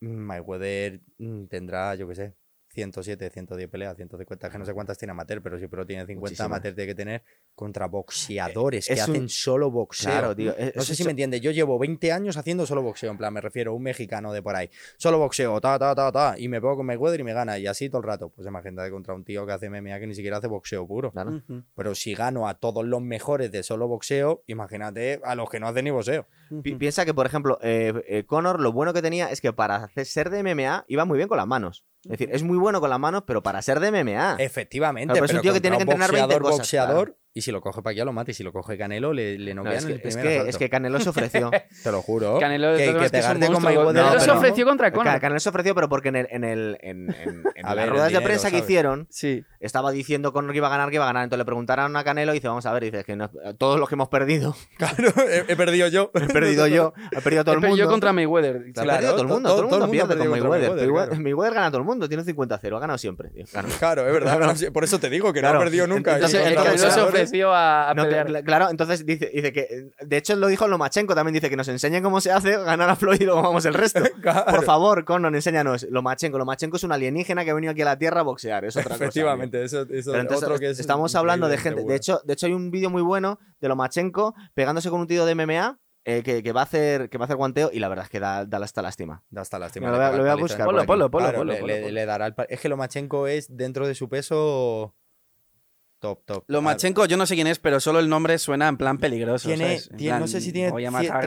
Speaker 4: Mayweather mm, tendrá, yo qué sé, 107, 110 peleas, 150, que no sé cuántas tiene amateur, pero si pero tiene 50
Speaker 1: Muchísimas.
Speaker 4: amateur tiene que tener contra boxeadores
Speaker 1: Eh,
Speaker 4: que
Speaker 1: es un-
Speaker 4: hacen solo boxeo.
Speaker 1: Claro, tío, eh, eso
Speaker 4: no sé si
Speaker 1: es-
Speaker 4: me entiendes, yo llevo 20 años haciendo solo boxeo, en plan, me refiero a un mexicano de por ahí. Solo boxeo, ta, ta, ta, ta, y me pego con Mayweather y me gana, y así todo el rato. Pues imagínate contra un tío que hace MMA que ni siquiera hace boxeo puro.
Speaker 1: Claro.
Speaker 4: Pero si gano a todos los mejores de solo boxeo, imagínate a los que no hacen ni boxeo.
Speaker 1: Pi- Piensa que, por ejemplo, eh, eh, Conor lo bueno que tenía es que para hacer- ser de MMA iba muy bien con las manos. Es decir, es muy bueno con las manos, pero para ser de MMA.
Speaker 4: Efectivamente,
Speaker 1: Ah. Claro, pero
Speaker 4: pero
Speaker 1: es un tío que
Speaker 4: contra
Speaker 1: tiene que entrenar 20
Speaker 4: boxeador,
Speaker 1: cosas,
Speaker 4: boxeador, y si lo coge Paquia lo mata, y si lo coge Canelo le, le
Speaker 1: No,
Speaker 4: noquean
Speaker 1: es,
Speaker 4: en
Speaker 1: que,
Speaker 4: el
Speaker 1: es,
Speaker 4: primer
Speaker 1: que,
Speaker 4: asalto.
Speaker 1: es que Canelo se ofreció.
Speaker 4: Te lo juro.
Speaker 9: Canelo de
Speaker 4: que,
Speaker 9: todas
Speaker 4: que
Speaker 9: maneras que es un
Speaker 4: pegarte con
Speaker 9: monstruo.
Speaker 4: Mayweather
Speaker 1: No,
Speaker 9: Canelo
Speaker 4: es
Speaker 9: se
Speaker 1: pero-
Speaker 4: lo
Speaker 9: ofreció contra Conor.
Speaker 1: Ca- Canelo se ofreció, pero porque en, el- en, el, en, en- en
Speaker 4: A ver,
Speaker 1: las
Speaker 4: el
Speaker 1: ruedas de
Speaker 4: dinero,
Speaker 1: prensa que
Speaker 4: ¿sabes?
Speaker 1: hicieron,
Speaker 9: Sí.
Speaker 1: estaba diciendo Conor que iba a ganar, que iba a ganar. Entonces le preguntaron a Canelo y dice, vamos a ver, dice que no- todos los que hemos perdido,
Speaker 4: Claro, he, he perdido yo.
Speaker 1: he perdido yo, he perdido todo el
Speaker 9: Pero
Speaker 1: mundo.
Speaker 9: yo contra Mayweather.
Speaker 1: Claro,
Speaker 4: Claro,
Speaker 1: ha perdido todo el
Speaker 4: to-
Speaker 1: mundo,
Speaker 4: todo-
Speaker 1: todo, el mundo pierde
Speaker 4: ha
Speaker 1: con
Speaker 4: perdido contra
Speaker 1: Mayweather. Mayweather,
Speaker 4: Mayweather, claro.
Speaker 1: Mayweather gana a todo el mundo, tiene un 50-0, ha ganado siempre. tío, claro.
Speaker 4: Claro, es verdad. no, por eso te digo que no
Speaker 1: Claro.
Speaker 4: ha perdido nunca.
Speaker 1: Entonces,
Speaker 4: Y
Speaker 9: Entonces,
Speaker 1: el
Speaker 9: el
Speaker 4: contra
Speaker 9: Canelo se
Speaker 4: boxeadores-
Speaker 9: ofreció a, a
Speaker 1: No,
Speaker 9: pelear.
Speaker 1: cl- claro, entonces dice, dice que. De hecho, lo dijo Lomachenko también: dice que nos enseñen cómo se hace, ganar a Floyd y luego vamos el resto.
Speaker 4: Claro.
Speaker 1: Por favor, Conan, enséñanos. Lomachenko. Lomachenko es un alienígena que ha venido aquí a la Tierra a boxear. Es otra cosa,
Speaker 4: Efectivamente, eso, eso
Speaker 1: tío. Pero entonces,
Speaker 4: otro que es
Speaker 1: estamos hablando de gente.
Speaker 4: increíblemente
Speaker 1: De hecho, de hecho, hay un vídeo muy bueno de Lomachenko pegándose con un tío de MMA eh, que, que va a hacer, que va a hacer guanteo y la verdad es que da, da hasta lástima.
Speaker 4: Da hasta lástima.
Speaker 1: Me lo
Speaker 4: le
Speaker 1: voy a-
Speaker 4: pega
Speaker 1: lo voy a
Speaker 4: el palizón.
Speaker 1: buscar
Speaker 9: Ponlo, por aquí. ponlo, ponlo,
Speaker 4: Claro,
Speaker 9: ponlo,
Speaker 4: le-
Speaker 9: ponlo,
Speaker 4: le-
Speaker 9: ponlo.
Speaker 4: le dará el pa- Es que Lomachenko es, dentro de su peso, top, top.
Speaker 3: Lomachenko, yo no sé quién es, pero solo el nombre suena en plan peligroso.
Speaker 4: Tiene,
Speaker 3: ¿sabes? En
Speaker 4: tiene- no
Speaker 3: plan,
Speaker 4: sé si tiene
Speaker 3: voy a
Speaker 4: cien-
Speaker 3: matarte.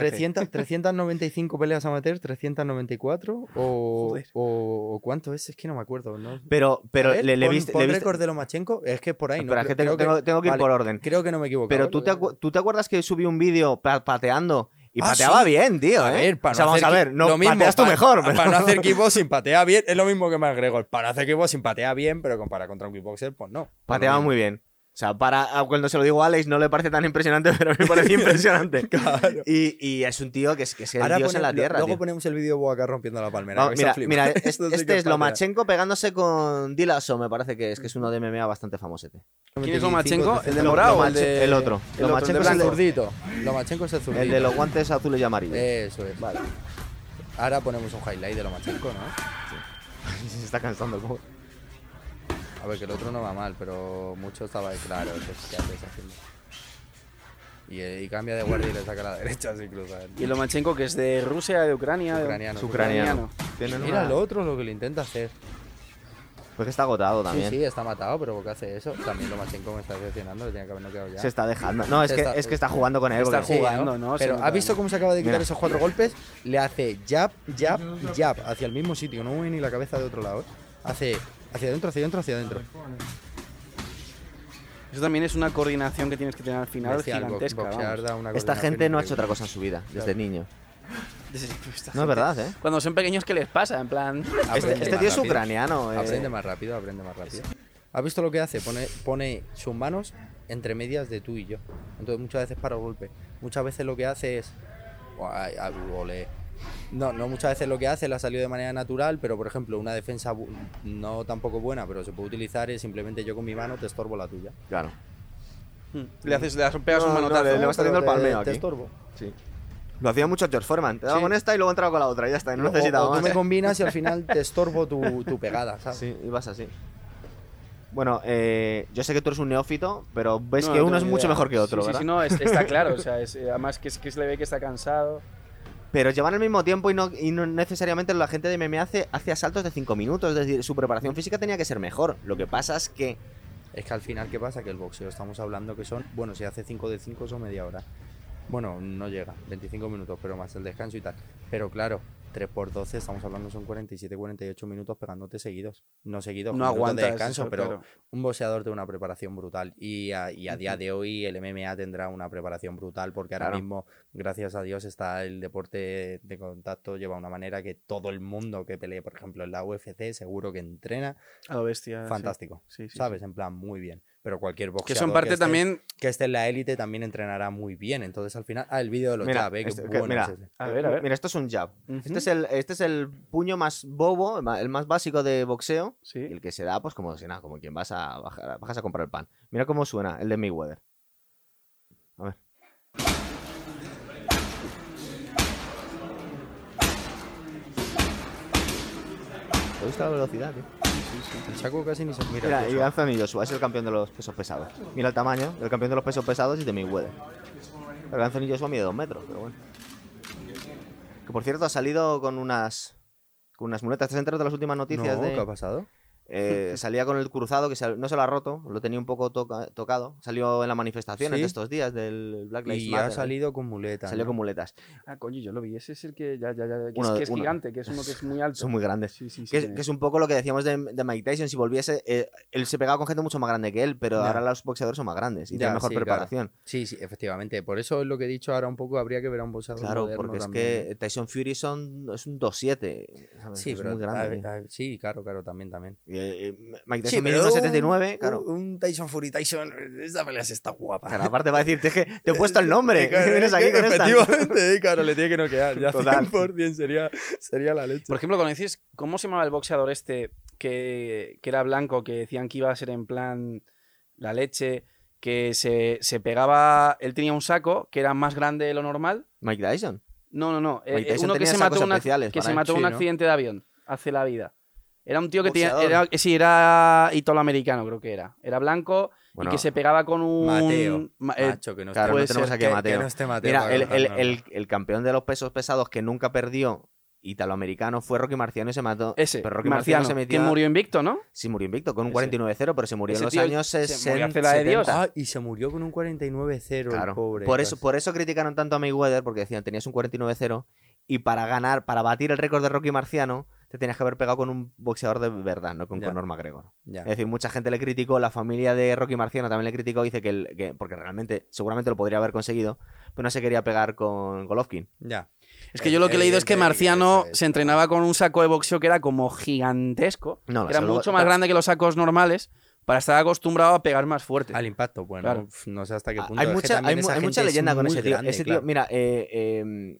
Speaker 4: 300, 395 peleas amateur, 394 o, o, o cuánto es, es que no me acuerdo. ¿no?
Speaker 1: Pero, pero
Speaker 4: A ver,
Speaker 1: le, le
Speaker 4: pon-
Speaker 1: viste.
Speaker 4: pon
Speaker 1: le viste-
Speaker 4: récord de Lomachenko, es que por ahí no.
Speaker 1: Espera, es que tengo,
Speaker 4: creo,
Speaker 1: tengo- tengo que ir
Speaker 4: vale.
Speaker 1: por orden.
Speaker 4: creo que no me equivoco.
Speaker 1: Pero tú te, acu- tú te acuerdas que subí un vídeo pa- pateando y
Speaker 4: Ah,
Speaker 1: pateaba
Speaker 4: sí.
Speaker 1: bien, tío.
Speaker 4: A
Speaker 1: ¿eh?
Speaker 4: ver, para
Speaker 1: o sea,
Speaker 4: no
Speaker 1: vamos
Speaker 4: hacer
Speaker 1: a
Speaker 4: ki-
Speaker 1: ver, no
Speaker 4: lo mismo,
Speaker 1: pateas tú
Speaker 4: para-
Speaker 1: mejor.
Speaker 4: Para
Speaker 1: pero-
Speaker 4: no hacer kickboxing, patea bien. Es lo mismo que McGregor. Para hacer kickboxing, patea bien, pero compara contra un kickboxer, pues no.
Speaker 1: Pateaba muy bien. O sea, para, a- cuando se lo digo a Alex no le parece tan impresionante, pero me parece impresionante.
Speaker 4: Claro.
Speaker 1: Y, y es un tío que es, que es el
Speaker 4: Ahora
Speaker 1: dios en
Speaker 4: pone-
Speaker 1: la
Speaker 4: lo-
Speaker 1: tierra.
Speaker 4: Luego
Speaker 1: tío.
Speaker 4: ponemos el vídeo de Boacar rompiendo la palmera.
Speaker 1: Vamos,
Speaker 4: vais a
Speaker 1: mira,
Speaker 4: flipar.
Speaker 1: mira, es-
Speaker 4: Esto sí
Speaker 1: este
Speaker 4: que
Speaker 1: es
Speaker 4: patea.
Speaker 1: Lomachenko pegándose con Dilaso, me parece que es, que es uno de MMA bastante famosete.
Speaker 3: ¿Quién es Lomachenko? ¿El de
Speaker 1: Loma-
Speaker 3: morado o el
Speaker 1: Lomache-
Speaker 3: de.?
Speaker 1: el otro.
Speaker 3: el
Speaker 1: Lomachenko
Speaker 3: el
Speaker 1: es el
Speaker 3: de
Speaker 1: de-
Speaker 3: blanco?
Speaker 4: Zurdito. Lomachenko es el zurdito.
Speaker 1: El de los guantes azules y amarillos.
Speaker 4: Eso es. Vale. Ahora ponemos un highlight de Lomachenko, ¿no?
Speaker 1: Se está cansando. el pobre.
Speaker 4: A ver, que el otro no va mal, pero mucho estaba ahí claro. que es- que haces haciendo. Y, eh, y cambia de guardia y le saca a la derecha ¿eh? sin cruzar.
Speaker 9: Y Lomachenko, que es de Rusia, de Ucrania. de-
Speaker 4: Ucraniano.
Speaker 1: Ucraniano. Tienen
Speaker 4: Mira
Speaker 1: una-
Speaker 4: lo otro, lo que le intenta hacer.
Speaker 1: Pues que está agotado
Speaker 4: Sí,
Speaker 1: también.
Speaker 4: sí, está matado, pero ¿por qué hace eso? También Lomachenko me está decepcionando, le tenía que haber noqueado ya.
Speaker 1: Se está dejando. No, es
Speaker 4: Se
Speaker 1: que,
Speaker 4: está-
Speaker 1: es que está jugando con él.
Speaker 9: Está
Speaker 1: porque-
Speaker 9: jugando, ¿no? Se
Speaker 4: Pero
Speaker 9: nota,
Speaker 4: ¿has visto
Speaker 9: ¿no?
Speaker 4: cómo se acaba de quitar
Speaker 1: Mira.
Speaker 4: esos cuatro golpes? Le hace jab, jab, jab hacia el mismo sitio, no mueve ni la cabeza de otro lado. ¿eh? Hace hacia adentro, hacia adentro, hacia adentro.
Speaker 9: Eso también es una coordinación que tienes que tener al final
Speaker 4: Bestial, bo-
Speaker 9: gigantesca.
Speaker 4: boxear
Speaker 9: vamos.
Speaker 4: da una
Speaker 1: Esta
Speaker 4: coordinación
Speaker 1: gente no ha
Speaker 4: increíble.
Speaker 1: hecho otra cosa en su vida, desde niño. No es verdad, ¿eh?
Speaker 3: Cuando son pequeños, ¿qué les pasa? En plan.
Speaker 1: Este, este tío es ucraniano. eh.
Speaker 4: Aprende más rápido, aprende más rápido. ¿Has visto lo que hace? Pone, pone sus manos entre medias de tú y yo. Entonces muchas veces para el golpe. Muchas veces lo que hace es... Guay, ah, ole. No, no muchas veces lo que hace la ha salido de manera natural, pero por ejemplo una defensa bu- no tampoco buena, pero se puede utilizar es simplemente yo con mi mano te estorbo la tuya.
Speaker 1: Claro.
Speaker 3: Le haces, le das, pegas un
Speaker 1: No, no,
Speaker 3: manotazo. eh,
Speaker 1: le- le va saliendo el
Speaker 4: Pero te-
Speaker 1: palmeo
Speaker 4: Te
Speaker 1: aquí.
Speaker 4: estorbo.
Speaker 1: Lo hacía mucho George Foreman. Te daba
Speaker 4: Sí.
Speaker 1: con esta y luego entraba con la otra. y Ya está, no
Speaker 4: O- o
Speaker 1: necesitaba
Speaker 4: tú me
Speaker 1: más. ¿eh?
Speaker 4: combinas y al final te estorbo tu, tu pegada, ¿sabes?
Speaker 1: Sí, ibas así. Bueno, eh, yo sé que tú eres un neófito, pero ves
Speaker 3: No,
Speaker 1: Pues que
Speaker 3: no
Speaker 1: uno es
Speaker 3: tengo ni
Speaker 1: mucho
Speaker 3: idea.
Speaker 1: mejor que otro,
Speaker 3: Sí, sí,
Speaker 1: ¿verdad?
Speaker 3: sí, no, es- está claro. O sea, es- eh, además que, es- que se le ve que está cansado.
Speaker 1: Pero llevan el mismo tiempo y no, y no necesariamente la gente de MMA hace, hace asaltos de 5 minutos. Es decir, su preparación física tenía que ser mejor. Lo que pasa es que.
Speaker 4: Es que al final, ¿qué pasa? Que el boxeo estamos hablando que son, bueno, si hace 5 de 5 son media hora. Bueno, no llega, 25 minutos, pero más el descanso y tal. Pero claro, 3 por 12 estamos hablando son 47, 48 minutos pegándote seguidos. No seguidos,
Speaker 11: No
Speaker 4: con minutos
Speaker 11: aguanta
Speaker 4: de descanso, pero
Speaker 11: claro.
Speaker 4: un boxeador tiene una preparación brutal. Y a, y a día de hoy el MMA tendrá una preparación brutal porque ahora
Speaker 1: Claro.
Speaker 4: mismo, gracias a Dios, está el deporte de contacto, lleva una manera que todo el mundo que pelee, por ejemplo, en la UFC, seguro que entrena.
Speaker 11: A lo bestia.
Speaker 4: Fantástico.
Speaker 11: Sí, sí,
Speaker 4: ¿sabes? En plan, muy bien. Pero cualquier boxeador
Speaker 3: Que son parte
Speaker 4: esté-
Speaker 3: también.
Speaker 4: que esté en la élite también entrenará muy bien. Entonces, al final... Ah, el vídeo de los
Speaker 1: Mira,
Speaker 4: jab, eh, qué
Speaker 1: este- que-
Speaker 4: bueno
Speaker 1: mira.
Speaker 4: es ese.
Speaker 3: A ver, a ver.
Speaker 1: Mira, esto es un jab.
Speaker 3: Ujú.
Speaker 1: Este, es el, este es el puño más bobo, el ma- el más básico de boxeo.
Speaker 3: Sí.
Speaker 1: Y el que se da, pues como si nada, como quien vas a, bajar, bajas a comprar el pan. Mira cómo suena el de Mayweather. A ver. ¿Te gusta la velocidad, tío?
Speaker 4: El saco casi ni se... Mira,
Speaker 1: Mira,
Speaker 4: tío,
Speaker 1: y Anthony Joshua es el campeón de los pesos pesados. Mira el tamaño, el campeón de los pesos pesados es de Mayweather. Pero Anthony Joshua mide dos metros, pero bueno. Que por cierto ha salido con unas con unas muletas. ¿Te has enterado de las últimas noticias
Speaker 4: no,
Speaker 1: de...?
Speaker 4: ¿qué ha pasado?
Speaker 1: Eh, salía con el cruzado que se- no se lo ha roto, lo tenía un poco toca- tocado. Salió en las manifestaciones
Speaker 4: Sí.
Speaker 1: de estos días del Black Lives
Speaker 4: Y
Speaker 1: Matter. ¿eh?
Speaker 4: ha salido con muleta.
Speaker 1: Salió
Speaker 4: ¿no?
Speaker 1: con muletas.
Speaker 3: Ah, coño, yo lo vi. Ese es el que ya, ya, ya. Que
Speaker 1: Uno
Speaker 3: es,
Speaker 1: de-
Speaker 3: que es
Speaker 1: uno.
Speaker 3: gigante, que es uno que es muy alto.
Speaker 1: Son muy grandes.
Speaker 3: Sí, sí, sí.
Speaker 1: Que es, que es un poco lo que decíamos de, de Mike Tyson. Si volviese, eh, él se pegaba con gente mucho más grande que él, pero
Speaker 4: Ya.
Speaker 1: ahora los boxeadores son más grandes y
Speaker 4: Ya,
Speaker 1: tienen mejor
Speaker 4: sí, claro.
Speaker 1: preparación.
Speaker 4: Sí, sí, efectivamente. Por eso es lo que he dicho ahora un poco. Habría que ver a un boxeador
Speaker 1: Claro,
Speaker 4: moderno
Speaker 1: porque es
Speaker 4: también, ¿no?
Speaker 1: que Tyson Fury son, es un eh, 2'7. ¿sabes?
Speaker 4: Sí,
Speaker 1: es
Speaker 4: pero...
Speaker 1: muy
Speaker 4: a
Speaker 1: grande. eh.
Speaker 4: ver, a ver, sí, claro, claro, también, también.
Speaker 1: tío. Y, eh, Mike Tyson mide 1'79, Eh, claro.
Speaker 4: Un, un Tyson Fury Tyson... Esa pelea sí está guapa.
Speaker 1: Claro, aparte va a decirte que te he puesto el nombre.
Speaker 4: Claro,
Speaker 1: que vienes
Speaker 4: es
Speaker 1: aquí
Speaker 4: que
Speaker 1: con esta.
Speaker 4: Efectivamente, eh, claro, le tiene que noquear. Ya
Speaker 1: Total.
Speaker 4: 100% sería, sería la leche.
Speaker 3: Por ejemplo, cuando dices, ¿cómo se llamaba el boxeador este que, que era blanco, que decían que iba a ser en plan la leche, que se, se pegaba, él tenía un saco que era más grande de lo normal?
Speaker 1: Mike Tyson.
Speaker 3: No, no, no, eh,
Speaker 1: Mike
Speaker 3: eh,
Speaker 1: Tyson
Speaker 3: uno que
Speaker 1: tenía
Speaker 3: se
Speaker 1: sacos
Speaker 3: mató, una-
Speaker 1: especiales
Speaker 3: que
Speaker 1: para
Speaker 3: se
Speaker 1: él,
Speaker 3: mató en
Speaker 1: sí,
Speaker 3: un
Speaker 1: ¿no?
Speaker 3: accidente de avión hace la vida. Era un tío que tenía,
Speaker 1: Boxeador.
Speaker 3: era- sí, era italoamericano creo que era, era blanco
Speaker 1: Bueno,
Speaker 3: y que se pegaba con un...
Speaker 4: Mateo.
Speaker 3: ma- eh,
Speaker 4: Macho, que no
Speaker 1: Claro,
Speaker 3: Puede
Speaker 1: no tenemos
Speaker 3: ser
Speaker 1: aquí a Mateo.
Speaker 4: no esté Mateo.
Speaker 1: Mira,
Speaker 4: para
Speaker 1: el, el-
Speaker 4: contarnos.
Speaker 1: el- el campeón de los pesos pesados que nunca perdió italoamericano fue Rocky Marciano y se mató.
Speaker 3: ese,
Speaker 1: pero Rocky
Speaker 3: Marciano,
Speaker 1: Marciano, se metió.
Speaker 3: que murió invicto, ¿no?
Speaker 1: Sí, murió invicto, con un
Speaker 3: Ese.
Speaker 1: 49-0, pero se murió
Speaker 3: Ese
Speaker 1: en los
Speaker 3: tío
Speaker 1: años
Speaker 3: se murió
Speaker 1: 60.
Speaker 3: hace la de Dios.
Speaker 4: Ah, y se murió con un 49-0
Speaker 1: Claro.
Speaker 4: el pobre.
Speaker 1: por, eso, por eso criticaron tanto a Mayweather, porque decían, tenías un 49-0 y para ganar, para batir el récord de Rocky Marciano, te tenías que haber pegado con un boxeador de verdad, no con
Speaker 4: Ya.
Speaker 1: Conor McGregor.
Speaker 4: Ya.
Speaker 1: Es decir, mucha gente le criticó, la familia de Rocky Marciano también le criticó, dice que, el- que- porque realmente, seguramente lo podría haber conseguido, pero no se quería pegar con Golovkin.
Speaker 4: ya.
Speaker 3: Es que yo lo que he leído es Eh, que
Speaker 4: Evidentemente,
Speaker 3: Marciano
Speaker 4: eso es.
Speaker 3: se entrenaba con un saco de boxeo que era como gigantesco.
Speaker 1: No,
Speaker 3: que era
Speaker 1: eso luego-
Speaker 3: mucho más grande que los sacos normales para estar acostumbrado a pegar más fuerte.
Speaker 4: Al impacto, bueno,
Speaker 3: Claro.
Speaker 4: uf, no sé hasta qué
Speaker 1: Ah,
Speaker 4: punto.
Speaker 1: Hay
Speaker 4: Es que
Speaker 1: mucha,
Speaker 4: también
Speaker 1: hay mu-
Speaker 4: esa
Speaker 1: hay mucha
Speaker 4: gente es
Speaker 1: leyenda con
Speaker 4: muy
Speaker 1: ese tío.
Speaker 4: grande,
Speaker 1: ese tío,
Speaker 4: claro.
Speaker 1: mira, eh, eh,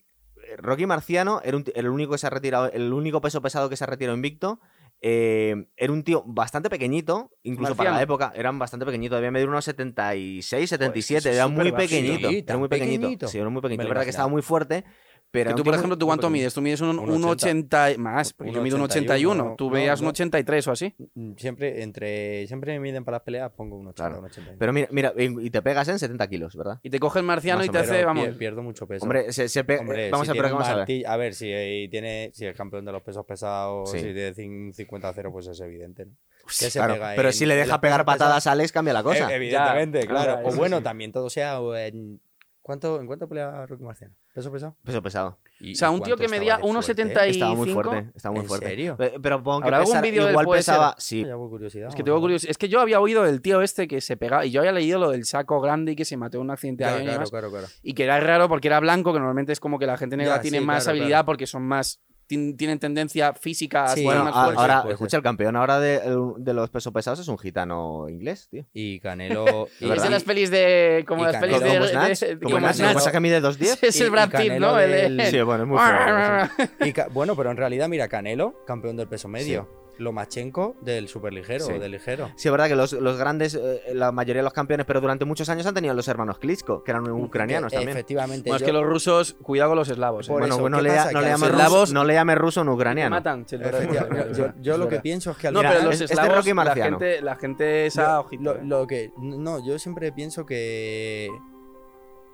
Speaker 1: Rocky Marciano era un t- el único que se ha retirado, el único peso pesado que se ha retirado invicto. eh, era un tío bastante pequeñito, incluso para la
Speaker 3: Marciano.
Speaker 1: época, eran bastante pequeñito, debía medir unos 76, 77,
Speaker 3: es
Speaker 1: era muy
Speaker 3: superbajito.
Speaker 1: pequeñito,
Speaker 4: Sí,
Speaker 1: era
Speaker 4: tan
Speaker 1: muy pequeñito,
Speaker 4: pequeñito.
Speaker 1: sí, era muy pequeñito,
Speaker 4: Me
Speaker 1: es
Speaker 4: lo
Speaker 1: verdad que
Speaker 4: imaginaba.
Speaker 1: estaba muy fuerte, pero...
Speaker 3: Que
Speaker 1: era
Speaker 3: tú,
Speaker 1: un
Speaker 3: por
Speaker 1: tío
Speaker 3: ejemplo, ¿tú
Speaker 1: muy
Speaker 3: cuánto
Speaker 1: pequeño.
Speaker 3: mides? Tú mides un,
Speaker 4: Un
Speaker 3: 1,80
Speaker 4: 80.
Speaker 3: más, porque yo
Speaker 4: Un
Speaker 3: mido un
Speaker 4: 81,
Speaker 3: 81. Tú
Speaker 4: no,
Speaker 3: veías un
Speaker 4: no.
Speaker 3: 83 o así.
Speaker 4: Mm, Siempre, entre, siempre me miden para las peleas, pongo un 80,
Speaker 1: Claro.
Speaker 4: un 80.
Speaker 1: Pero mira, mira, y, y te pegas en 70 kilos, ¿verdad?
Speaker 3: Y te coge el marciano
Speaker 1: Más
Speaker 3: y
Speaker 1: o
Speaker 3: te hace,
Speaker 4: Pero
Speaker 3: vamos.
Speaker 4: pier- pierdo mucho peso.
Speaker 1: Hombre, se, se pe-
Speaker 4: Hombre,
Speaker 1: vamos
Speaker 4: si
Speaker 1: a ver,
Speaker 4: tiene un
Speaker 1: vamos a ver.
Speaker 4: martillo- a ver, si eh, tiene si es campeón de los pesos pesados,
Speaker 1: Sí.
Speaker 4: si tiene cin- 50-0, pues es evidente, ¿no?
Speaker 1: Sí,
Speaker 4: se
Speaker 1: claro,
Speaker 4: pega
Speaker 1: pero
Speaker 4: en-
Speaker 1: si le
Speaker 4: en
Speaker 1: deja
Speaker 4: las
Speaker 1: pegar
Speaker 4: cosas pesadas.
Speaker 1: patadas a Alex, cambia la cosa.
Speaker 4: Eh, E-, evidentemente,
Speaker 3: Ya,
Speaker 4: claro.
Speaker 3: claro,
Speaker 4: o
Speaker 3: eso
Speaker 4: bueno,
Speaker 3: sí.
Speaker 4: también todo sea o en ¿Cuánto, ¿En cuánto pelea Rocky Marciano? ¿Peso pesado?
Speaker 1: Peso pesado.
Speaker 4: ¿Y
Speaker 3: O sea, un tío
Speaker 4: cuánto
Speaker 3: que medía
Speaker 4: estaba de fuerte?
Speaker 3: 1,75.
Speaker 1: Estaba muy
Speaker 3: 25.
Speaker 1: fuerte. Estaba muy
Speaker 4: ¿En
Speaker 1: fuerte.
Speaker 4: serio?
Speaker 1: Pe- Pero supongo que
Speaker 3: ¿Habrá algún
Speaker 1: pesar-
Speaker 3: vídeo de él?
Speaker 1: igual
Speaker 3: Puede
Speaker 1: pesaba. Sí.
Speaker 4: Ya por curiosidad.
Speaker 3: Es que
Speaker 4: vamos
Speaker 3: tengo
Speaker 4: a ver.
Speaker 3: curiosidad. Es que yo había oído del tío este que se pegaba. Y yo había leído lo del saco grande y que se mató en un accidente de
Speaker 4: Ya,
Speaker 3: avión y
Speaker 4: claro,
Speaker 3: demás,
Speaker 4: claro, claro.
Speaker 3: Y que era raro porque era blanco, que normalmente es como que la gente negra
Speaker 4: Ya,
Speaker 3: tiene
Speaker 4: sí,
Speaker 3: más
Speaker 4: claro,
Speaker 3: habilidad
Speaker 4: claro.
Speaker 3: porque son más. tin- Tienen tendencia física a
Speaker 4: Sí,
Speaker 3: ser
Speaker 1: Bueno, ah,
Speaker 3: más
Speaker 1: a-
Speaker 3: fuertes.
Speaker 1: ahora,
Speaker 4: fuerte.
Speaker 1: escucha, el campeón ahora de, de los pesos pesados es un gitano inglés, tío.
Speaker 4: Y Canelo. y-
Speaker 3: Es
Speaker 1: ¿verdad?
Speaker 3: de
Speaker 4: y-
Speaker 3: las pelis de. Como
Speaker 4: Y
Speaker 3: las
Speaker 4: Canelo.
Speaker 3: pelis de.
Speaker 1: Como
Speaker 3: de-
Speaker 1: Snatch. Como
Speaker 3: de- como
Speaker 1: Snatch, lo que
Speaker 3: Snatch.
Speaker 1: pasa es que mide 2'10.
Speaker 3: Ese es
Speaker 4: Y-
Speaker 3: el
Speaker 4: y
Speaker 3: Brad Pitt,
Speaker 4: Canelo
Speaker 3: ¿no? El de-
Speaker 4: del-
Speaker 1: Sí, bueno, es muy fuerte.
Speaker 4: y ca- bueno, pero en realidad, mira, Canelo, campeón del peso medio. Lomachenko del superligero
Speaker 1: Sí.
Speaker 4: o del ligero.
Speaker 1: Sí, es verdad que los, los grandes, eh, la mayoría de los campeones, pero durante muchos años han tenido los hermanos Klitschko, que eran
Speaker 4: Mm,
Speaker 1: ucranianos
Speaker 4: Que,
Speaker 1: también.
Speaker 4: Efectivamente.
Speaker 3: Bueno, es
Speaker 4: yo-
Speaker 3: que los rusos, cuidado con los eslavos. ¿eh?
Speaker 4: eh, por
Speaker 1: Bueno,
Speaker 4: eso,
Speaker 1: bueno,
Speaker 4: ¿qué
Speaker 1: no, le, no,
Speaker 4: pasa? Que
Speaker 1: le
Speaker 4: a los
Speaker 1: llame
Speaker 3: eslavos-
Speaker 1: ruso, no le llame ruso, no
Speaker 3: Te
Speaker 1: ucraniano.
Speaker 3: matan. se lo-
Speaker 4: efectivamente, yo, yo lo que
Speaker 3: Es
Speaker 4: pienso es que al
Speaker 3: No,
Speaker 1: Mira,
Speaker 3: pero
Speaker 4: final-
Speaker 3: los
Speaker 1: es- este
Speaker 3: eslavos,
Speaker 1: Rocky
Speaker 3: la,
Speaker 1: Marciano.
Speaker 3: gente, la gente esa
Speaker 4: Yo-
Speaker 3: ojito,
Speaker 4: lo,
Speaker 3: ¿eh?
Speaker 4: lo que no yo siempre pienso que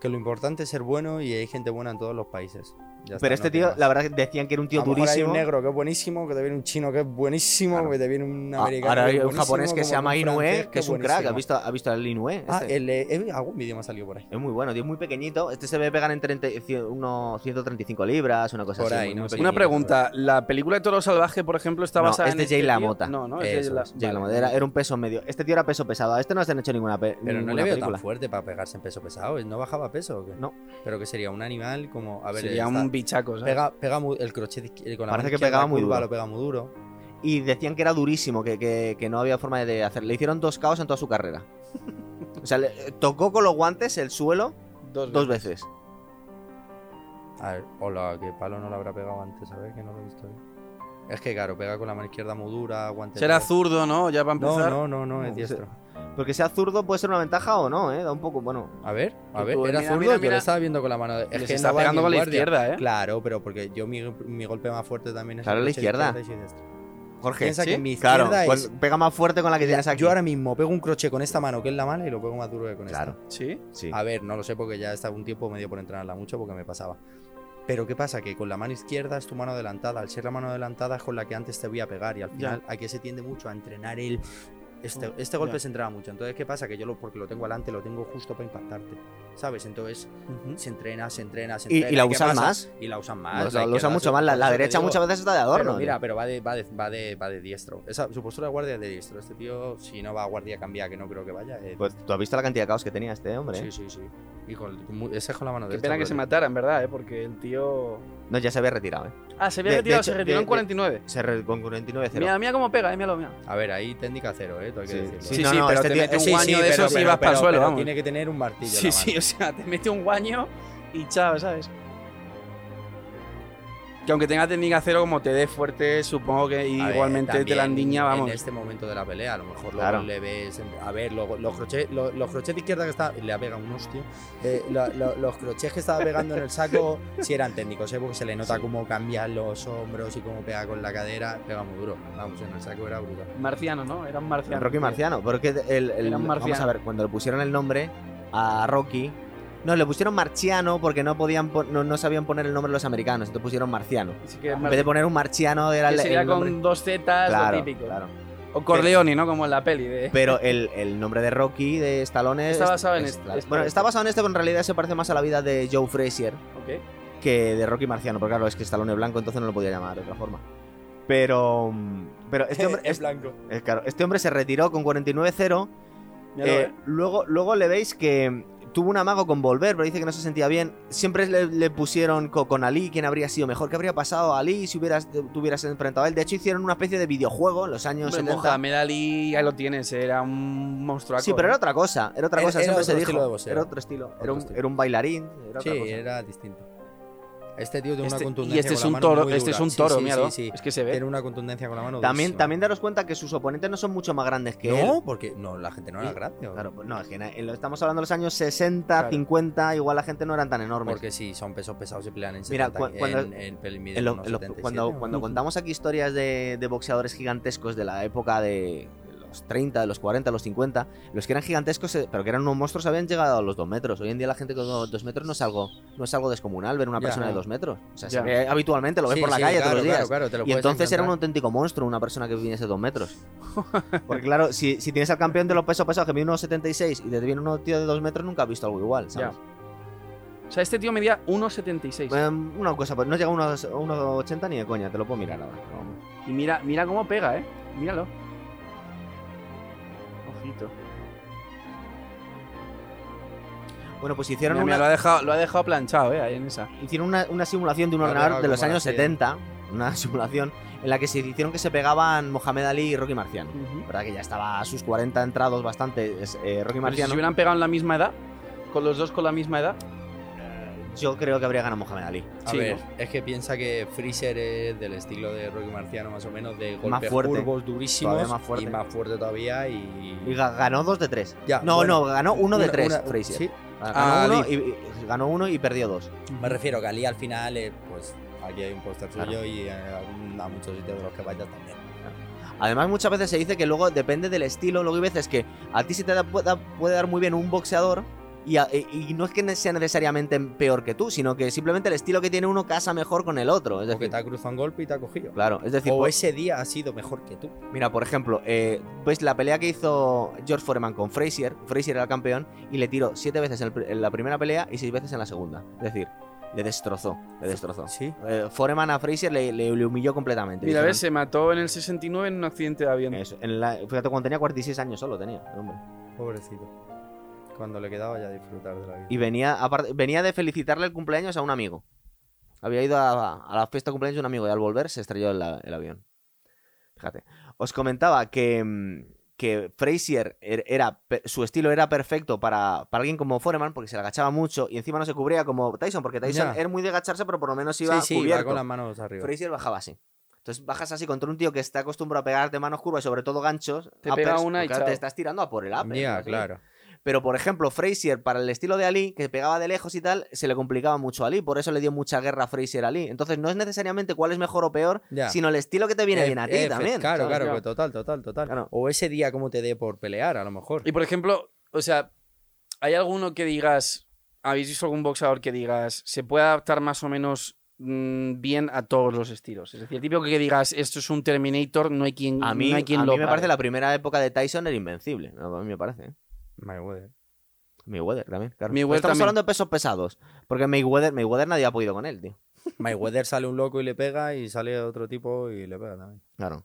Speaker 4: que lo importante es ser bueno y hay gente buena en todos los países Ya está,
Speaker 1: Pero este
Speaker 4: no tiene
Speaker 1: tío,
Speaker 4: más.
Speaker 1: la verdad, que decían que era un tío
Speaker 4: A lo mejor
Speaker 1: durísimo.
Speaker 4: hay un negro que es buenísimo que te viene un chino que es buenísimo
Speaker 1: Claro.
Speaker 4: que te viene un
Speaker 1: Ah,
Speaker 4: americano
Speaker 1: Ahora
Speaker 4: que
Speaker 1: hay
Speaker 4: es
Speaker 1: un japonés
Speaker 4: buenísimo,
Speaker 1: que se
Speaker 4: como
Speaker 1: llama
Speaker 4: un
Speaker 1: Inoue,
Speaker 4: francés
Speaker 1: que es un
Speaker 4: buenísimo.
Speaker 1: crack. ¿Has visto, has visto al Inoue?
Speaker 4: ah
Speaker 1: Este?
Speaker 4: el, eh, algún vídeo me ha salido por ahí
Speaker 1: Es muy bueno, tío, es muy pequeñito. Este se ve pegar en 30 y cien- unos 135 libras, una cosa
Speaker 4: Por
Speaker 1: así.
Speaker 4: ahí,
Speaker 1: muy,
Speaker 4: ¿no?
Speaker 1: muy
Speaker 4: Sí.
Speaker 1: pequeñito.
Speaker 3: Una pregunta. ¿La película de Toro Salvaje, por ejemplo, está
Speaker 1: No,
Speaker 3: basada
Speaker 1: es de
Speaker 3: en este
Speaker 1: Jay
Speaker 3: tío?
Speaker 1: LaMotta.
Speaker 3: No, no, es
Speaker 4: Eso
Speaker 3: Jay La-
Speaker 4: es,
Speaker 1: Jake
Speaker 3: Vale.
Speaker 1: LaMotta era, era un peso medio. Este tío era peso pesado. A este no se han hecho ninguna, pe-
Speaker 4: pero no
Speaker 1: ninguna
Speaker 4: le veo
Speaker 1: película.
Speaker 4: tan fuerte para pegarse en peso pesado ¿eh? no bajaba peso ¿o qué?
Speaker 1: No.
Speaker 4: pero que sería un animal como a ver
Speaker 3: Sería
Speaker 4: está-
Speaker 3: un bichaco, ¿sabes?
Speaker 4: pega, pega mu- el crochet izquier- con
Speaker 1: Parece
Speaker 4: la mano
Speaker 1: que
Speaker 4: izquierda
Speaker 1: pegaba muy
Speaker 4: curva,
Speaker 1: duro.
Speaker 4: lo pega muy duro
Speaker 1: Y decían que era durísimo, que, que- que no había forma de hacer. Le hicieron dos caos en toda su carrera. O sea, le- eh, tocó con los guantes el suelo
Speaker 3: Dos
Speaker 1: dos veces.
Speaker 4: A ver, hola, que palo no lo habrá pegado antes, a ver, que no lo he visto bien. Es que claro, pega con la mano izquierda muy dura, guante.
Speaker 3: Será
Speaker 4: duro.
Speaker 3: zurdo, ¿no? Ya para
Speaker 4: No,
Speaker 3: empezar.
Speaker 4: no, no, no,
Speaker 1: No,
Speaker 4: es diestro.
Speaker 1: Porque sea zurdo puede ser una ventaja o no, ¿eh? Da un poco, bueno.
Speaker 4: A ver, a ver,
Speaker 3: Tú,
Speaker 4: era
Speaker 3: mira,
Speaker 4: zurdo,
Speaker 3: mira,
Speaker 4: yo
Speaker 3: mira.
Speaker 4: lo estaba viendo con la mano. de- Es
Speaker 3: Les
Speaker 4: que
Speaker 3: está
Speaker 4: no va ni
Speaker 3: pegando
Speaker 4: en
Speaker 3: con la
Speaker 4: guardia.
Speaker 3: izquierda, ¿eh?
Speaker 4: Claro, pero porque yo mi, mi golpe más fuerte también es. el
Speaker 1: Claro, la
Speaker 4: crochet
Speaker 1: izquierda.
Speaker 4: y soy diestro.
Speaker 1: Jorge,
Speaker 4: Piensa que mi
Speaker 1: claro,
Speaker 4: izquierda es.
Speaker 1: cuando- pega más fuerte con la que tienes aquí.
Speaker 4: Yo ahora mismo pego un crochet con esta mano que es la mala y lo pego más duro que con esta.
Speaker 1: Claro,
Speaker 3: Sí.
Speaker 1: sí.
Speaker 4: A ver, no lo sé porque ya estaba un tiempo medio por entrenarla mucho porque me pasaba. Pero ¿qué pasa? Que con la mano izquierda es tu mano adelantada. Al ser la mano adelantada es con la que antes te voy a pegar. Y al final aquí se tiende mucho a entrenar el...
Speaker 1: Oh,
Speaker 4: Este, este golpe
Speaker 3: Ya.
Speaker 4: se entrena mucho. Entonces, ¿qué pasa? Que yo lo, porque lo tengo adelante, lo tengo justo para impactarte. ¿Sabes? Entonces, se entrena, se entrena,
Speaker 1: Y-
Speaker 4: se
Speaker 1: y
Speaker 4: entrena.
Speaker 1: la
Speaker 4: qué
Speaker 1: usan
Speaker 4: pasa?
Speaker 1: más.
Speaker 4: Y la usan más.
Speaker 1: Lo-
Speaker 4: la
Speaker 1: lo, usa
Speaker 4: izquierda,
Speaker 1: mucho más. La,
Speaker 4: por
Speaker 1: la
Speaker 4: eso te
Speaker 1: derecha
Speaker 4: digo,
Speaker 1: muchas veces está de adorno.
Speaker 4: pero mira,
Speaker 1: tío.
Speaker 4: pero va de, va de, va de, va de diestro. Esa, su postura de guardia es de diestro. Este tío, si no va a guardia cambiada, que no creo que vaya. eh,
Speaker 1: Pues tú has visto la cantidad de caos que tenía este hombre.
Speaker 4: sí,
Speaker 1: ¿eh?
Speaker 4: sí, sí. Y con, mu- ese es con la mano
Speaker 3: Qué
Speaker 4: derecha.
Speaker 3: pena que
Speaker 4: pero
Speaker 3: se
Speaker 4: te-
Speaker 3: matara, en verdad, ¿eh? Porque el tío.
Speaker 1: No, ya se había retirado, ¿eh?
Speaker 3: Ah, se había
Speaker 1: De- de
Speaker 3: retirado,
Speaker 1: hecho,
Speaker 3: se retiró
Speaker 1: de-
Speaker 3: en
Speaker 1: de-
Speaker 3: 49.
Speaker 1: Se re- con 49 0
Speaker 3: Mira, mira cómo pega, eh, mira lo mira.
Speaker 4: A ver, ahí técnica cero, ¿eh? Todo hay que
Speaker 1: Sí,
Speaker 4: decirlo.
Speaker 1: sí,
Speaker 3: Sí,
Speaker 1: no,
Speaker 3: sí,
Speaker 1: no,
Speaker 3: pero
Speaker 1: este
Speaker 3: te
Speaker 1: tío-
Speaker 3: mete un guaño de esos y vas para el suelo, vamos.
Speaker 4: Tiene que tener un martillo.
Speaker 3: Sí, sí, o sea, te mete un guaño y chao, ¿sabes? Que aunque tenga técnica cero, como te dé fuerte, supongo que igualmente te la endiña, vamos.
Speaker 4: En este momento de la pelea, a lo mejor luego
Speaker 1: Claro.
Speaker 4: le ves. A ver, luego los crochets lo, los crochets de izquierda que está. Le ha pegado un hostia. Eh, lo- lo- los crochets que estaba pegando en el saco, sí eran técnicos, ¿eh? Porque se le nota cómo cambian los hombros y cómo pega con la cadera. Pega muy duro. Vamos, en el saco era brutal.
Speaker 3: Marciano, ¿no? Era un marciano.
Speaker 1: Rocky
Speaker 3: tío.
Speaker 1: Marciano. Porque el, el-
Speaker 3: Era un
Speaker 1: vamos a
Speaker 3: marciano.
Speaker 1: ver, cuando le pusieron el nombre a Rocky. No, le pusieron Marciano porque no podían pon- no, no sabían poner el nombre de los americanos, entonces pusieron Marciano.
Speaker 3: Así que,
Speaker 1: En vez de poner un Marciano era
Speaker 3: que
Speaker 1: el,
Speaker 3: sería
Speaker 1: el nombre.
Speaker 3: con dos zetas,
Speaker 1: Claro,
Speaker 3: lo típico.
Speaker 1: claro.
Speaker 3: O Corleone, ¿no? Como en la peli de...
Speaker 1: Pero el, el nombre de Rocky de Stallone
Speaker 3: Está
Speaker 1: es-
Speaker 3: basado en
Speaker 1: es-
Speaker 3: este-
Speaker 1: claro.
Speaker 3: este-
Speaker 1: Bueno, está basado en este, pero en realidad se parece más a la vida de Joe Frazier
Speaker 3: Ok.
Speaker 1: que de Rocky Marciano, porque claro, es que Stallone es blanco, entonces no lo podía llamar de otra forma. Pero mm, pero este hombre es-
Speaker 4: blanco.
Speaker 1: eh, claro, este hombre se retiró con 49-0.
Speaker 3: Míralo,
Speaker 1: Eh,
Speaker 3: eh. Hombre,
Speaker 1: 70.
Speaker 3: Mohamed Ali, ahí lo tienes, era un monstruo.
Speaker 1: Sí, pero era otra cosa, era otra
Speaker 4: Era-
Speaker 1: cosa,
Speaker 4: era
Speaker 1: siempre
Speaker 4: otro
Speaker 1: se
Speaker 4: estilo de
Speaker 1: dijo.
Speaker 4: boxeo.
Speaker 1: Era otro estilo, era
Speaker 4: Otro
Speaker 1: un,
Speaker 4: estilo.
Speaker 1: era un bailarín, era
Speaker 4: Sí,
Speaker 1: otra cosa.
Speaker 4: era distinto. Este tío tiene una
Speaker 3: Este-
Speaker 4: contundencia.
Speaker 3: y este es
Speaker 4: con la
Speaker 3: un
Speaker 4: mano
Speaker 3: toro,
Speaker 4: muy
Speaker 3: este es
Speaker 4: dura.
Speaker 3: un
Speaker 4: Sí,
Speaker 3: toro,
Speaker 4: sí,
Speaker 3: míralo.
Speaker 4: sí, sí.
Speaker 3: Es que se ve. Este
Speaker 4: Tiene una contundencia con la mano.
Speaker 1: ¿Eh? También,
Speaker 4: durísima.
Speaker 1: también daros cuenta que sus oponentes no son mucho más grandes que
Speaker 4: no,
Speaker 1: él.
Speaker 4: porque no, la gente no era
Speaker 1: Sí.
Speaker 4: grande. ¿o?
Speaker 1: Claro, pues no, es que na- en lo- estamos hablando de los años 60,
Speaker 3: Claro.
Speaker 1: 50, igual la gente no eran tan enormes.
Speaker 4: Porque si son pesos pesados se pelean en
Speaker 1: Mira,
Speaker 4: 70,
Speaker 1: cu- cuando-
Speaker 4: en, en pel- miden
Speaker 1: En lo-
Speaker 4: unos
Speaker 1: en lo-
Speaker 4: 77,
Speaker 1: cuando
Speaker 4: ¿no?
Speaker 1: cuando contamos aquí historias de, de boxeadores gigantescos de la época de los 30, de los 40, los 50, los que eran gigantescos, eh, pero que eran unos monstruos, habían llegado a los 2 metros. Hoy en día la gente con 2 metros no es algo, no es algo descomunal ver una
Speaker 4: Ya.
Speaker 1: persona de 2 metros. O sea,
Speaker 3: Ya.
Speaker 1: se ve habitualmente, lo ves
Speaker 4: Sí,
Speaker 1: por la
Speaker 4: sí,
Speaker 1: calle
Speaker 4: claro,
Speaker 1: todos los días.
Speaker 4: Claro, claro, te lo
Speaker 1: Y
Speaker 4: puedes
Speaker 1: entonces era un
Speaker 4: encontrar.
Speaker 1: auténtico monstruo una persona que viniese dos metros. Porque claro, si, si tienes al campeón de los pesos pesados que mide 1,76 y te viene un tío de dos metros, nunca has visto algo igual, ¿sabes?
Speaker 3: O sea, este tío medía 1,76.
Speaker 1: Eh, Una cosa, pues no llega a unos- a 1,80 ni de coña, te lo puedo mirar ahora. No.
Speaker 3: Y mira, mira cómo pega, ¿eh? Míralo. Ojito.
Speaker 1: Bueno, pues
Speaker 3: Mira,
Speaker 1: hicieron,
Speaker 3: mira, lo,
Speaker 1: una,
Speaker 3: ha dejado, lo ha dejado planchado, ¿eh? Ahí en esa.
Speaker 1: hicieron una, una simulación de un
Speaker 12: Lo ha
Speaker 1: ordenador
Speaker 12: pegado
Speaker 1: de los
Speaker 12: como la
Speaker 1: años
Speaker 12: sien.
Speaker 1: 70, una simulación en la que se hicieron que se pegaban Mohamed Ali y Rocky Marciano. ¿Verdad? Que ya estaba a sus 40 entrados bastante es, eh, Rocky
Speaker 3: Pero si se
Speaker 1: Marciano.
Speaker 3: hubieran pegado en la misma edad, con los dos con la misma edad.
Speaker 1: Yo creo que habría ganado Mohamed Ali.
Speaker 4: A
Speaker 3: Sí,
Speaker 4: ver, es que piensa que Freezer es del estilo de Rocky Marciano, más o menos, de golpes
Speaker 1: fuerte.
Speaker 4: curvos durísimos
Speaker 1: Todavía más fuerte.
Speaker 4: y más fuerte todavía. Y,
Speaker 1: Y ga- ganó 2 de 3.
Speaker 4: Ya,
Speaker 1: no,
Speaker 4: bueno.
Speaker 1: no, ganó 1 de
Speaker 4: Una-
Speaker 1: 3,
Speaker 4: una-
Speaker 1: Frazier.
Speaker 4: Sí,
Speaker 1: Ganó,
Speaker 3: Ah,
Speaker 1: uno y, y- ganó uno y perdió 2.
Speaker 4: me refiero que Ali al final, eh, pues aquí hay un póster
Speaker 1: Claro.
Speaker 4: suyo y eh, a muchos sitios de los que vayas también.
Speaker 1: Además, muchas veces se dice que luego depende del estilo. Luego hay veces que a ti se te da- pueda- puede dar muy bien un boxeador. Y, a- y- y no es que ne- sea necesariamente peor que tú, sino que simplemente el estilo que tiene uno casa mejor con el otro. Es
Speaker 4: Porque
Speaker 1: decir,
Speaker 4: te ha cruzado un golpe y te ha cogido.
Speaker 1: claro, es decir,
Speaker 4: o
Speaker 1: po-
Speaker 4: ese día ha sido mejor que tú.
Speaker 1: mira, por ejemplo, eh, pues la pelea que hizo George Foreman con Frazier, Frazier era el campeón, y le tiró siete veces en, el pr- en la primera pelea y seis veces en la segunda. Es decir, le destrozó, le destrozó.
Speaker 4: Sí.
Speaker 1: Eh, Foreman a Frazier le, le- le humilló completamente.
Speaker 3: Mira,
Speaker 1: Dijeron-
Speaker 3: ves, se mató en el 69 en un accidente de avión.
Speaker 1: Eso, en la- fíjate, cuando tenía 46 años solo tenía, el hombre.
Speaker 4: Pobrecito. Cuando le quedaba ya disfrutar de la vida.
Speaker 1: Y venía, aparte- venía de felicitarle el cumpleaños a un amigo. Había ido a, a la fiesta de cumpleaños de un amigo y al volver se estrelló el, a- el avión. Fíjate. Os comentaba que, mm, que Frazier er- era, pe- su estilo era perfecto para, para alguien como Foreman porque se le agachaba mucho y encima no se cubría como Tyson, porque Tyson
Speaker 4: Ya.
Speaker 1: era muy de agacharse, pero por lo menos
Speaker 4: Sí,
Speaker 1: iba
Speaker 4: sí, iba
Speaker 1: cubierto.
Speaker 4: con las manos arriba.
Speaker 1: Frazier bajaba así. Entonces bajas así contra un tío que está acostumbrado a pegarte manos curvas y sobre todo ganchos.
Speaker 3: Te pega
Speaker 1: uppers,
Speaker 3: una y
Speaker 1: porque ahora
Speaker 3: chao.
Speaker 1: te estás tirando a por el upper.
Speaker 4: Ya,
Speaker 1: ¿no? Sí.
Speaker 4: claro.
Speaker 1: Pero, por ejemplo, Frazier, para el estilo de Ali, que pegaba de lejos y tal, se le complicaba mucho a Ali. Por eso le dio mucha guerra a Frazier a Ali. Entonces, no es necesariamente cuál es mejor o peor,
Speaker 4: Ya.
Speaker 1: sino el estilo que te viene
Speaker 4: Eh,
Speaker 1: bien a ti
Speaker 4: eh,
Speaker 1: también.
Speaker 4: Claro,
Speaker 1: ¿sabes?
Speaker 4: claro,
Speaker 3: Ya.
Speaker 4: que total, total, total.
Speaker 1: Claro.
Speaker 4: O ese día como te dé por pelear, a lo mejor.
Speaker 3: Y por ejemplo, o sea, ¿hay alguno que digas, habéis visto algún boxeador que digas, se puede adaptar más o menos mm, bien a todos los estilos? Es decir, el típico que digas, esto es un Terminator, no hay quien,
Speaker 1: A mí,
Speaker 3: no hay quien
Speaker 1: a
Speaker 3: lo
Speaker 1: mí me
Speaker 3: pare".
Speaker 1: parece la primera época de Tyson era invencible. A mí me parece. ¿eh?
Speaker 4: Mayweather.
Speaker 1: Mayweather también. Claro.
Speaker 3: Mayweather
Speaker 1: Pero estamos
Speaker 3: también.
Speaker 1: hablando de pesos pesados. Porque Mayweather, Mayweather nadie ha podido con él, tío.
Speaker 4: Mayweather sale un loco y le pega y sale otro tipo y le pega también.
Speaker 1: Claro.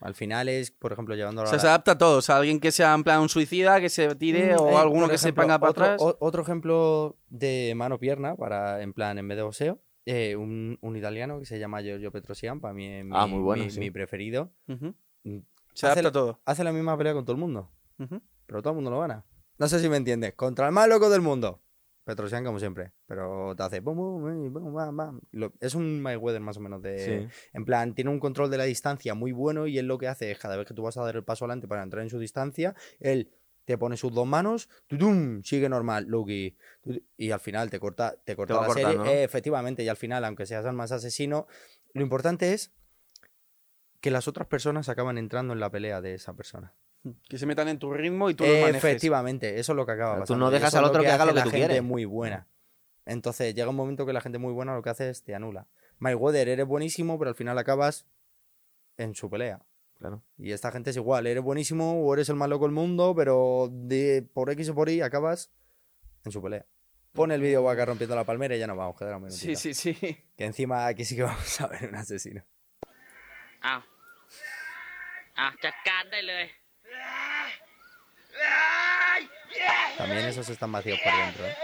Speaker 4: Al final es, por ejemplo,
Speaker 3: O
Speaker 4: llevándolo a
Speaker 3: sea,
Speaker 4: la-
Speaker 3: se adapta a todos. O sea, alguien que sea en plan un suicida, que se tire,
Speaker 4: Mm,
Speaker 3: o
Speaker 4: eh,
Speaker 3: alguno
Speaker 4: por
Speaker 3: que se
Speaker 4: ejemplo,
Speaker 3: panga para
Speaker 4: otro,
Speaker 3: atrás.
Speaker 4: o- otro ejemplo de mano-pierna, para en plan, en vez de boxeo, eh, un, un italiano que se llama Giorgio Petrosian, para mí es mi,
Speaker 1: Ah, muy bueno,
Speaker 4: mi-
Speaker 1: sí.
Speaker 4: mi preferido.
Speaker 3: Ujú.
Speaker 4: Mm.
Speaker 3: Se adapta
Speaker 4: Hace-
Speaker 3: a todo.
Speaker 4: Hace la misma pelea con todo el mundo,
Speaker 3: Ujú.
Speaker 4: pero todo el mundo lo gana. No sé si me entiendes. Contra el más loco del mundo. Petrosian, como siempre. Pero te hace... bum, bum, eh, bum, bam, bam. Lo- es un Mayweather más o menos de... En plan, tiene un control de la distancia muy bueno y él lo que hace es cada vez que tú vas a dar el paso adelante para entrar en su distancia, él te pone sus dos manos, tutum, sigue normal, Loki, tu- y al final te corta, te corta
Speaker 1: va
Speaker 4: la serie.
Speaker 1: cortando, ¿no?
Speaker 4: Eh, efectivamente, y al final, aunque seas el más asesino, lo importante es que las otras personas acaban entrando en la pelea de esa persona.
Speaker 3: Que se metan en tu ritmo y tú lo manejes.
Speaker 4: Efectivamente, eso es lo que acaba
Speaker 1: Claro, tú
Speaker 4: pasando.
Speaker 1: no
Speaker 4: y
Speaker 1: dejas
Speaker 4: eso
Speaker 1: al
Speaker 4: es
Speaker 1: otro que haga
Speaker 4: hace
Speaker 1: lo que
Speaker 4: la
Speaker 1: tú
Speaker 4: gente
Speaker 1: quieres.
Speaker 4: muy buena. Entonces llega un momento que la gente muy buena lo que hace es te anula. Mayweather, eres buenísimo, pero al final acabas en su pelea.
Speaker 1: Claro.
Speaker 4: Y esta gente es igual, eres buenísimo o eres el más loco del mundo, pero de, por X o por Y acabas en su pelea. Pon el vídeo vaca rompiendo la palmera y ya nos vamos, quedará un minutito.
Speaker 3: Sí, sí, sí.
Speaker 4: Que encima aquí sí que vamos a ver un asesino.
Speaker 13: อ้าว อ่ะ จัดการได้เลย
Speaker 4: También esos están vacíos por dentro. ¿eh?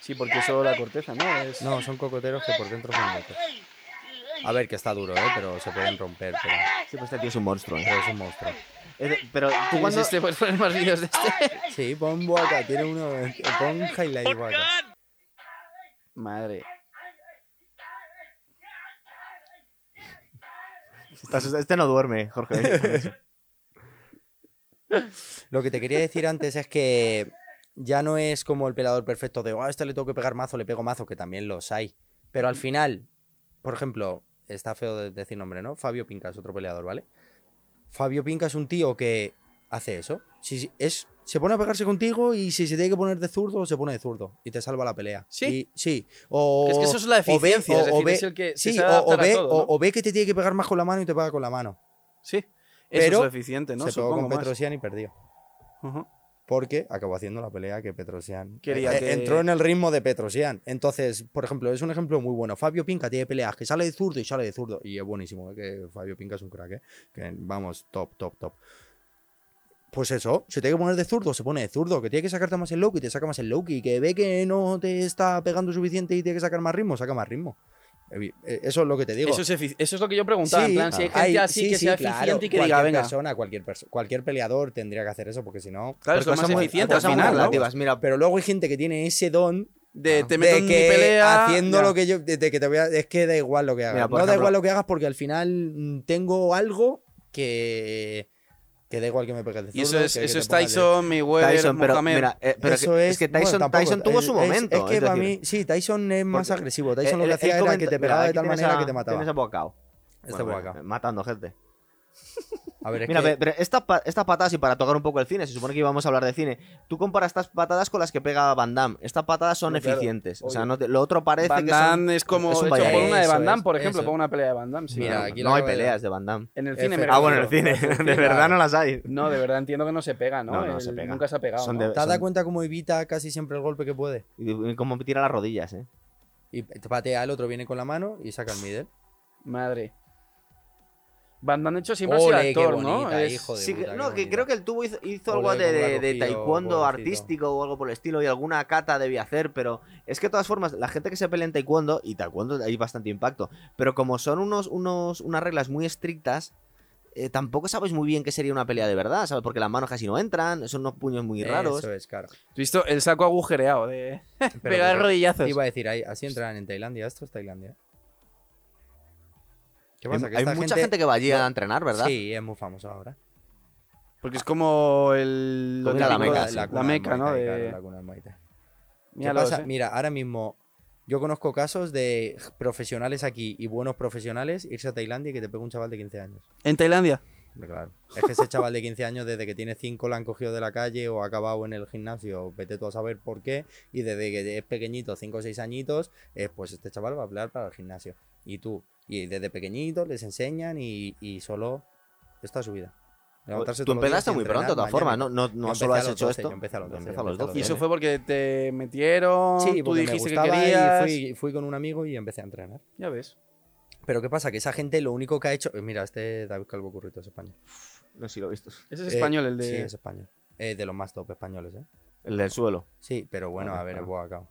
Speaker 3: Sí, porque solo la corteza, ¿no? Es-
Speaker 4: No, son cocoteros que por dentro son locos. A ver, que está duro, ¿eh? pero se pueden romper. Pero,
Speaker 1: Sí, pues este tío es un monstruo. ¿eh?
Speaker 4: pero es un monstruo.
Speaker 1: Es de- Pero
Speaker 4: Ah,
Speaker 1: tú cuando...
Speaker 3: Es este, puedes poner más vídeos de este.
Speaker 4: Sí, pon Boaca, tiene uno. Pon highlight Boaca.
Speaker 3: Madre.
Speaker 1: Estás- Este no duerme, Jorge. Este
Speaker 4: Lo que te quería decir antes es que ya no es como el pelador perfecto de, oh, a este le tengo que pegar mazo, le pego mazo, que también los hay. Pero al final, por ejemplo, está feo de decir nombre, ¿no? Fabio Pinca es otro peleador, ¿vale? Fabio Pinca es un tío que hace eso. Si- si- es, se pone a pegarse contigo y si se tiene que poner de zurdo, se pone de zurdo y te salva la pelea.
Speaker 3: ¿Sí?
Speaker 4: Y- sí. O,
Speaker 3: es que eso es la
Speaker 4: o ve-
Speaker 3: eficiencia, es
Speaker 4: o-
Speaker 3: decir,
Speaker 4: o ve-
Speaker 3: es el que se
Speaker 4: sí,
Speaker 3: sabe
Speaker 4: o- o,
Speaker 3: adaptar a
Speaker 4: ve,
Speaker 3: todo,
Speaker 4: o-
Speaker 3: ¿no?
Speaker 4: o ve que te tiene que pegar más con la mano y te pega con la mano.
Speaker 3: Sí. Eso
Speaker 4: Pero
Speaker 3: es lo eficiente, ¿no?
Speaker 4: se pegó
Speaker 3: Supongo
Speaker 4: con
Speaker 3: más.
Speaker 4: Petrosian y perdió.
Speaker 3: Ujú.
Speaker 4: porque acabó haciendo la pelea que Petrosian
Speaker 3: Quería
Speaker 4: eh,
Speaker 3: que-
Speaker 4: entró en el ritmo de Petrosian. Entonces, por ejemplo, es un ejemplo muy bueno. Fabio Pinca tiene peleas que sale de zurdo y sale de zurdo y es buenísimo, eh, que Fabio Pinca es un crack, eh, que vamos, top, top, top. Pues eso, se tiene que poner de zurdo, se pone de zurdo, que tiene que sacarte más el low y te saca más el low y que ve que no te está pegando suficiente y tiene que sacar más ritmo, saca más ritmo. Evi- eh, Eso es lo que te digo.
Speaker 3: Eso es, efic- eso es lo que yo preguntaba. en
Speaker 4: Sí, ah,
Speaker 3: plan, si hay gente
Speaker 4: hay-
Speaker 3: así
Speaker 4: sí,
Speaker 3: que
Speaker 4: sí,
Speaker 3: sea
Speaker 4: claro,
Speaker 3: eficiente y que
Speaker 4: cualquier
Speaker 3: diga, venga.
Speaker 4: persona, cualquier, perso- cualquier peleador tendría que hacer eso, porque si no.
Speaker 3: Claro, es lo
Speaker 4: Pero
Speaker 3: más
Speaker 4: cosas muy-
Speaker 3: eficiente al
Speaker 4: cosas muy
Speaker 3: final. ¿no?
Speaker 1: relativas, mira.
Speaker 4: Pero luego hay gente que tiene ese don
Speaker 3: De te meto
Speaker 4: de
Speaker 3: en mi
Speaker 4: que
Speaker 3: pelea.
Speaker 4: haciendo
Speaker 3: ya.
Speaker 4: lo que yo. de- de que te voy a- es que da igual lo que hagas.
Speaker 1: Mira,
Speaker 4: no
Speaker 1: por
Speaker 4: da
Speaker 1: ejemplo-
Speaker 4: igual lo que hagas porque al final mm, tengo algo que. que da igual que me pegue de
Speaker 3: Y eso
Speaker 4: zurdo,
Speaker 3: es,
Speaker 4: que- que
Speaker 3: eso
Speaker 4: te
Speaker 3: es
Speaker 4: pongas de-
Speaker 3: Tyson, Mayweather,
Speaker 1: Tyson, pero,
Speaker 3: Mohamed.
Speaker 1: mira, eh, pero
Speaker 4: Eso
Speaker 1: que-
Speaker 4: es,
Speaker 1: es, que
Speaker 4: bueno,
Speaker 1: Tyson,
Speaker 4: tampoco,
Speaker 1: Tyson tuvo
Speaker 4: es-
Speaker 1: su
Speaker 4: es-
Speaker 1: momento.
Speaker 4: Es, que
Speaker 1: es
Speaker 4: para
Speaker 1: decir,
Speaker 4: mí, sí, Tyson es más
Speaker 1: porque
Speaker 4: agresivo. Tyson
Speaker 1: él-
Speaker 4: lo
Speaker 1: él-
Speaker 4: que
Speaker 1: él
Speaker 4: hacía era que
Speaker 1: comenta-
Speaker 4: te
Speaker 1: mira,
Speaker 4: pegaba de
Speaker 1: aquí
Speaker 4: tal
Speaker 1: tienes
Speaker 4: manera
Speaker 1: a-
Speaker 4: que te mataba.
Speaker 1: Tienes a Boacao.
Speaker 4: Este
Speaker 1: Bueno, eh,
Speaker 4: por acá.
Speaker 1: Matando gente.
Speaker 4: A ver, es
Speaker 1: Mira,
Speaker 4: que-
Speaker 1: pe- pero estas pa- estas patadas, y para tocar un poco el cine, se supone que íbamos a hablar de cine. Tú comparas estas patadas con las que pega Van Damme. Estas patadas son
Speaker 14: No, claro,
Speaker 1: eficientes. O sea,
Speaker 14: obvio.
Speaker 1: no te- lo otro parece
Speaker 3: Van
Speaker 1: que son-
Speaker 3: Damme es como.
Speaker 1: es un
Speaker 3: de hecho,
Speaker 1: baile.
Speaker 3: pon una de
Speaker 4: Eso
Speaker 3: Van Damme,
Speaker 4: es,
Speaker 3: por ejemplo,
Speaker 4: eso.
Speaker 3: pon una pelea de Van Damme. sí.
Speaker 4: Mira,
Speaker 1: No,
Speaker 4: aquí
Speaker 1: no
Speaker 4: la
Speaker 1: hay
Speaker 4: acabo de-
Speaker 1: peleas de Van Damme.
Speaker 3: En el cine
Speaker 4: F-
Speaker 3: me
Speaker 1: Ah, bueno, en el
Speaker 3: refiero.
Speaker 1: cine. De verdad no las hay.
Speaker 3: No, de verdad entiendo que no se pega, ¿no?
Speaker 1: No, no
Speaker 3: Él
Speaker 1: se pega.
Speaker 3: Nunca se ha pegado.
Speaker 1: Son
Speaker 3: ¿no?
Speaker 1: de-
Speaker 4: ¿Te has dado
Speaker 1: son-
Speaker 4: cuenta cómo evita casi siempre el golpe que puede?
Speaker 1: Y, y cómo tira las rodillas, ¿eh?
Speaker 4: Y te patea, el otro viene con la mano y saca el middle.
Speaker 3: Madre. Van Damme, de hecho, siempre ha
Speaker 4: Ole, qué
Speaker 3: sido actor, ¿no?
Speaker 4: bonita,
Speaker 3: Es-
Speaker 4: hijo de
Speaker 1: Sí, que-
Speaker 4: puta, qué
Speaker 1: no, que
Speaker 4: bonita.
Speaker 1: creo que el tubo hizo, hizo
Speaker 4: Ole,
Speaker 1: algo de,
Speaker 4: cómo la
Speaker 1: de- de
Speaker 4: cogido,
Speaker 1: taekwondo
Speaker 4: pobrecito.
Speaker 1: artístico o algo por el estilo y alguna kata debía hacer, pero es que de todas formas, la gente que se pelea en taekwondo, y taekwondo hay bastante impacto, pero como son unos, unos, unas reglas muy estrictas, eh, tampoco sabes muy bien qué sería una pelea de verdad, ¿sabes? Porque las manos casi no entran, son unos puños muy raros.
Speaker 4: Eso es, claro.
Speaker 3: ¿Has visto? El saco agujereado de
Speaker 4: Pero
Speaker 3: pegar
Speaker 4: que-
Speaker 3: rodillazos.
Speaker 4: Iba a decir, ahí, así entran en Tailandia. Esto es Tailandia. ¿Qué pasa? Que
Speaker 1: hay
Speaker 4: esta
Speaker 1: mucha gente, que va allí
Speaker 4: No.
Speaker 1: a entrenar, ¿verdad?
Speaker 4: Sí, es muy famoso ahora.
Speaker 3: Porque es como el.
Speaker 1: Como
Speaker 3: lo
Speaker 1: era la
Speaker 3: típico,
Speaker 1: Meca,
Speaker 3: la,
Speaker 1: sí.
Speaker 3: la
Speaker 4: del
Speaker 3: meca, ¿no?
Speaker 4: Muay Thai,
Speaker 3: De-
Speaker 4: claro, la cuna del Muay Thai. ¿Qué
Speaker 3: Míralos,
Speaker 4: pasa?
Speaker 3: eh.
Speaker 4: Mira, ahora mismo yo conozco casos de profesionales aquí y buenos profesionales irse a Tailandia y que te pegue un chaval de 15 años.
Speaker 3: En Tailandia.
Speaker 4: Hombre, Claro. Es que ese chaval de 15 años, desde que tiene 5, la han cogido de la calle o ha acabado en el gimnasio, vete tú a saber por qué. Y desde que es pequeñito, 5 o 6 añitos, eh, pues este chaval va a hablar para el gimnasio. Y tú. Y desde pequeñito les enseñan y, y solo está su vida.
Speaker 1: Pues,
Speaker 4: Levantarse
Speaker 1: Tú
Speaker 4: todos los días
Speaker 1: empezaste
Speaker 4: y
Speaker 1: muy
Speaker 4: entrenar
Speaker 1: pronto, de todas formas,
Speaker 4: mañana.
Speaker 1: no, no,
Speaker 4: Yo
Speaker 1: no
Speaker 4: empecé
Speaker 1: solo
Speaker 4: a
Speaker 1: has
Speaker 4: los
Speaker 1: hecho
Speaker 4: 12,
Speaker 1: esto.
Speaker 4: yo empecé a los 12,
Speaker 1: Empezó
Speaker 4: yo
Speaker 1: a los
Speaker 4: empecé a los
Speaker 1: doce.
Speaker 3: Y eso
Speaker 4: 12.
Speaker 3: fue porque te metieron,
Speaker 4: Sí,
Speaker 3: tú
Speaker 4: porque me
Speaker 3: dijiste que
Speaker 4: gustaba y
Speaker 3: querías.
Speaker 4: fui, fui con un amigo y empecé a entrenar.
Speaker 3: Ya ves.
Speaker 4: Pero ¿qué pasa? Que esa gente lo único que ha hecho. eh, Mira, este David Calvo Currito es español.
Speaker 1: No sé si lo he visto.
Speaker 3: Ese es
Speaker 4: Eh,
Speaker 3: español, el de.
Speaker 4: Sí, es español. Eh, de los más top españoles, ¿eh?
Speaker 1: El del suelo.
Speaker 4: Sí, pero bueno,
Speaker 1: Vale,
Speaker 4: a ver,
Speaker 1: claro.
Speaker 4: es Boacao.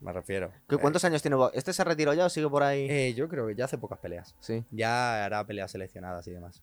Speaker 4: Me refiero.
Speaker 1: ¿Qué- ¿Cuántos años tiene? Bo- ¿Este se retiró ya o sigue por ahí?
Speaker 4: Eh, yo creo que ya hace pocas peleas.
Speaker 1: Sí.
Speaker 4: Ya hará peleas seleccionadas y demás.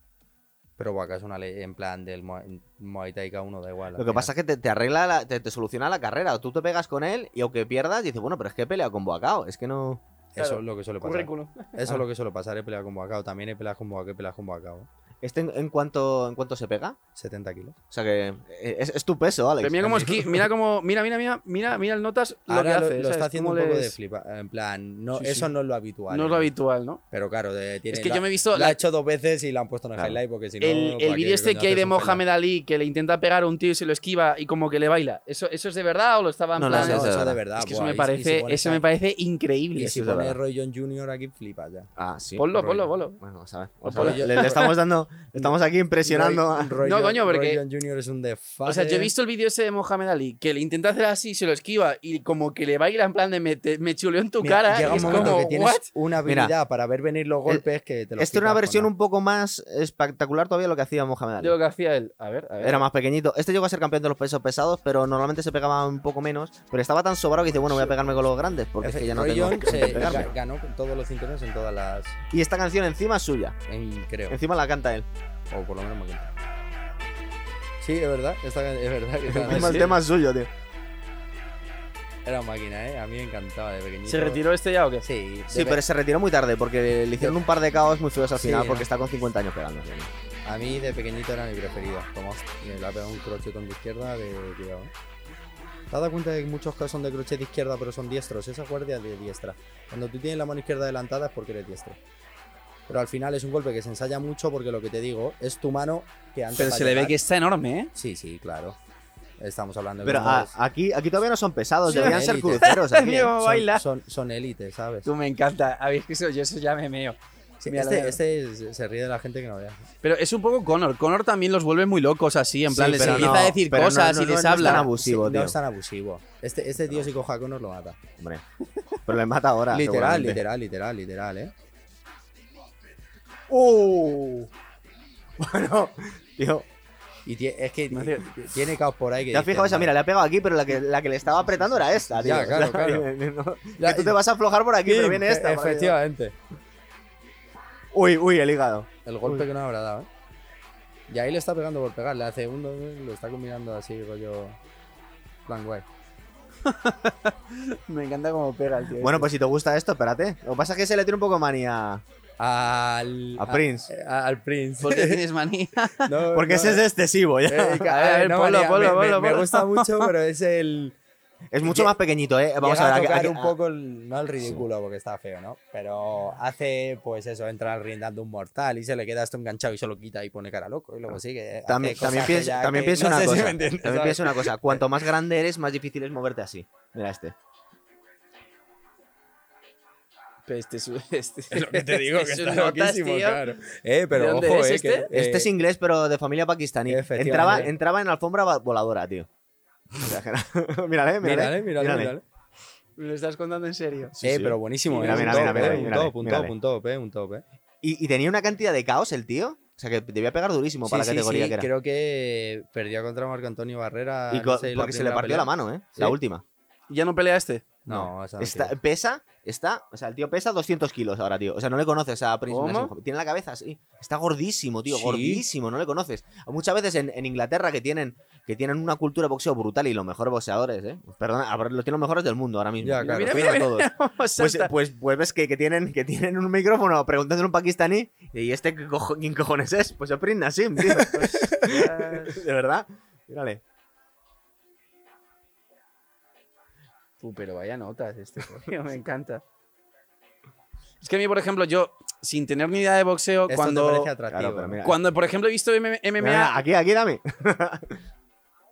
Speaker 4: Pero Boacao es una ley en plan del Muay Muay Thai K1, da igual. al
Speaker 1: Lo que
Speaker 4: final.
Speaker 1: pasa es que te, te arregla, la- te, te soluciona la carrera. Tú te pegas con él y aunque pierdas, dices, bueno, pero es que he peleado con Boacao. Es que no.
Speaker 4: Eso
Speaker 3: Claro, ah.
Speaker 4: es lo que suele pasar.
Speaker 3: Currículum.
Speaker 4: Eso es lo que suele pasar. He peleado con Boacao. También he peleado con Boacao, he peleado con Boacao.
Speaker 1: ¿Este en, en cuánto, en cuánto se pega?
Speaker 4: 70 kilos.
Speaker 1: O sea que eh, es, es tu peso, Alex.
Speaker 3: Pero mira cómo esqui- mira cómo, mira, mira, mira, mira, mira el notas lo
Speaker 4: Ahora
Speaker 3: que hace.
Speaker 4: lo,
Speaker 3: ¿sabes?
Speaker 4: está haciendo un
Speaker 3: Cómo
Speaker 4: poco de
Speaker 3: les-
Speaker 4: flipa. En plan, no,
Speaker 3: Sí,
Speaker 4: eso
Speaker 3: sí.
Speaker 4: no es lo habitual.
Speaker 3: No es lo habitual, ¿no?
Speaker 4: Pero claro, de- tiene-
Speaker 3: Es que
Speaker 4: lo-
Speaker 3: yo me he visto
Speaker 4: Lo ha
Speaker 3: la-
Speaker 4: hecho dos veces y la han puesto en el
Speaker 1: Claro.
Speaker 4: highlight porque si no.
Speaker 3: el, el
Speaker 4: ¿para
Speaker 3: vídeo
Speaker 4: qué
Speaker 3: este
Speaker 4: coño
Speaker 3: que hay
Speaker 4: haces
Speaker 3: de
Speaker 4: un highlight?
Speaker 3: Mohamed Ali que le intenta pegar a un tío y se lo esquiva y como que le baila. ¿Eso, eso es de verdad o lo estaba en
Speaker 1: No, no,
Speaker 3: plan?
Speaker 1: eso es de
Speaker 4: eso de
Speaker 1: verdad.
Speaker 4: verdad.
Speaker 3: es que eso
Speaker 4: buah, y-
Speaker 3: me
Speaker 4: y
Speaker 3: parece,
Speaker 4: si pones
Speaker 3: eso
Speaker 4: a-
Speaker 3: me parece increíble.
Speaker 4: Y
Speaker 1: Eso
Speaker 4: si
Speaker 1: es
Speaker 4: pones
Speaker 1: verdad.
Speaker 4: Roy John Jr. aquí, flipas ya.
Speaker 1: Ah, sí.
Speaker 3: Ponlo,
Speaker 1: Roy-
Speaker 3: ponlo, ponlo. Pues
Speaker 1: Bueno, vamos a ver. vamos a
Speaker 3: Ponlo.
Speaker 1: ver. Le, le estamos dando. le Estamos aquí impresionando. a-
Speaker 4: Roy
Speaker 3: No,
Speaker 4: John-
Speaker 3: coño, porque-
Speaker 4: Roy John Jr. es un desfase.
Speaker 3: O sea, yo he visto el vídeo ese de Mohamed Ali que le intenta hacer así, se lo esquiva y como que le baila en plan de me, te- me chuleó en tu
Speaker 4: Mira,
Speaker 3: cara.
Speaker 4: Llega
Speaker 3: y
Speaker 4: un
Speaker 3: es
Speaker 4: momento
Speaker 3: como,
Speaker 4: que tienes
Speaker 3: ¿what?
Speaker 4: una
Speaker 1: Mira,
Speaker 4: habilidad para ver venir los golpes que te los
Speaker 1: Este era una
Speaker 4: quitas
Speaker 1: versión
Speaker 4: con
Speaker 1: un poco más espectacular todavía de lo que hacía Mohamed Ali.
Speaker 3: De lo que hacía él. A ver, a ver.
Speaker 1: Era más pequeñito. Este llegó a ser campeón de los pesos pesados, pero normalmente se pegaba un poco menos. Pero estaba tan sobrado que dice, bueno, voy a pegarme con los grandes, porque es que ya no
Speaker 4: Roy
Speaker 1: tengo
Speaker 4: John
Speaker 1: con
Speaker 4: se
Speaker 1: quién pegarme.
Speaker 4: ga- ganó con todos los cinturones en todas las.
Speaker 1: Y esta canción encima es suya.
Speaker 4: en- creo.
Speaker 1: Encima la canta él.
Speaker 4: O por lo menos me cuenta. Sí, es verdad. esta- es verdad que esta-
Speaker 1: Encima el tema es suyo, tío.
Speaker 4: Era máquina, ¿eh? A mí me encantaba de pequeñito.
Speaker 3: ¿Se retiró este ya o qué?
Speaker 4: Sí, de
Speaker 1: Sí,
Speaker 4: pe-
Speaker 1: pero se retiró muy tarde porque le hicieron un par de caos muy feos al
Speaker 4: Sí,
Speaker 1: final
Speaker 4: ¿no?
Speaker 1: porque está con 50 años pegando.
Speaker 4: a mí de pequeñito era mi preferido. Tomás, le ha pegado un crochetón de izquierda de cuidado. ¿eh? ¿Te has dado cuenta de que muchos casos son de crochet de izquierda pero son diestros? Esa guardia de diestra. Cuando tú tienes la mano izquierda adelantada es porque eres diestro. Pero al final es un golpe que se ensaya mucho porque lo que te digo es tu mano que antes.
Speaker 3: Pero
Speaker 4: va a
Speaker 3: se le ve
Speaker 4: llegar-
Speaker 3: que está enorme, ¿eh?
Speaker 4: Sí, sí, claro. Estamos hablando de
Speaker 1: Pero
Speaker 4: unos-
Speaker 1: a- aquí, aquí todavía no son pesados,
Speaker 4: Sí,
Speaker 1: deberían
Speaker 4: sí,
Speaker 1: ser
Speaker 4: sí.
Speaker 1: cruceros. aquí, ¿eh?
Speaker 3: Digo,
Speaker 4: son,
Speaker 3: baila.
Speaker 4: son, son élite, ¿sabes?
Speaker 3: Tú me encanta. A ver, que eso, yo eso ya me meo. O
Speaker 4: Sí,
Speaker 3: Mira,
Speaker 4: este
Speaker 3: la-
Speaker 4: este se- se ríe de la gente que no vea.
Speaker 3: Pero es un poco Connor. Connor también los vuelve muy locos así, en plan,
Speaker 4: Sí,
Speaker 3: les
Speaker 4: pero
Speaker 3: empieza
Speaker 4: no,
Speaker 3: a decir
Speaker 4: pero no,
Speaker 3: cosas
Speaker 4: no,
Speaker 3: y
Speaker 4: no,
Speaker 3: les
Speaker 4: no es
Speaker 3: habla.
Speaker 4: tan
Speaker 1: abusivo,
Speaker 4: Sí,
Speaker 1: tío.
Speaker 4: No es tan abusivo. Este, este tío, si coja a Connor, lo mata.
Speaker 1: Hombre. Pero le mata ahora.
Speaker 4: literal,
Speaker 1: seguramente.
Speaker 4: literal, literal, literal, eh.
Speaker 1: Bueno, tío.
Speaker 4: ¡Oh! Y tie- es que tiene caos por ahí. Que
Speaker 1: ¿Te has
Speaker 4: dices,
Speaker 1: fijado esa?
Speaker 4: "No".
Speaker 1: Mira, le ha pegado aquí, pero la que, la que le estaba apretando era esta, tío.
Speaker 4: Ya,
Speaker 1: O
Speaker 4: claro,
Speaker 1: sea,
Speaker 4: claro.
Speaker 1: no-
Speaker 4: Ya,
Speaker 1: que tú te vas a aflojar por aquí, pero
Speaker 4: Pim,
Speaker 1: viene esta.
Speaker 4: e-
Speaker 1: para que-
Speaker 4: Efectivamente.
Speaker 1: Uy, uy, el hígado.
Speaker 4: El golpe que no habrá dado, ¿eh? Y ahí le está pegando por pegar. Le hace uno, lo está combinando así, rollo. Plan guay.
Speaker 3: Me encanta cómo pega el tío.
Speaker 1: Bueno, pues si te gusta esto, espérate. Lo que pasa es que se le tiene un poco manía
Speaker 4: Al.
Speaker 1: a Prince.
Speaker 4: a- al Prince.
Speaker 3: ¿Por qué tienes manía?
Speaker 4: No,
Speaker 1: Porque
Speaker 4: no,
Speaker 1: ese es excesivo ya.
Speaker 4: eh, que-
Speaker 3: A ver,
Speaker 4: a ver, no,
Speaker 3: ponlo,
Speaker 4: María,
Speaker 3: ponlo,
Speaker 4: me- me-
Speaker 3: ponlo,
Speaker 4: Me
Speaker 3: ponlo.
Speaker 4: gusta mucho, pero es el.
Speaker 1: es mucho más pequeñito, ¿eh? Vamos
Speaker 4: Llega
Speaker 1: a ver.
Speaker 4: tocar
Speaker 1: aquí- aquí-
Speaker 4: un poco, el- no el ridículo, porque está feo, ¿no? Pero hace, pues eso, entra al ring dando un mortal y se le queda esto enganchado y se lo quita y pone cara loco y luego sigue. hace
Speaker 1: Ah. También,
Speaker 4: cosas
Speaker 1: también
Speaker 4: que
Speaker 1: pienso,
Speaker 4: ya
Speaker 1: también
Speaker 4: que-
Speaker 1: pienso
Speaker 4: no
Speaker 1: una
Speaker 4: sé si
Speaker 1: cosa.
Speaker 4: me entiendes,
Speaker 1: también
Speaker 4: ¿sabes?
Speaker 1: pienso una cosa. Cuanto más grande eres, más difícil es moverte así. Mira este.
Speaker 3: Pero Este es, este,
Speaker 4: Es lo que te digo, que
Speaker 3: este
Speaker 4: está
Speaker 3: es un notas,
Speaker 4: loquísimo,
Speaker 3: tío.
Speaker 4: claro. Eh,
Speaker 3: ¿De
Speaker 4: pero
Speaker 3: dónde
Speaker 4: ojo,
Speaker 3: es
Speaker 4: eh,
Speaker 3: este?
Speaker 4: que-
Speaker 1: Este
Speaker 4: eh,
Speaker 1: es inglés, pero de familia pakistaní.
Speaker 4: efectivamente.
Speaker 1: Entraba, entraba en alfombra va- voladora, tío. O sea, que era- mírale, mírale.
Speaker 4: Mírale, mírale, mírale.
Speaker 3: ¿Me lo estás contando en serio?
Speaker 1: Sí,
Speaker 4: eh,
Speaker 1: sí.
Speaker 4: pero buenísimo,
Speaker 1: Mira,
Speaker 4: eh,
Speaker 1: mira,
Speaker 4: un
Speaker 1: mira,
Speaker 4: top,
Speaker 1: mira,
Speaker 4: eh, un
Speaker 1: mírale,
Speaker 4: top, un
Speaker 1: mírale.
Speaker 4: top, un top, eh, un top, eh.
Speaker 1: Y, y tenía una cantidad de caos el tío. O sea, que debía pegar durísimo para
Speaker 4: Sí,
Speaker 1: la
Speaker 4: sí,
Speaker 1: categoría
Speaker 4: sí,
Speaker 1: que era.
Speaker 4: creo que perdió contra Marco Antonio Barrera.
Speaker 1: Y
Speaker 4: no
Speaker 1: co-
Speaker 4: sé,
Speaker 1: porque se le
Speaker 4: primera
Speaker 1: partió
Speaker 4: pelea.
Speaker 1: la mano, ¿eh?
Speaker 4: Sí.
Speaker 1: La última.
Speaker 3: ¿Ya no pelea este?
Speaker 4: No, esa no
Speaker 1: Está-
Speaker 4: quiero.
Speaker 1: pesa, está, o sea, el tío pesa 200 kilos ahora, tío. O sea, no le conoces a Prince
Speaker 3: ¿Cómo?
Speaker 1: Nassim. Tiene la cabeza así. Está gordísimo, tío,
Speaker 3: Sí.
Speaker 1: gordísimo, no le conoces. Muchas veces en, en Inglaterra que tienen, que tienen una cultura de boxeo brutal y los mejores boxeadores, ¿eh? Perdona, a ver, los tienen los mejores del mundo ahora mismo.
Speaker 4: Ya, claro.
Speaker 1: Los
Speaker 4: Mira,
Speaker 1: tienen
Speaker 3: mira,
Speaker 1: a todos.
Speaker 3: O sea,
Speaker 4: eh,
Speaker 1: Pues,
Speaker 3: está-
Speaker 1: pues, pues ves que, que tienen, que tienen un micrófono preguntando a un pakistaní y este qué cojo- quién cojones es. Pues es Prince Nassim, tío. de verdad. Mírale.
Speaker 3: Tú, pero vaya notas este, tío, me encanta. Es que a mí, por ejemplo, yo, sin tener ni idea de boxeo,
Speaker 4: Esto te
Speaker 3: cuando,
Speaker 4: parece atractivo.
Speaker 1: Claro, pero
Speaker 4: ¿no?
Speaker 1: mira. Ah,
Speaker 3: cuando, por ejemplo, he visto M-
Speaker 1: Mira,
Speaker 3: MMA
Speaker 1: mira, aquí, aquí, dame.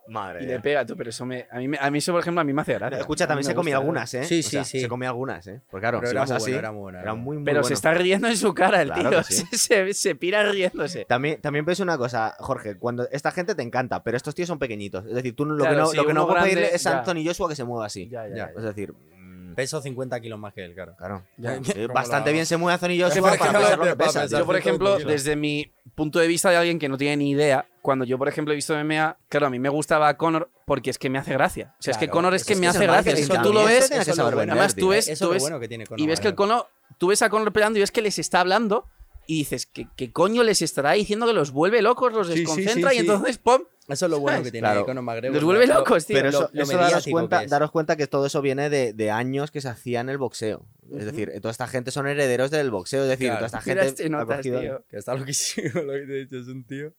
Speaker 1: Madre
Speaker 3: y
Speaker 1: mía.
Speaker 3: le pega, tú, pero eso me, a, mí, me- a mí eso, por ejemplo, a mí me hace gracia.
Speaker 1: Escucha,
Speaker 3: A mí
Speaker 1: también
Speaker 3: me
Speaker 1: se comía
Speaker 3: gusta.
Speaker 1: algunas, ¿eh?
Speaker 4: Sí,
Speaker 1: O
Speaker 4: sí,
Speaker 1: sea,
Speaker 4: sí.
Speaker 1: Se comía algunas, ¿eh? Porque claro,
Speaker 4: Pero
Speaker 1: si
Speaker 4: era
Speaker 1: vas
Speaker 4: muy
Speaker 1: así,
Speaker 4: bueno, era muy bueno, era muy
Speaker 1: muy, muy
Speaker 3: Pero
Speaker 1: bueno.
Speaker 3: se está riendo en su cara el
Speaker 1: Claro
Speaker 3: tío.
Speaker 1: que sí.
Speaker 3: Se, se- se pira riéndose.
Speaker 1: También, también ves una cosa, Jorge, cuando esta gente te encanta, pero estos tíos son pequeñitos. Es decir, tú lo
Speaker 3: Claro,
Speaker 1: que no,
Speaker 3: sí,
Speaker 1: lo que no
Speaker 3: uno
Speaker 1: puedes
Speaker 3: grande,
Speaker 1: pedirle es a
Speaker 3: ya.
Speaker 1: Anthony Joshua que se mueva así.
Speaker 3: Ya, ya,
Speaker 4: Ya.
Speaker 1: Es decir, mm,
Speaker 4: Peso 50 kilos más que él, claro.
Speaker 1: claro.
Speaker 3: ya.
Speaker 1: Sí,
Speaker 4: ¿Cómo
Speaker 1: bastante
Speaker 4: lo
Speaker 1: bien se mueve Anthony Joshua
Speaker 4: por
Speaker 1: para
Speaker 4: ejemplo,
Speaker 1: pesar lo que
Speaker 4: para
Speaker 1: pesa,
Speaker 4: pesar
Speaker 1: tío.
Speaker 3: Yo, por
Speaker 4: Sargento
Speaker 3: ejemplo,
Speaker 4: Conchita.
Speaker 3: desde mi punto de vista de alguien que no tiene ni idea, cuando yo, por ejemplo, he visto MMA, claro, a mí me gustaba a Connor porque es que me hace gracia. O sea, es que
Speaker 4: Claro,
Speaker 3: Connor es
Speaker 1: eso
Speaker 3: que
Speaker 1: es
Speaker 3: me
Speaker 1: que es
Speaker 3: hace
Speaker 1: el
Speaker 3: gracia.
Speaker 1: marketing
Speaker 3: Eso tú lo
Speaker 1: también,
Speaker 3: ves
Speaker 1: eso tienes que
Speaker 4: es lo
Speaker 1: saber
Speaker 4: bueno.
Speaker 1: vender,
Speaker 3: Además, tú
Speaker 1: tío.
Speaker 3: ves, tú
Speaker 4: Eso es lo
Speaker 3: ves-
Speaker 4: bueno que tiene Conor
Speaker 3: y ves que el
Speaker 4: McGregor.
Speaker 3: cono, tú ves a Conor peleando y ves que les está hablando y dices, ¿qué, qué coño les estará diciendo que los vuelve locos, los
Speaker 4: Sí, sí, sí,
Speaker 3: desconcentra
Speaker 4: sí.
Speaker 3: y entonces, ¡pum!
Speaker 4: Eso es lo bueno
Speaker 3: ¿Sabes?
Speaker 4: que tiene
Speaker 1: Claro.
Speaker 4: Conor McGregor.
Speaker 3: Los vuelve
Speaker 4: Lo-
Speaker 3: locos, tío.
Speaker 1: Pero
Speaker 4: lo-
Speaker 1: eso,
Speaker 4: lo
Speaker 1: eso daros,
Speaker 4: mediático que
Speaker 1: cuenta,
Speaker 4: es.
Speaker 1: daros cuenta que todo eso viene de, de años que se hacía en el boxeo. Es decir, toda esta gente son herederos del boxeo. Es decir,
Speaker 4: Claro.
Speaker 1: toda esta
Speaker 3: Mira
Speaker 1: gente.
Speaker 3: este notas,
Speaker 1: ha cogido-
Speaker 3: tío.
Speaker 4: Que está loquísimo lo que te he dicho, es un tío.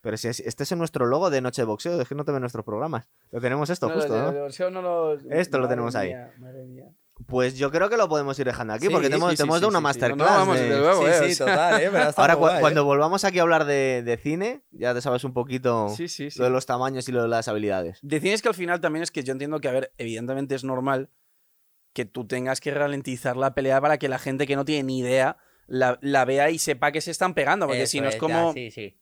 Speaker 1: Pero si es- este es nuestro logo de Noche de Boxeo, es que no te ven nuestros programas. Lo tenemos esto,
Speaker 3: No,
Speaker 1: justo,
Speaker 3: los de-
Speaker 1: ¿no?
Speaker 3: los de boxeo no los-
Speaker 1: Esto lo
Speaker 3: madre
Speaker 1: tenemos ahí.
Speaker 3: mía, madre mía.
Speaker 1: Pues yo creo que lo podemos ir dejando aquí,
Speaker 3: Sí,
Speaker 1: porque te hemos,
Speaker 3: sí,
Speaker 1: te
Speaker 3: sí,
Speaker 1: hemos
Speaker 3: sí,
Speaker 1: dado una
Speaker 3: sí, sí. No, no,
Speaker 1: masterclass.
Speaker 3: vamos,
Speaker 1: de-
Speaker 3: desde luego,
Speaker 4: sí,
Speaker 3: eh, o
Speaker 4: sí,
Speaker 3: sea.
Speaker 4: total, eh. Pero está
Speaker 1: Ahora,
Speaker 4: muy
Speaker 1: cu-
Speaker 4: guay, eh.
Speaker 1: cuando volvamos aquí a hablar de, de cine, ya te sabes un poquito
Speaker 3: Sí, sí, sí.
Speaker 1: Oh. lo de los tamaños y lo de las habilidades.
Speaker 3: Decías que al final también es que yo entiendo que, a ver, evidentemente es normal que tú tengas que ralentizar la pelea para que la gente que no tiene ni idea la, la vea y sepa que se están pegando, porque si
Speaker 4: Eso
Speaker 3: no es como...
Speaker 4: ya, sí, sí.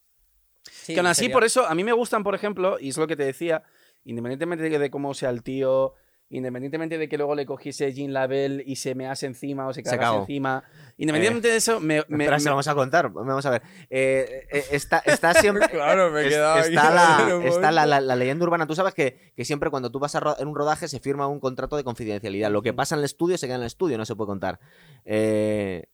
Speaker 4: Sí,
Speaker 3: que aún así,
Speaker 4: sería-
Speaker 3: por eso, a mí me gustan, por ejemplo, y es lo que te decía, independientemente de, que- de cómo sea el tío, independientemente de que luego le cogiese Jean Label y se me hace encima o
Speaker 1: Se
Speaker 3: se cagase
Speaker 1: cagó.
Speaker 3: encima, independientemente de eso, me... me-
Speaker 1: Espera, se
Speaker 3: me-
Speaker 1: lo vamos a contar. Vamos a ver. Eh, eh, está, está siempre.
Speaker 4: Claro, me he
Speaker 1: Es-
Speaker 4: quedado aquí.
Speaker 1: está la,
Speaker 4: un
Speaker 1: está
Speaker 4: momento.
Speaker 1: la, la- la leyenda urbana. Tú sabes que, que siempre cuando tú vas a ro- en un rodaje se firma un contrato de confidencialidad. Lo que pasa en el estudio se queda en el estudio, no se puede contar. Eh,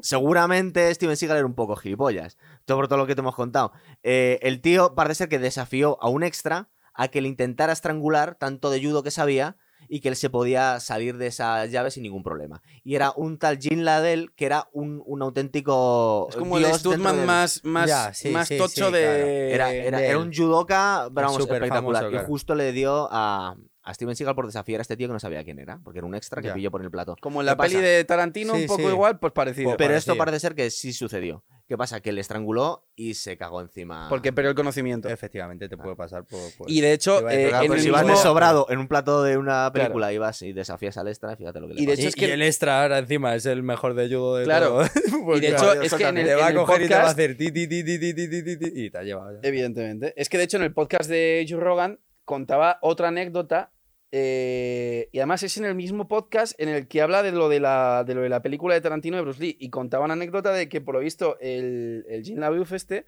Speaker 1: seguramente Steven Seagal era un poco gilipollas, todo por todo lo que te hemos contado. Eh, el tío parece ser que desafió a un extra a que le intentara estrangular tanto de judo que sabía y que él se podía salir de esa llave sin ningún problema. Y era un tal Jim Ladell que era un, un auténtico...
Speaker 3: es como el
Speaker 1: dios dentro
Speaker 3: Studman
Speaker 1: del-
Speaker 3: más, más,
Speaker 4: Ya, sí,
Speaker 3: más
Speaker 4: sí,
Speaker 3: tocho
Speaker 4: sí,
Speaker 3: de...
Speaker 1: era,
Speaker 4: claro.
Speaker 1: era,
Speaker 4: del-
Speaker 1: era un judoka pero vamos,
Speaker 4: superfamoso,
Speaker 1: espectacular.
Speaker 4: claro.
Speaker 1: Y justo le dio a, a Steven Seagal por desafiar a este tío que no sabía quién era, porque era un extra que
Speaker 4: Ya.
Speaker 1: pilló por el plato.
Speaker 3: Como en la
Speaker 1: ¿Qué pasa?
Speaker 3: peli de Tarantino,
Speaker 4: Sí,
Speaker 3: un poco
Speaker 4: sí.
Speaker 3: igual, pues parecido.
Speaker 1: Pero
Speaker 4: parecido.
Speaker 1: esto parece ser que sí sucedió. ¿Qué pasa? Que le estranguló y se cagó encima.
Speaker 3: Porque perdió el conocimiento.
Speaker 4: Efectivamente, te puede pasar por.
Speaker 3: Ah.
Speaker 4: por-
Speaker 3: Y de hecho,
Speaker 4: Te iba a
Speaker 3: eh,
Speaker 4: decir,
Speaker 1: Claro,
Speaker 3: en
Speaker 1: pero
Speaker 3: el
Speaker 1: si vas
Speaker 3: mismo-
Speaker 1: de sobrado en un plato de una película y vas y desafías al extra, fíjate lo que le
Speaker 3: Y de
Speaker 1: pasa.
Speaker 3: hecho es
Speaker 4: y,
Speaker 3: que-
Speaker 4: y el extra ahora encima es el mejor de judo de
Speaker 3: Claro.
Speaker 4: todo.
Speaker 3: y
Speaker 4: Porque
Speaker 3: de hecho,
Speaker 4: te
Speaker 3: es que en el,
Speaker 4: va
Speaker 3: en
Speaker 4: a
Speaker 3: el
Speaker 4: coger y te va a
Speaker 3: podcast,
Speaker 4: hacer ti, ti, ti, ti, ti, ti, ti, ti, ti, y te ha llevado ya.
Speaker 3: evidentemente, es que de hecho en el podcast de Joe Rogan contaba otra anécdota eh, y además es en el mismo podcast en el que habla de lo de la, de lo de la película de Tarantino de Bruce Lee y contaba una anécdota de que por lo visto el, el Jean LaBeouf este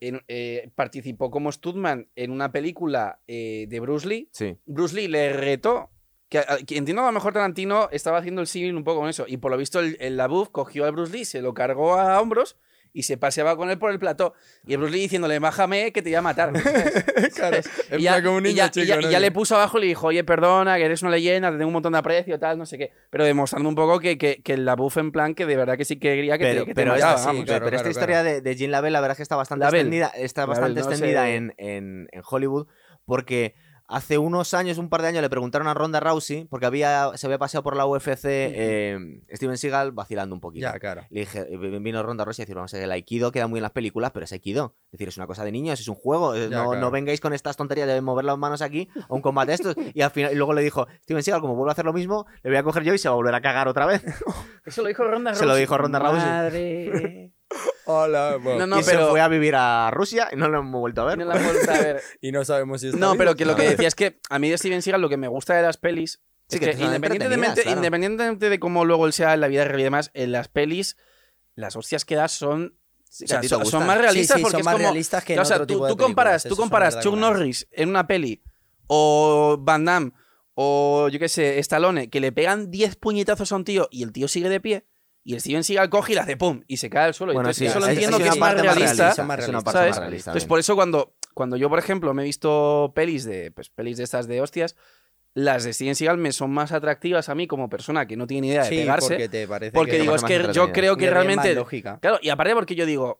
Speaker 3: en- eh, participó como Studman en una película eh, de Bruce Lee
Speaker 1: Sí.
Speaker 3: Bruce Lee le retó. Que, a- que entiendo que a lo mejor Tarantino estaba haciendo el símil un poco con eso. Y por lo visto, el, el Labouf cogió al Bruce Lee, se lo cargó a hombros y se paseaba con él por el plató. Y el Bruce Lee diciéndole, bájame que te voy a matar.
Speaker 4: Claro,
Speaker 3: ¿Sabes?
Speaker 4: en
Speaker 3: y ya,
Speaker 4: plan como un
Speaker 3: y
Speaker 4: niño
Speaker 3: ya- y
Speaker 4: chico,
Speaker 3: ya-
Speaker 4: ¿no?
Speaker 3: y ya le puso abajo y le dijo, oye, perdona, que eres una leyenda, te tengo un montón de aprecio, tal, no sé qué. Pero demostrando un poco que, que, que el Labouf en plan que de verdad que sí quería que
Speaker 1: Pero,
Speaker 3: te, que te
Speaker 1: pero
Speaker 3: mataba,
Speaker 1: esta, sí,
Speaker 3: vamos.
Speaker 1: pero- pero esta historia de, de Jean Label, la verdad es que está bastante
Speaker 3: Labelle.
Speaker 1: extendida, está
Speaker 3: Labelle,
Speaker 1: bastante
Speaker 3: no sé.
Speaker 1: extendida en, en- en Hollywood porque hace unos años, un par de años, le preguntaron a Ronda Rousey porque había, se había paseado por la UFC eh, Steven Seagal vacilando un poquito.
Speaker 4: Ya, claro.
Speaker 1: Le dije, eh, vino Ronda Rousey a decir, vamos a ver, el Aikido queda muy en las películas, pero es Aikido. Es decir, es una cosa de niños, es un juego. eh,
Speaker 4: Ya,
Speaker 1: no,
Speaker 4: claro.
Speaker 1: no vengáis con estas tonterías de mover las manos aquí a un combate de estos. Y al final, y luego le dijo, Steven Seagal, como vuelvo a hacer lo mismo, le voy a coger yo y se va a volver a cagar otra vez.
Speaker 3: Eso lo dijo Ronda
Speaker 1: Se lo dijo Ronda Rousey.
Speaker 3: Madre.
Speaker 4: Hola, bueno.
Speaker 3: No, no,
Speaker 1: y se
Speaker 3: pero-
Speaker 1: fue a vivir a Rusia y no lo hemos vuelto a ver.
Speaker 3: No la he vuelto a ver.
Speaker 4: Y no sabemos si está
Speaker 3: No,
Speaker 4: vivo.
Speaker 3: pero que lo que decía es que a mí de Steven Seagal lo que me gusta de las pelis
Speaker 1: Sí,
Speaker 3: es
Speaker 1: que
Speaker 3: que,
Speaker 1: son entretenidas,
Speaker 3: independientemente,
Speaker 1: claro.
Speaker 3: independientemente de cómo luego él sea en la vida real y demás, en las pelis las hostias que das son,
Speaker 1: Sí,
Speaker 3: o
Speaker 1: que
Speaker 3: sea,
Speaker 1: a ti te
Speaker 3: son, son
Speaker 1: gustan.
Speaker 3: más realistas
Speaker 4: Sí, sí,
Speaker 3: porque
Speaker 4: son
Speaker 3: es
Speaker 4: más
Speaker 3: como...
Speaker 4: realistas que en
Speaker 3: o sea,
Speaker 4: otro
Speaker 3: tú,
Speaker 4: tipo de
Speaker 3: tú comparas,
Speaker 4: películas,
Speaker 3: tú
Speaker 4: eso es una
Speaker 3: comparas
Speaker 4: verdad
Speaker 3: Chuck
Speaker 4: que no es.
Speaker 3: Norris en una peli o Van Damme o yo qué sé, Stallone, que le pegan 10 puñetazos a un tío y el tío sigue de pie y el Steven Seagal coge y le hace pum y se cae al suelo. Y entonces
Speaker 4: sí,
Speaker 3: eso lo
Speaker 4: es-
Speaker 3: entiendo
Speaker 4: es
Speaker 3: que es
Speaker 4: una
Speaker 3: más
Speaker 4: parte más
Speaker 3: realista.
Speaker 4: realista.
Speaker 1: Es una
Speaker 4: ¿sabes?
Speaker 1: parte más realista.
Speaker 3: Entonces,
Speaker 1: bien.
Speaker 3: por eso cuando, cuando yo, por ejemplo, me he visto pelis de, pues, pelis de estas de hostias, las de Steven Seagal me son más atractivas a mí como persona que no tiene ni idea de
Speaker 4: Sí,
Speaker 3: pegarse.
Speaker 4: porque
Speaker 3: Porque,
Speaker 4: te parece
Speaker 1: que
Speaker 3: digo,
Speaker 1: es
Speaker 3: es
Speaker 1: más
Speaker 3: que yo
Speaker 1: entretenida.
Speaker 3: creo que
Speaker 4: tiene más
Speaker 3: realmente...
Speaker 4: lógica.
Speaker 3: Claro, y aparte porque yo digo,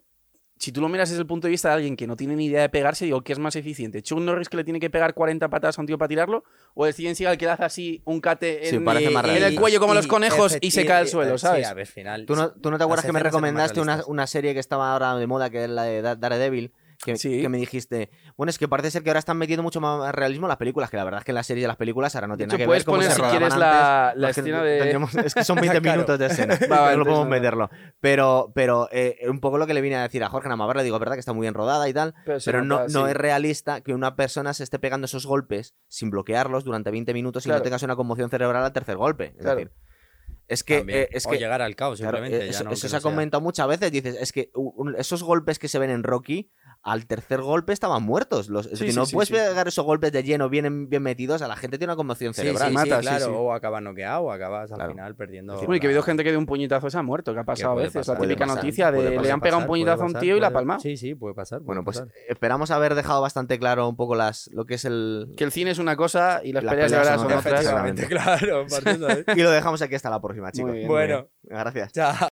Speaker 3: si tú lo miras desde el punto de vista de alguien que no tiene ni idea de pegarse, digo, ¿qué es más eficiente? ¿Chuck Norris que le tiene que pegar 40 patadas a un tío para tirarlo? ¿O el Steven Seagal que le hace así un cate
Speaker 1: Sí,
Speaker 3: en,
Speaker 1: parece
Speaker 3: y-
Speaker 1: más
Speaker 3: en el
Speaker 1: realista.
Speaker 3: cuello como los
Speaker 4: y-
Speaker 3: conejos y se
Speaker 4: efecti-
Speaker 3: cae al
Speaker 4: y-
Speaker 3: suelo,
Speaker 4: sí,
Speaker 3: sabes?
Speaker 4: a ver, final.
Speaker 1: ¿Tú no, tú no te acuerdas
Speaker 4: Las
Speaker 1: que me
Speaker 4: escenas eran más
Speaker 1: recomendaste una,
Speaker 4: realistas.
Speaker 1: una serie que estaba ahora de moda, que es la de Da- Daredevil? Que,
Speaker 3: Sí.
Speaker 1: que me dijiste, bueno, es que parece ser que ahora están metiendo mucho más realismo en las películas, que la verdad es que en las series y las películas ahora no
Speaker 3: De
Speaker 1: tienen
Speaker 3: hecho,
Speaker 1: nada que
Speaker 3: puedes
Speaker 1: ver cómo
Speaker 3: poner
Speaker 1: se
Speaker 3: si
Speaker 1: rodaban
Speaker 3: quieres
Speaker 1: antes.
Speaker 3: la, la
Speaker 1: Porque
Speaker 3: escena de...
Speaker 1: tendríamos- es que son 20
Speaker 4: Claro.
Speaker 1: minutos de escena.
Speaker 3: Va, va,
Speaker 1: no lo
Speaker 3: entonces
Speaker 1: podemos
Speaker 3: no.
Speaker 1: meterlo. Pero, pero eh, un poco lo que le vine a decir a Jorge Namavar, le digo, es verdad que está muy bien rodada y tal,
Speaker 3: Pero, Pues se
Speaker 1: pero no,
Speaker 3: nota,
Speaker 1: no
Speaker 3: sí.
Speaker 1: es realista que una persona se esté pegando esos golpes sin bloquearlos durante 20 minutos y
Speaker 3: Claro.
Speaker 1: no tengas una conmoción cerebral al tercer golpe. Es
Speaker 3: Claro.
Speaker 1: decir, es que,
Speaker 4: También.
Speaker 1: eh, es
Speaker 4: o
Speaker 1: que
Speaker 4: llegar al caos,
Speaker 1: Claro,
Speaker 4: simplemente.
Speaker 1: eh,
Speaker 4: ya
Speaker 1: eso
Speaker 4: no,
Speaker 1: eso
Speaker 4: que
Speaker 1: se
Speaker 4: no
Speaker 1: ha
Speaker 4: sea-
Speaker 1: comentado muchas veces. Dices, es que u- un- esos golpes que se ven en Rocky, al tercer golpe estaban muertos. Los, es
Speaker 3: Sí,
Speaker 1: decir,
Speaker 3: sí,
Speaker 1: no
Speaker 3: sí,
Speaker 1: puedes
Speaker 3: sí.
Speaker 1: pegar esos golpes de lleno bien, bien metidos. A la gente tiene una conmoción
Speaker 4: Sí,
Speaker 1: cerebral.
Speaker 4: sí, sí,
Speaker 3: mata, sí,
Speaker 4: claro,
Speaker 3: sí.
Speaker 4: o acabas noqueado, o acabas al
Speaker 1: Claro.
Speaker 4: final perdiendo.
Speaker 3: Uy, que ha
Speaker 4: la-
Speaker 3: habido gente que de un puñetazo se ha muerto, que ha pasado a
Speaker 4: puede
Speaker 3: veces.
Speaker 4: pasar,
Speaker 3: la
Speaker 1: puede
Speaker 3: típica
Speaker 1: pasar,
Speaker 3: noticia de
Speaker 1: puede
Speaker 3: le
Speaker 1: pasar,
Speaker 3: han pegado un
Speaker 4: puede
Speaker 3: puñetazo a un
Speaker 4: pasar,
Speaker 3: tío y la
Speaker 4: puede-
Speaker 3: palma.
Speaker 4: Sí, sí, puede pasar.
Speaker 1: Bueno,
Speaker 4: puede
Speaker 1: pues
Speaker 4: pasar.
Speaker 1: esperamos haber dejado bastante claro un poco las, lo que es el.
Speaker 3: Que el cine es una cosa y las
Speaker 1: Las
Speaker 3: peleas de
Speaker 1: peleas
Speaker 3: verdad
Speaker 1: son
Speaker 3: son
Speaker 1: otras,
Speaker 3: otras.
Speaker 1: efectivamente.
Speaker 4: Claro, aparte, ¿sabes?
Speaker 1: Y lo dejamos aquí hasta la próxima, chicos.
Speaker 3: bien,
Speaker 4: Bueno,
Speaker 1: Gracias.
Speaker 4: chao.